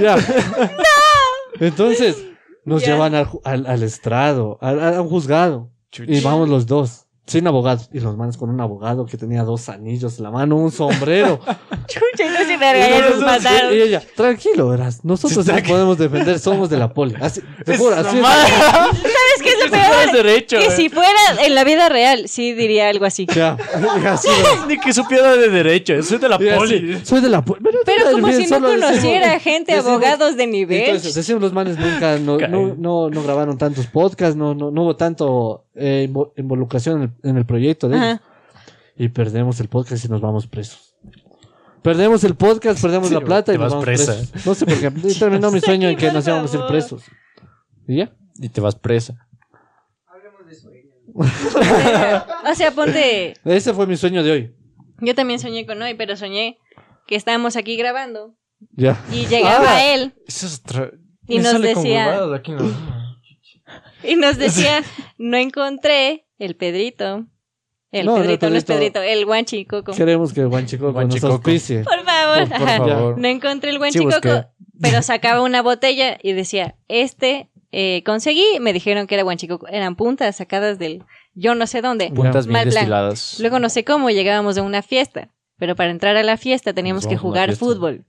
Speaker 1: ya. Entonces nos
Speaker 2: Ya.
Speaker 1: llevan al, ju- al- al estrado, al- a, un juzgado y vamos los dos. Sin abogado. Y los manos con un abogado que tenía dos anillos en la mano, un sombrero.
Speaker 2: Chucha, y no se
Speaker 1: Y
Speaker 2: verga, ya
Speaker 1: nosotros-
Speaker 2: nos mataron.
Speaker 1: Y ella, tranquilo, verás, nosotros nos podemos defender, somos de la poli. Así, te juro, así es.
Speaker 2: ¿Sabes qué es lo peor?
Speaker 3: derecho.
Speaker 1: ¿eh?
Speaker 2: Que si fuera en la vida real, sí diría algo así.
Speaker 1: Ya, y así,
Speaker 3: eh. Ni que supiera de derecho. eh. Soy de la
Speaker 1: y así,
Speaker 3: poli.
Speaker 1: Soy de la poli. Pero,
Speaker 2: Pero como si no
Speaker 1: solo decimos-
Speaker 2: conociera gente,
Speaker 1: decimos-
Speaker 2: abogados de nivel.
Speaker 1: Entonces, decimos los manes nunca, no,
Speaker 3: Cae.
Speaker 1: no, no, no grabaron tantos podcasts, no, no, no hubo tanto eh, invo- involucración en el, en el proyecto de ellos.
Speaker 2: Ajá.
Speaker 1: Y perdemos el podcast y nos vamos presos. Perdemos el podcast, perdemos
Speaker 3: Sí,
Speaker 1: la plata y
Speaker 3: te
Speaker 1: nos
Speaker 3: vas
Speaker 1: vamos
Speaker 3: presa.
Speaker 1: presos. No sé por qué. Terminó mi sueño en
Speaker 2: Qué
Speaker 1: que
Speaker 2: mal
Speaker 1: nos íbamos a ir
Speaker 2: favor.
Speaker 1: presos. ¿Y ya?
Speaker 3: Y te vas presa.
Speaker 4: Hablemos de sueños.
Speaker 1: ¿eh?
Speaker 2: O sea, ponte.
Speaker 1: Ese fue mi sueño de hoy.
Speaker 2: Yo también soñé con hoy, pero soñé que estábamos aquí grabando
Speaker 1: Ya.
Speaker 2: y llegaba
Speaker 1: Ah.
Speaker 2: él
Speaker 3: Eso es otra...
Speaker 2: Y
Speaker 3: Me
Speaker 2: nos
Speaker 3: sale con
Speaker 2: decía-
Speaker 3: huevadas aquí en la-
Speaker 2: y nos decía, no encontré el Pedrito. El
Speaker 1: No, no,
Speaker 2: Pedrito, no es
Speaker 1: Pedrito.
Speaker 2: Pedrito, el Guanchi Coco.
Speaker 1: Queremos que Juan Chico
Speaker 3: Juan
Speaker 1: nos
Speaker 3: Chicoco.
Speaker 1: auspicie.
Speaker 2: Por favor.
Speaker 3: Por
Speaker 2: Ajá.
Speaker 3: favor.
Speaker 2: No encontré el
Speaker 3: Sí,
Speaker 2: Guanchi Coco,
Speaker 3: busqué.
Speaker 2: pero sacaba una botella y decía, este eh, conseguí, me dijeron que era Guanchi Coco. Eran puntas sacadas del yo no sé dónde.
Speaker 3: Puntas bien
Speaker 2: Mal plan.
Speaker 3: destiladas.
Speaker 2: Luego no sé cómo llegábamos a una fiesta, pero para entrar a la fiesta teníamos
Speaker 3: Nos
Speaker 2: que
Speaker 3: Pues vamos a una
Speaker 2: jugar
Speaker 3: fiesta.
Speaker 2: fútbol.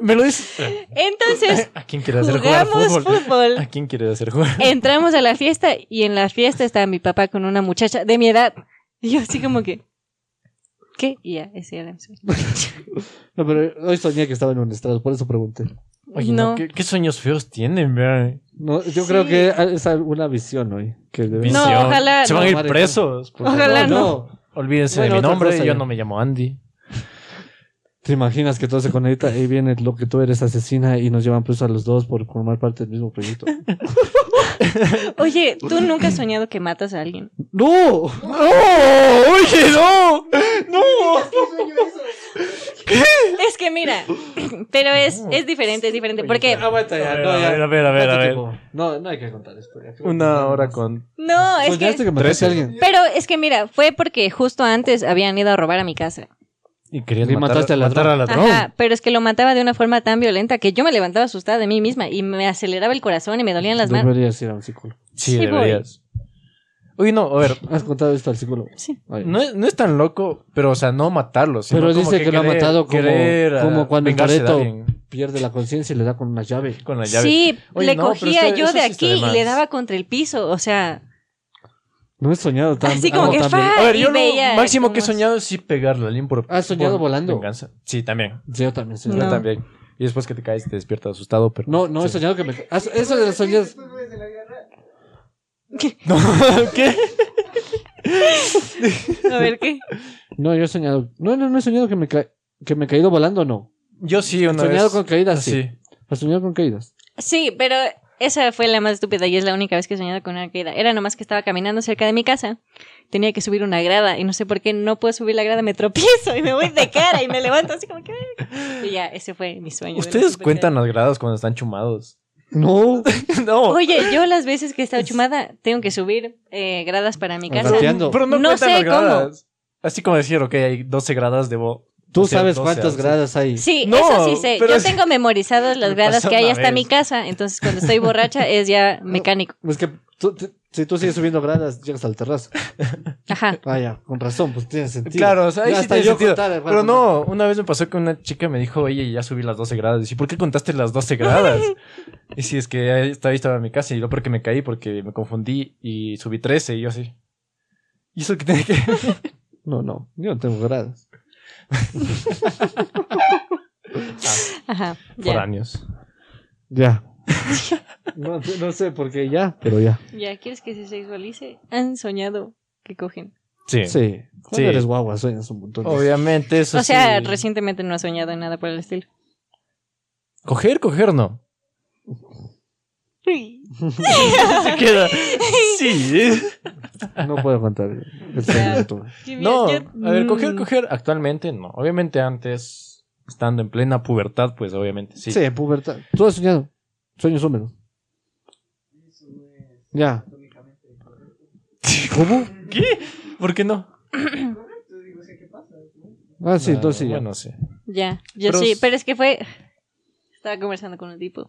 Speaker 3: Me lo dices.
Speaker 2: Entonces
Speaker 3: ¿A quién quieres hacer jugar
Speaker 2: jugamos
Speaker 3: fútbol?
Speaker 2: fútbol.
Speaker 3: ¿A quién quieres hacer jugar?
Speaker 2: Entramos a la fiesta y en la fiesta estaba mi papá con una muchacha de mi edad. Y yo así como que... ¿Qué? Y ya, ese era mi sueño.
Speaker 1: No, pero hoy soñé que estaba en un estrado, por eso pregunté.
Speaker 2: Eh,
Speaker 3: Oye, no. ¿qué, qué sueños feos tienen, vean?
Speaker 1: No, yo
Speaker 2: Sí.
Speaker 1: creo que es alguna visión hoy. Que debemos-
Speaker 2: No, ojalá
Speaker 3: Se
Speaker 2: no.
Speaker 3: van a ir presos. por
Speaker 2: Ojalá
Speaker 3: favor.
Speaker 2: no.
Speaker 3: Olvídense
Speaker 1: Bueno,
Speaker 3: de mi
Speaker 1: otra
Speaker 3: nombre,
Speaker 1: cosa
Speaker 3: yo
Speaker 1: ya.
Speaker 3: no me llamo Andy.
Speaker 1: ¿Te imaginas que todo se conecta y viene lo que tú eres asesina y nos llevan preso a los dos por formar parte del mismo proyecto?
Speaker 2: Oye, ¿tú nunca has soñado que matas a alguien?
Speaker 1: ¡No! ¡No! ¡Oye, no! ¡No!
Speaker 4: ¿Qué sueño eso?
Speaker 2: Es que mira, pero es, es diferente, es diferente. Porque
Speaker 1: Aguanta
Speaker 3: A ver, a ver, a ver, a ver, a ver.
Speaker 1: No, no hay que contar esto. ya.
Speaker 3: Una hora con.
Speaker 2: no,
Speaker 3: Pues
Speaker 2: es
Speaker 1: ¿Soñaste
Speaker 2: que.
Speaker 1: que mataste a alguien?
Speaker 2: Pero es que mira, fue porque justo antes habían ido a robar a mi casa.
Speaker 3: Y querías
Speaker 1: Y
Speaker 3: matar,
Speaker 1: mataste al
Speaker 3: matar
Speaker 1: ladrón.
Speaker 3: al ladrón.
Speaker 2: Ajá, pero es que lo mataba de una forma tan violenta que yo me levantaba asustada de mí misma y me aceleraba el corazón y me dolían las manos.
Speaker 1: Deberías ir a un psicólogo.
Speaker 3: Sí,
Speaker 2: Sí, voy.
Speaker 3: deberías. Uy, no, a ver.
Speaker 1: ¿Has contado esto al psicólogo?
Speaker 2: Sí.
Speaker 1: Ay.
Speaker 3: No es, no es tan loco, pero, o sea, no matarlo. sino
Speaker 1: Pero
Speaker 3: como
Speaker 1: dice que lo ha
Speaker 3: querer-
Speaker 1: matado como-
Speaker 3: querer, ah,
Speaker 1: como cuando
Speaker 3: vengarse de
Speaker 1: Toretto-
Speaker 3: alguien
Speaker 1: Pierde la conciencia y le da con una llave.
Speaker 3: Con la llave.
Speaker 2: Sí,
Speaker 3: Oye,
Speaker 2: le
Speaker 3: no, pero
Speaker 2: cogía
Speaker 3: esto-
Speaker 2: yo
Speaker 3: eso
Speaker 2: de
Speaker 3: sí está
Speaker 2: aquí
Speaker 3: de
Speaker 2: y
Speaker 3: más.
Speaker 2: le daba contra el piso, o sea,
Speaker 1: No he soñado tan
Speaker 2: Así como
Speaker 1: algo
Speaker 2: que
Speaker 1: tan
Speaker 2: fa-
Speaker 1: violento.
Speaker 3: A ver,
Speaker 2: y
Speaker 3: yo
Speaker 2: veía
Speaker 3: lo máximo que he
Speaker 2: cómo-
Speaker 3: soñado es sí pegarle a alguien por.
Speaker 1: ¿Has soñado
Speaker 3: por
Speaker 1: volando?
Speaker 3: Venganza. Sí, también.
Speaker 1: Yo también soñé.
Speaker 2: No.
Speaker 3: Yo también. Y después que te caes, te despiertas asustado, pero.
Speaker 1: No, no he
Speaker 3: Sí.
Speaker 1: soñado que me. has- Eso de los soñados.
Speaker 4: Tú no eres de la vida real.
Speaker 3: No, ¿Qué?
Speaker 2: a ver qué.
Speaker 1: No, yo he soñado. No, no, no he soñado que me, ca- que me he caído volando, no.
Speaker 3: Yo sí, una
Speaker 1: soñado
Speaker 3: vez. Ah,
Speaker 1: con caídas, sí.
Speaker 3: Sí.
Speaker 1: He soñado con caídas.
Speaker 2: Sí, pero esa fue la más estúpida y es la única vez que he soñado con una caída. Era nomás que estaba caminando cerca de mi casa, tenía que subir una grada y no sé por qué no puedo subir la grada, me tropiezo y me voy de cara y me levanto así como que... Y ya, ese fue mi sueño. de la
Speaker 3: Ustedes
Speaker 2: estupidez.
Speaker 3: cuentan las gradas cuando están chumados.
Speaker 1: No.
Speaker 3: no.
Speaker 2: Oye, yo las veces que he estado chumada tengo que subir eh, gradas para mi casa.
Speaker 1: Gateando.
Speaker 3: Pero no,
Speaker 2: No
Speaker 3: cuentan
Speaker 2: sé
Speaker 3: las gradas. Así como decir, ok, hay 12 gradas de bo.
Speaker 1: Tú
Speaker 3: o sea,
Speaker 1: sabes
Speaker 3: 12,
Speaker 1: cuántas
Speaker 3: once.
Speaker 1: gradas hay.
Speaker 2: Sí,
Speaker 3: No,
Speaker 2: eso sí sé.
Speaker 3: pero
Speaker 2: Yo
Speaker 3: es-
Speaker 2: tengo memorizadas las
Speaker 3: Me
Speaker 2: gradas
Speaker 3: pasó
Speaker 2: que hay
Speaker 3: una
Speaker 2: hasta mi
Speaker 3: vez.
Speaker 2: casa, entonces cuando estoy borracha es ya mecánico.
Speaker 1: Es que tú- te- si tú sigues subiendo gradas, llegas al terrazo.
Speaker 2: Ajá.
Speaker 1: Ah, ya, con razón, pues tiene sentido.
Speaker 3: Claro, o sea, ahí
Speaker 1: Ya
Speaker 3: sí
Speaker 1: hasta
Speaker 3: tiene
Speaker 1: yo
Speaker 3: sentido.
Speaker 1: contar,
Speaker 3: Pero no, una vez me pasó que una chica me dijo, oye, ya subí las 12 gradas. Y sí, ¿por qué contaste las 12 gradas? y sí, es que ahí estaba, ahí estaba en mi casa y lo peor que me caí porque me confundí y subí 13 y yo así. ¿Y eso que tiene que
Speaker 1: No, no, yo no tengo gradas.
Speaker 2: Ajá.
Speaker 3: Por
Speaker 2: Ya.
Speaker 3: años.
Speaker 1: Ya. no, no sé por qué ya, pero ya.
Speaker 2: ya, ¿quieres que se sexualice? Han soñado que cogen.
Speaker 3: Sí.
Speaker 1: Sí. Cuando
Speaker 3: Sí.
Speaker 1: eres guagua, sueñas un montón.
Speaker 3: Obviamente, eso
Speaker 2: O sea,
Speaker 3: sí.
Speaker 2: recientemente no ha soñado nada por el estilo.
Speaker 3: Coger, coger, no. Se queda. Sí.
Speaker 1: No puedo contar el sueño que tuve.
Speaker 3: No, a ver,
Speaker 2: Mm,
Speaker 3: coger, coger, actualmente no. Obviamente antes, estando en plena pubertad, pues obviamente sí.
Speaker 1: Sí, pubertad. Tú has soñado. Sueños húmedos.
Speaker 4: Eso no es
Speaker 1: Ya.
Speaker 4: atómicamente correcto.
Speaker 1: ¿Cómo?
Speaker 3: ¿Qué? ¿Por qué no?
Speaker 4: Correcto, digo, o sea, ¿qué pasa? ¿No?
Speaker 1: Ah, sí,
Speaker 3: Ah,
Speaker 1: entonces sí, ya.
Speaker 3: Bueno, sí.
Speaker 2: Ya, yo
Speaker 3: Pero
Speaker 2: sí,
Speaker 3: s-
Speaker 2: pero es que fue. Estaba conversando con un tipo.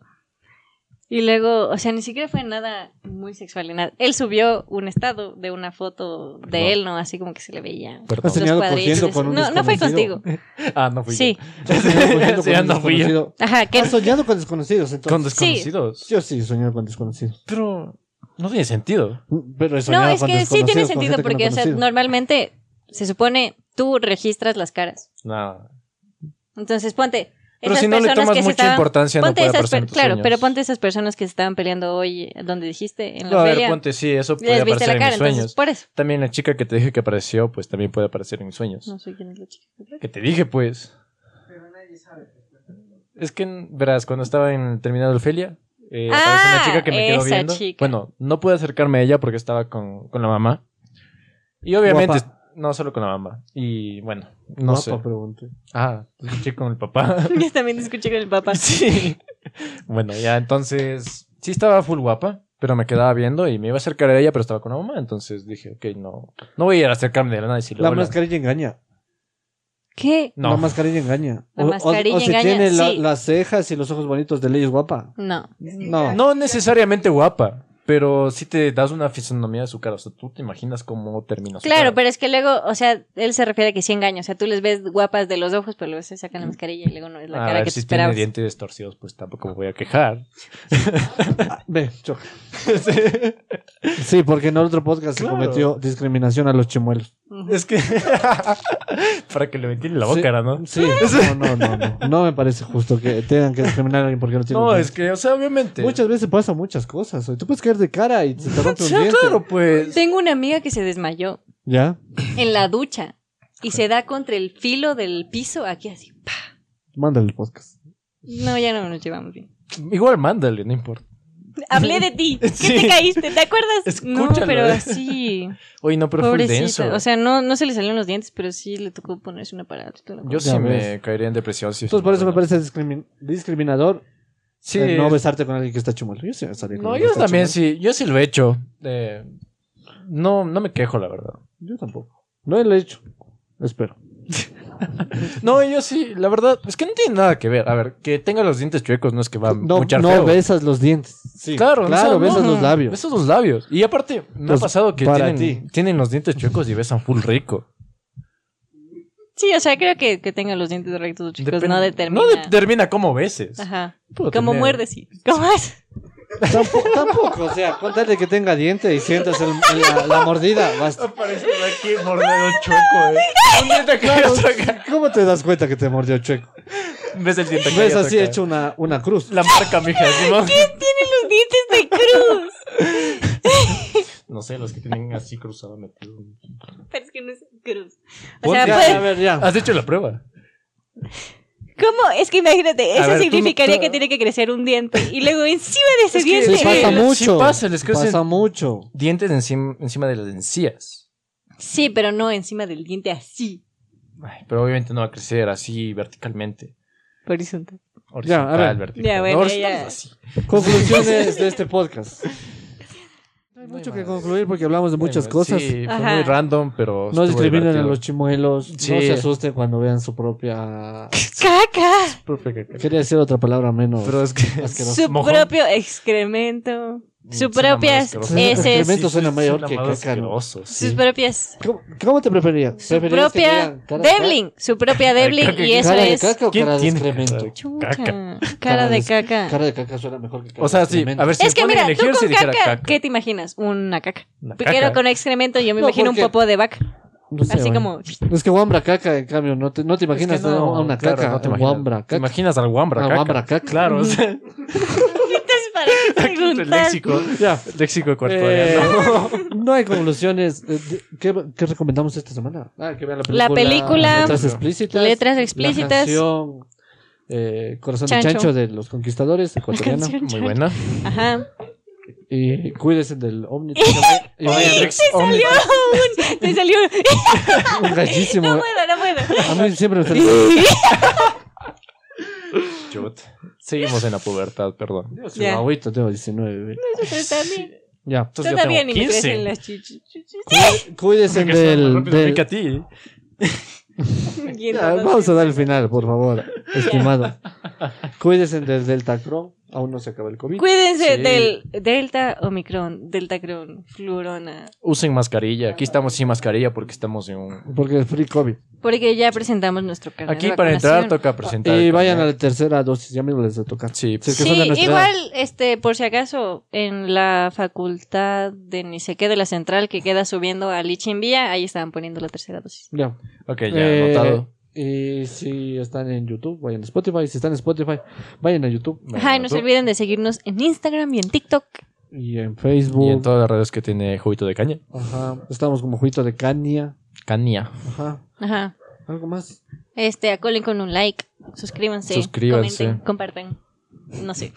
Speaker 2: Y luego, o sea, ni siquiera fue nada muy sexual ni nada. Él subió un estado de una foto de
Speaker 3: No.
Speaker 2: él, ¿no? Así como que se le veía.
Speaker 1: ¿Has
Speaker 3: Perdón.
Speaker 2: Los
Speaker 1: soñado
Speaker 2: cuadritos,
Speaker 1: cogiendo con un
Speaker 2: No, no fue
Speaker 1: desconocido?
Speaker 2: contigo.
Speaker 3: Ah, no fui
Speaker 2: Sí.
Speaker 3: yo.
Speaker 1: Has soñado cogiendo
Speaker 3: Sí, ya
Speaker 1: un
Speaker 3: no fui yo.
Speaker 1: desconocido.
Speaker 2: Ajá, que
Speaker 1: Has soñado con desconocidos,
Speaker 3: Con
Speaker 1: entonces.
Speaker 3: desconocidos.
Speaker 1: Yo sí he soñado con desconocidos.
Speaker 3: Pero no tiene sentido.
Speaker 1: Pero he
Speaker 2: No,
Speaker 1: soñado
Speaker 2: es
Speaker 1: con
Speaker 2: que sí
Speaker 1: desconocidos,
Speaker 2: tiene
Speaker 1: con
Speaker 2: sentido
Speaker 1: gente que no
Speaker 2: porque,
Speaker 1: he
Speaker 2: o sea,
Speaker 1: conocido.
Speaker 2: normalmente se supone tú registras las caras.
Speaker 3: Nada.
Speaker 2: Entonces ponte.
Speaker 3: Pero
Speaker 2: esas
Speaker 3: si no le
Speaker 2: personas
Speaker 3: tomas
Speaker 2: que se
Speaker 3: mucha
Speaker 2: estaban-
Speaker 3: importancia, no
Speaker 2: ponte
Speaker 3: puede
Speaker 2: esas
Speaker 3: aparecer
Speaker 2: per-
Speaker 3: en tus
Speaker 2: Claro,
Speaker 3: sueños.
Speaker 2: pero ponte esas personas que se estaban peleando hoy, eh, donde dijiste, en la
Speaker 3: No, a ver,
Speaker 2: feria.
Speaker 3: ponte, sí, eso puede
Speaker 2: les viste
Speaker 3: aparecer
Speaker 2: la
Speaker 3: en
Speaker 2: cara,
Speaker 3: mis
Speaker 2: entonces
Speaker 3: sueños.
Speaker 2: por eso.
Speaker 3: También la chica que te dije que apareció, pues también puede aparecer en mis sueños.
Speaker 2: No sé quién es la chica.
Speaker 3: Que te dije, pues.
Speaker 4: Pero nadie sabe. pues, cuéntame.
Speaker 3: Es que, verás, cuando estaba en el terminal de Ofelia, eh,
Speaker 2: Ah,
Speaker 3: aparece una chica que me quedó
Speaker 2: esa
Speaker 3: viendo.
Speaker 2: chica.
Speaker 3: Bueno, no pude acercarme a ella porque estaba con, con la mamá. Y obviamente,
Speaker 1: Guapa.
Speaker 3: no solo con la mamá. Y bueno,
Speaker 1: Guapa,
Speaker 3: no
Speaker 1: pues.
Speaker 3: sé.
Speaker 1: pregunté.
Speaker 3: Ah, te escuché con el papá.
Speaker 2: Yo también escuché con el papá.
Speaker 3: sí. Bueno, ya entonces, sí estaba full guapa, pero me quedaba viendo y me iba a acercar a ella, pero estaba con la mamá. Entonces dije, ok, no, no voy a ir a acercarme de la nada y si
Speaker 1: La mascarilla engaña.
Speaker 2: ¿Qué?
Speaker 3: No.
Speaker 1: La mascarilla engaña.
Speaker 2: La
Speaker 1: O- o-
Speaker 2: mascarilla
Speaker 1: o, si
Speaker 2: engaña,
Speaker 1: tiene la-
Speaker 2: sí.
Speaker 1: las cejas y los ojos bonitos de leyes guapa.
Speaker 2: No.
Speaker 1: No.
Speaker 3: No necesariamente guapa, pero sí te das una fisonomía de su cara. O sea, tú te imaginas cómo termina su
Speaker 2: Claro,
Speaker 3: cara.
Speaker 2: pero es que luego, o sea, él se refiere a que sí engaña. O sea, tú les ves guapas de los ojos, pero luego se sacan la mascarilla y luego no es la
Speaker 3: a
Speaker 2: cara
Speaker 3: ver,
Speaker 2: que te
Speaker 3: Ah, si tiene
Speaker 2: esperabas.
Speaker 3: dientes torcidos, pues tampoco me voy a quejar.
Speaker 1: Ah, Ve, choca.
Speaker 3: Sí.
Speaker 1: Sí, porque en el otro podcast
Speaker 3: Claro.
Speaker 1: se cometió discriminación a los chimuelos.
Speaker 2: Ujú.
Speaker 3: es que. Para que le ventilen la
Speaker 1: Sí.
Speaker 3: boca, ¿no?
Speaker 1: Sí, no, no, no, no. No me parece justo que tengan que discriminar a alguien porque no tiene
Speaker 3: No,
Speaker 1: un
Speaker 3: es que, o sea, obviamente.
Speaker 1: diente. Muchas veces pasan muchas cosas. oye. Tú puedes caer de cara y se te rompe un
Speaker 3: Sí,
Speaker 1: diente.
Speaker 3: claro, pues.
Speaker 2: Tengo una amiga que se desmayó
Speaker 1: ¿Ya?
Speaker 2: en la ducha y se da contra el filo del piso, aquí así. pa.
Speaker 1: Mándale el podcast.
Speaker 2: No, ya no nos llevamos bien.
Speaker 3: Igual mándale, no importa.
Speaker 2: Hablé de ti, que
Speaker 3: Sí.
Speaker 2: te caíste, ¿te acuerdas?
Speaker 3: Escúchalo,
Speaker 2: no, pero
Speaker 3: eh.
Speaker 2: así,
Speaker 3: Oye, no, pero fue denso.
Speaker 2: pobrecita. O sea, no, no se le salieron los dientes, pero sí le tocó ponerse un aparato. y toda la
Speaker 3: Yo
Speaker 1: Ya
Speaker 3: sí me
Speaker 1: ves.
Speaker 3: caería en depresión. Si
Speaker 1: Entonces, por eso me
Speaker 3: no-
Speaker 1: parece discrimin- discriminador
Speaker 3: Sí,
Speaker 1: el no
Speaker 3: es-
Speaker 1: besarte con alguien que está chumel. Yo sí me salí con
Speaker 3: No,
Speaker 1: alguien
Speaker 3: yo
Speaker 1: que está
Speaker 3: también
Speaker 1: chumel.
Speaker 3: sí, yo sí lo he hecho. Eh, no, no me quejo, la verdad.
Speaker 1: Yo tampoco. No lo he hecho. Espero.
Speaker 3: No, yo sí, la verdad, es que no tiene nada que ver. A ver, que tenga los dientes chuecos no es que va a
Speaker 1: No,
Speaker 3: muchar
Speaker 1: no
Speaker 3: feo.
Speaker 1: besas los dientes. Sí.
Speaker 3: Claro,
Speaker 1: Ah, claro,
Speaker 3: o sea,
Speaker 1: besas los labios.
Speaker 3: Besas los labios. Y aparte, me
Speaker 1: Pues,
Speaker 3: ha pasado que
Speaker 1: para
Speaker 3: tienen,
Speaker 1: ti.
Speaker 3: tienen los dientes chuecos y besan full rico.
Speaker 2: Sí, o sea, creo que, que tengan los dientes rectos, chicos,
Speaker 3: Depen-
Speaker 2: no determina.
Speaker 3: No determina cómo beses.
Speaker 2: Ajá.
Speaker 3: Puedo
Speaker 2: Como
Speaker 3: tener-
Speaker 2: muerdes, sí. ¿Cómo es?
Speaker 1: Tampoco, tampoco, o sea, contarle que tenga diente y sientas el- la, la mordida. basta.
Speaker 3: Parece que aquí mordido chueco, eh. Un diente acá y otro acá.
Speaker 1: ¿Cómo te das cuenta que te mordió chueco?
Speaker 3: Ves el diente acá y
Speaker 1: Ves
Speaker 3: otro
Speaker 1: así
Speaker 3: acá.
Speaker 1: hecho una, una cruz.
Speaker 3: La marca, mija. ¿sí, no?
Speaker 2: Tiene los dientes de cruz.
Speaker 3: No sé, los que tienen así cruzado metido.
Speaker 2: pero es que no es cruz. O
Speaker 3: Ponte
Speaker 2: sea,
Speaker 1: Ya,
Speaker 2: pues,
Speaker 1: a ver, ya.
Speaker 3: ¿Has hecho la prueba?
Speaker 2: ¿Cómo? Es que imagínate, eso
Speaker 3: ver, tú no-
Speaker 2: significaría
Speaker 3: tú-
Speaker 2: que tiene que crecer un diente. Y luego encima de ese
Speaker 3: Es que-
Speaker 2: diente.
Speaker 1: Sí, pasa
Speaker 3: Sí,
Speaker 1: mucho.
Speaker 3: pasa, les crecen-
Speaker 1: Pasa mucho.
Speaker 3: Dientes encima, encima de las encías.
Speaker 2: Sí, pero no encima del diente así.
Speaker 3: Ay, pero obviamente no va a crecer así verticalmente.
Speaker 2: Horizontal.
Speaker 3: Horizontal,
Speaker 1: Ya, a ver.
Speaker 3: vertical.
Speaker 2: Ya, bueno,
Speaker 3: No, horizontal
Speaker 2: ya.
Speaker 3: es así.
Speaker 1: Conclusiones de este podcast. No hay mucho que
Speaker 3: madre.
Speaker 1: concluir porque hablamos de muchas
Speaker 3: Bueno,
Speaker 1: cosas.
Speaker 3: Sí, fue
Speaker 2: Ajá.
Speaker 3: muy random, pero.
Speaker 1: No
Speaker 3: estuvo
Speaker 1: discriminen a
Speaker 3: divertido.
Speaker 1: los chimuelos. No
Speaker 3: Sí.
Speaker 1: se asusten cuando vean su propia.
Speaker 2: ¡Caca!
Speaker 1: Quería decir otra palabra menos.
Speaker 3: Pero es que.
Speaker 1: Asqueroso.
Speaker 2: Su
Speaker 3: Mojón.
Speaker 2: propio excremento. Sus propias
Speaker 1: asqueroso.
Speaker 2: heces.
Speaker 1: Excremento suena mayor que
Speaker 3: más
Speaker 1: caca, ¿no?
Speaker 3: asqueroso, sí.
Speaker 2: Sus propias.
Speaker 1: ¿Cómo, cómo te preferirías?
Speaker 2: Su propia. Devlin. Su propia Devlin.
Speaker 3: caca,
Speaker 2: Y eso
Speaker 1: ¿Cara de
Speaker 2: es.
Speaker 1: caca o
Speaker 3: ¿Quién
Speaker 1: cara de
Speaker 3: tiene
Speaker 1: excremento?
Speaker 3: cara de
Speaker 2: Chucha.
Speaker 3: Caca.
Speaker 2: Cara de
Speaker 1: es-
Speaker 2: caca.
Speaker 1: Cara de caca suena mejor que cara
Speaker 3: O sea,
Speaker 1: de
Speaker 3: sí,
Speaker 1: excremento.
Speaker 3: a ver si
Speaker 2: es que
Speaker 3: pueden
Speaker 2: mira,
Speaker 3: elegir
Speaker 2: tú
Speaker 3: si
Speaker 2: con
Speaker 3: dijera
Speaker 2: caca,
Speaker 3: caca.
Speaker 2: ¿qué te imaginas? Una caca.
Speaker 3: Una
Speaker 2: Pero
Speaker 3: caca.
Speaker 2: con excremento yo me
Speaker 1: No,
Speaker 2: imagino
Speaker 1: porque-
Speaker 2: un popo de vaca.
Speaker 1: No sé,
Speaker 2: así
Speaker 1: bueno.
Speaker 2: como...
Speaker 1: Es que Wambra caca, en cambio, no te, no te imaginas
Speaker 3: Es que no,
Speaker 1: a una
Speaker 3: claro,
Speaker 1: caca.
Speaker 3: no te
Speaker 1: a
Speaker 3: imaginas.
Speaker 1: Wambra
Speaker 3: Te
Speaker 1: caca.
Speaker 3: imaginas al Wambra
Speaker 1: Al
Speaker 3: caca.
Speaker 1: Wambra caca.
Speaker 3: Claro, o sea,
Speaker 2: Entonces, ¿para qué
Speaker 3: aquí es el
Speaker 2: preguntas?
Speaker 3: léxico.
Speaker 1: Ya.
Speaker 3: Léxico
Speaker 1: Eh,
Speaker 3: ecuatoriano.
Speaker 1: no hay conclusiones. Eh, de- ¿Qué, qué recomendamos esta semana? Ah, que vean la película.
Speaker 2: La película.
Speaker 1: letras explícitas.
Speaker 2: Letras
Speaker 1: La
Speaker 2: explícitas.
Speaker 1: canción, eh, Corazón de
Speaker 2: Chancho.
Speaker 1: Chancho de los Conquistadores ecuatoriana.
Speaker 2: canción.
Speaker 3: Muy buena.
Speaker 2: Ajá.
Speaker 1: Y cuídense del Omni. y vayan
Speaker 3: Omnitrix, Omnitrix.
Speaker 2: ¡Salió! ¡Te salió!
Speaker 1: un gallísimo.
Speaker 2: ¡No puedo, no puedo!
Speaker 1: A mí siempre me sale.
Speaker 3: Chut. Seguimos en la pubertad, perdón.
Speaker 1: Yo soy
Speaker 2: Ya.
Speaker 1: guauito, tengo 19.
Speaker 2: Nosotros también.
Speaker 1: Ya.
Speaker 3: Entonces
Speaker 2: Yo
Speaker 3: yo
Speaker 2: también
Speaker 3: tengo
Speaker 2: ni me
Speaker 3: 15.
Speaker 2: crecen las chichis.
Speaker 1: Cuídense
Speaker 3: Porque estaba más
Speaker 1: del.
Speaker 3: rápido
Speaker 1: del-
Speaker 3: que a ti.
Speaker 2: Y
Speaker 1: Ya,
Speaker 2: entonces-
Speaker 1: vamos a dar el final, por favor, estimado. Cuídense del Delta Cron. Aún no se acaba el COVID.
Speaker 2: Cuídense
Speaker 3: Sí.
Speaker 2: del Delta Omicron, Deltacron, Fluorona.
Speaker 3: Usen mascarilla. Aquí estamos sin mascarilla porque estamos en un.
Speaker 1: Porque es free COVID.
Speaker 2: Porque ya presentamos nuestro canal.
Speaker 3: Aquí para entrar toca presentar.
Speaker 1: Y
Speaker 3: el
Speaker 1: vayan a
Speaker 3: carnet.
Speaker 1: la tercera dosis, ya mismo les va a tocar.
Speaker 3: Sí. pues,
Speaker 1: Si es que son de
Speaker 2: Sí,
Speaker 1: nuestra edad.
Speaker 2: igual, este, por si acaso, en la facultad de ni sé qué de la central que queda subiendo a Lichimbía, ahí estaban poniendo la tercera dosis.
Speaker 1: Ya.
Speaker 3: Ok, ya
Speaker 1: Eh,
Speaker 3: anotado.
Speaker 1: Y si están en YouTube, vayan a Spotify. Si están en Spotify, vayan a YouTube
Speaker 3: Vayan
Speaker 2: Ajá,
Speaker 3: a
Speaker 2: y no se
Speaker 3: YouTube.
Speaker 2: olviden de seguirnos en Instagram y en TikTok.
Speaker 1: y en
Speaker 3: Y
Speaker 1: Facebook.
Speaker 3: en todas las redes que tiene juguito de caña.
Speaker 1: Ajá. Estamos como Juguito de Caña.
Speaker 3: Caña.
Speaker 1: Ajá.
Speaker 2: Ajá.
Speaker 1: ¿Algo más?
Speaker 2: Este, acolen con un like, suscríbanse,
Speaker 3: Suscríbanse.
Speaker 2: comenten, compartan. No sé.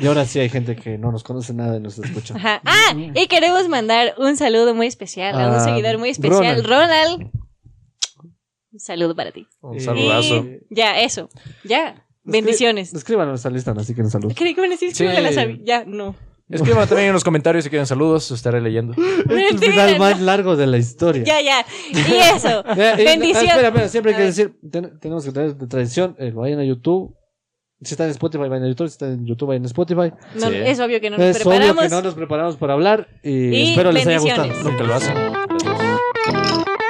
Speaker 1: Y ahora sí hay gente que no nos conoce nada y nos escucha.
Speaker 2: Ajá. Ah, y queremos mandar un saludo muy especial a
Speaker 1: Ah,
Speaker 2: un seguidor muy especial, Ronald. Un saludo para ti.
Speaker 3: Un
Speaker 1: Eh,
Speaker 3: saludazo.
Speaker 2: Y ya, eso. Ya. Bendiciones.
Speaker 1: Escríbanos a lista, así que en salud.
Speaker 2: Creí que me decís
Speaker 3: Sí.
Speaker 2: que la sabía. Ya, no.
Speaker 3: Escriban también en los comentarios si quieren saludos. Estaré leyendo.
Speaker 1: Este Es el final más largo de la historia.
Speaker 2: Ya, ya. Y eso.
Speaker 1: Eh, eh,
Speaker 2: Bendición.
Speaker 1: Espera, espera, siempre hay que
Speaker 2: A ver.
Speaker 1: decir, ten- tenemos que tener de tradición, eh, vayan a YouTube. Si están en Spotify, vayan a YouTube. Si están en YouTube, vayan a Spotify.
Speaker 2: No,
Speaker 3: Sí.
Speaker 2: Es obvio que no nos
Speaker 1: es obvio que
Speaker 2: preparamos.
Speaker 1: no nos preparamos para hablar y,
Speaker 2: Y
Speaker 1: espero les haya gustado.
Speaker 2: bendiciones.
Speaker 3: Nunca lo hacen. Gracias.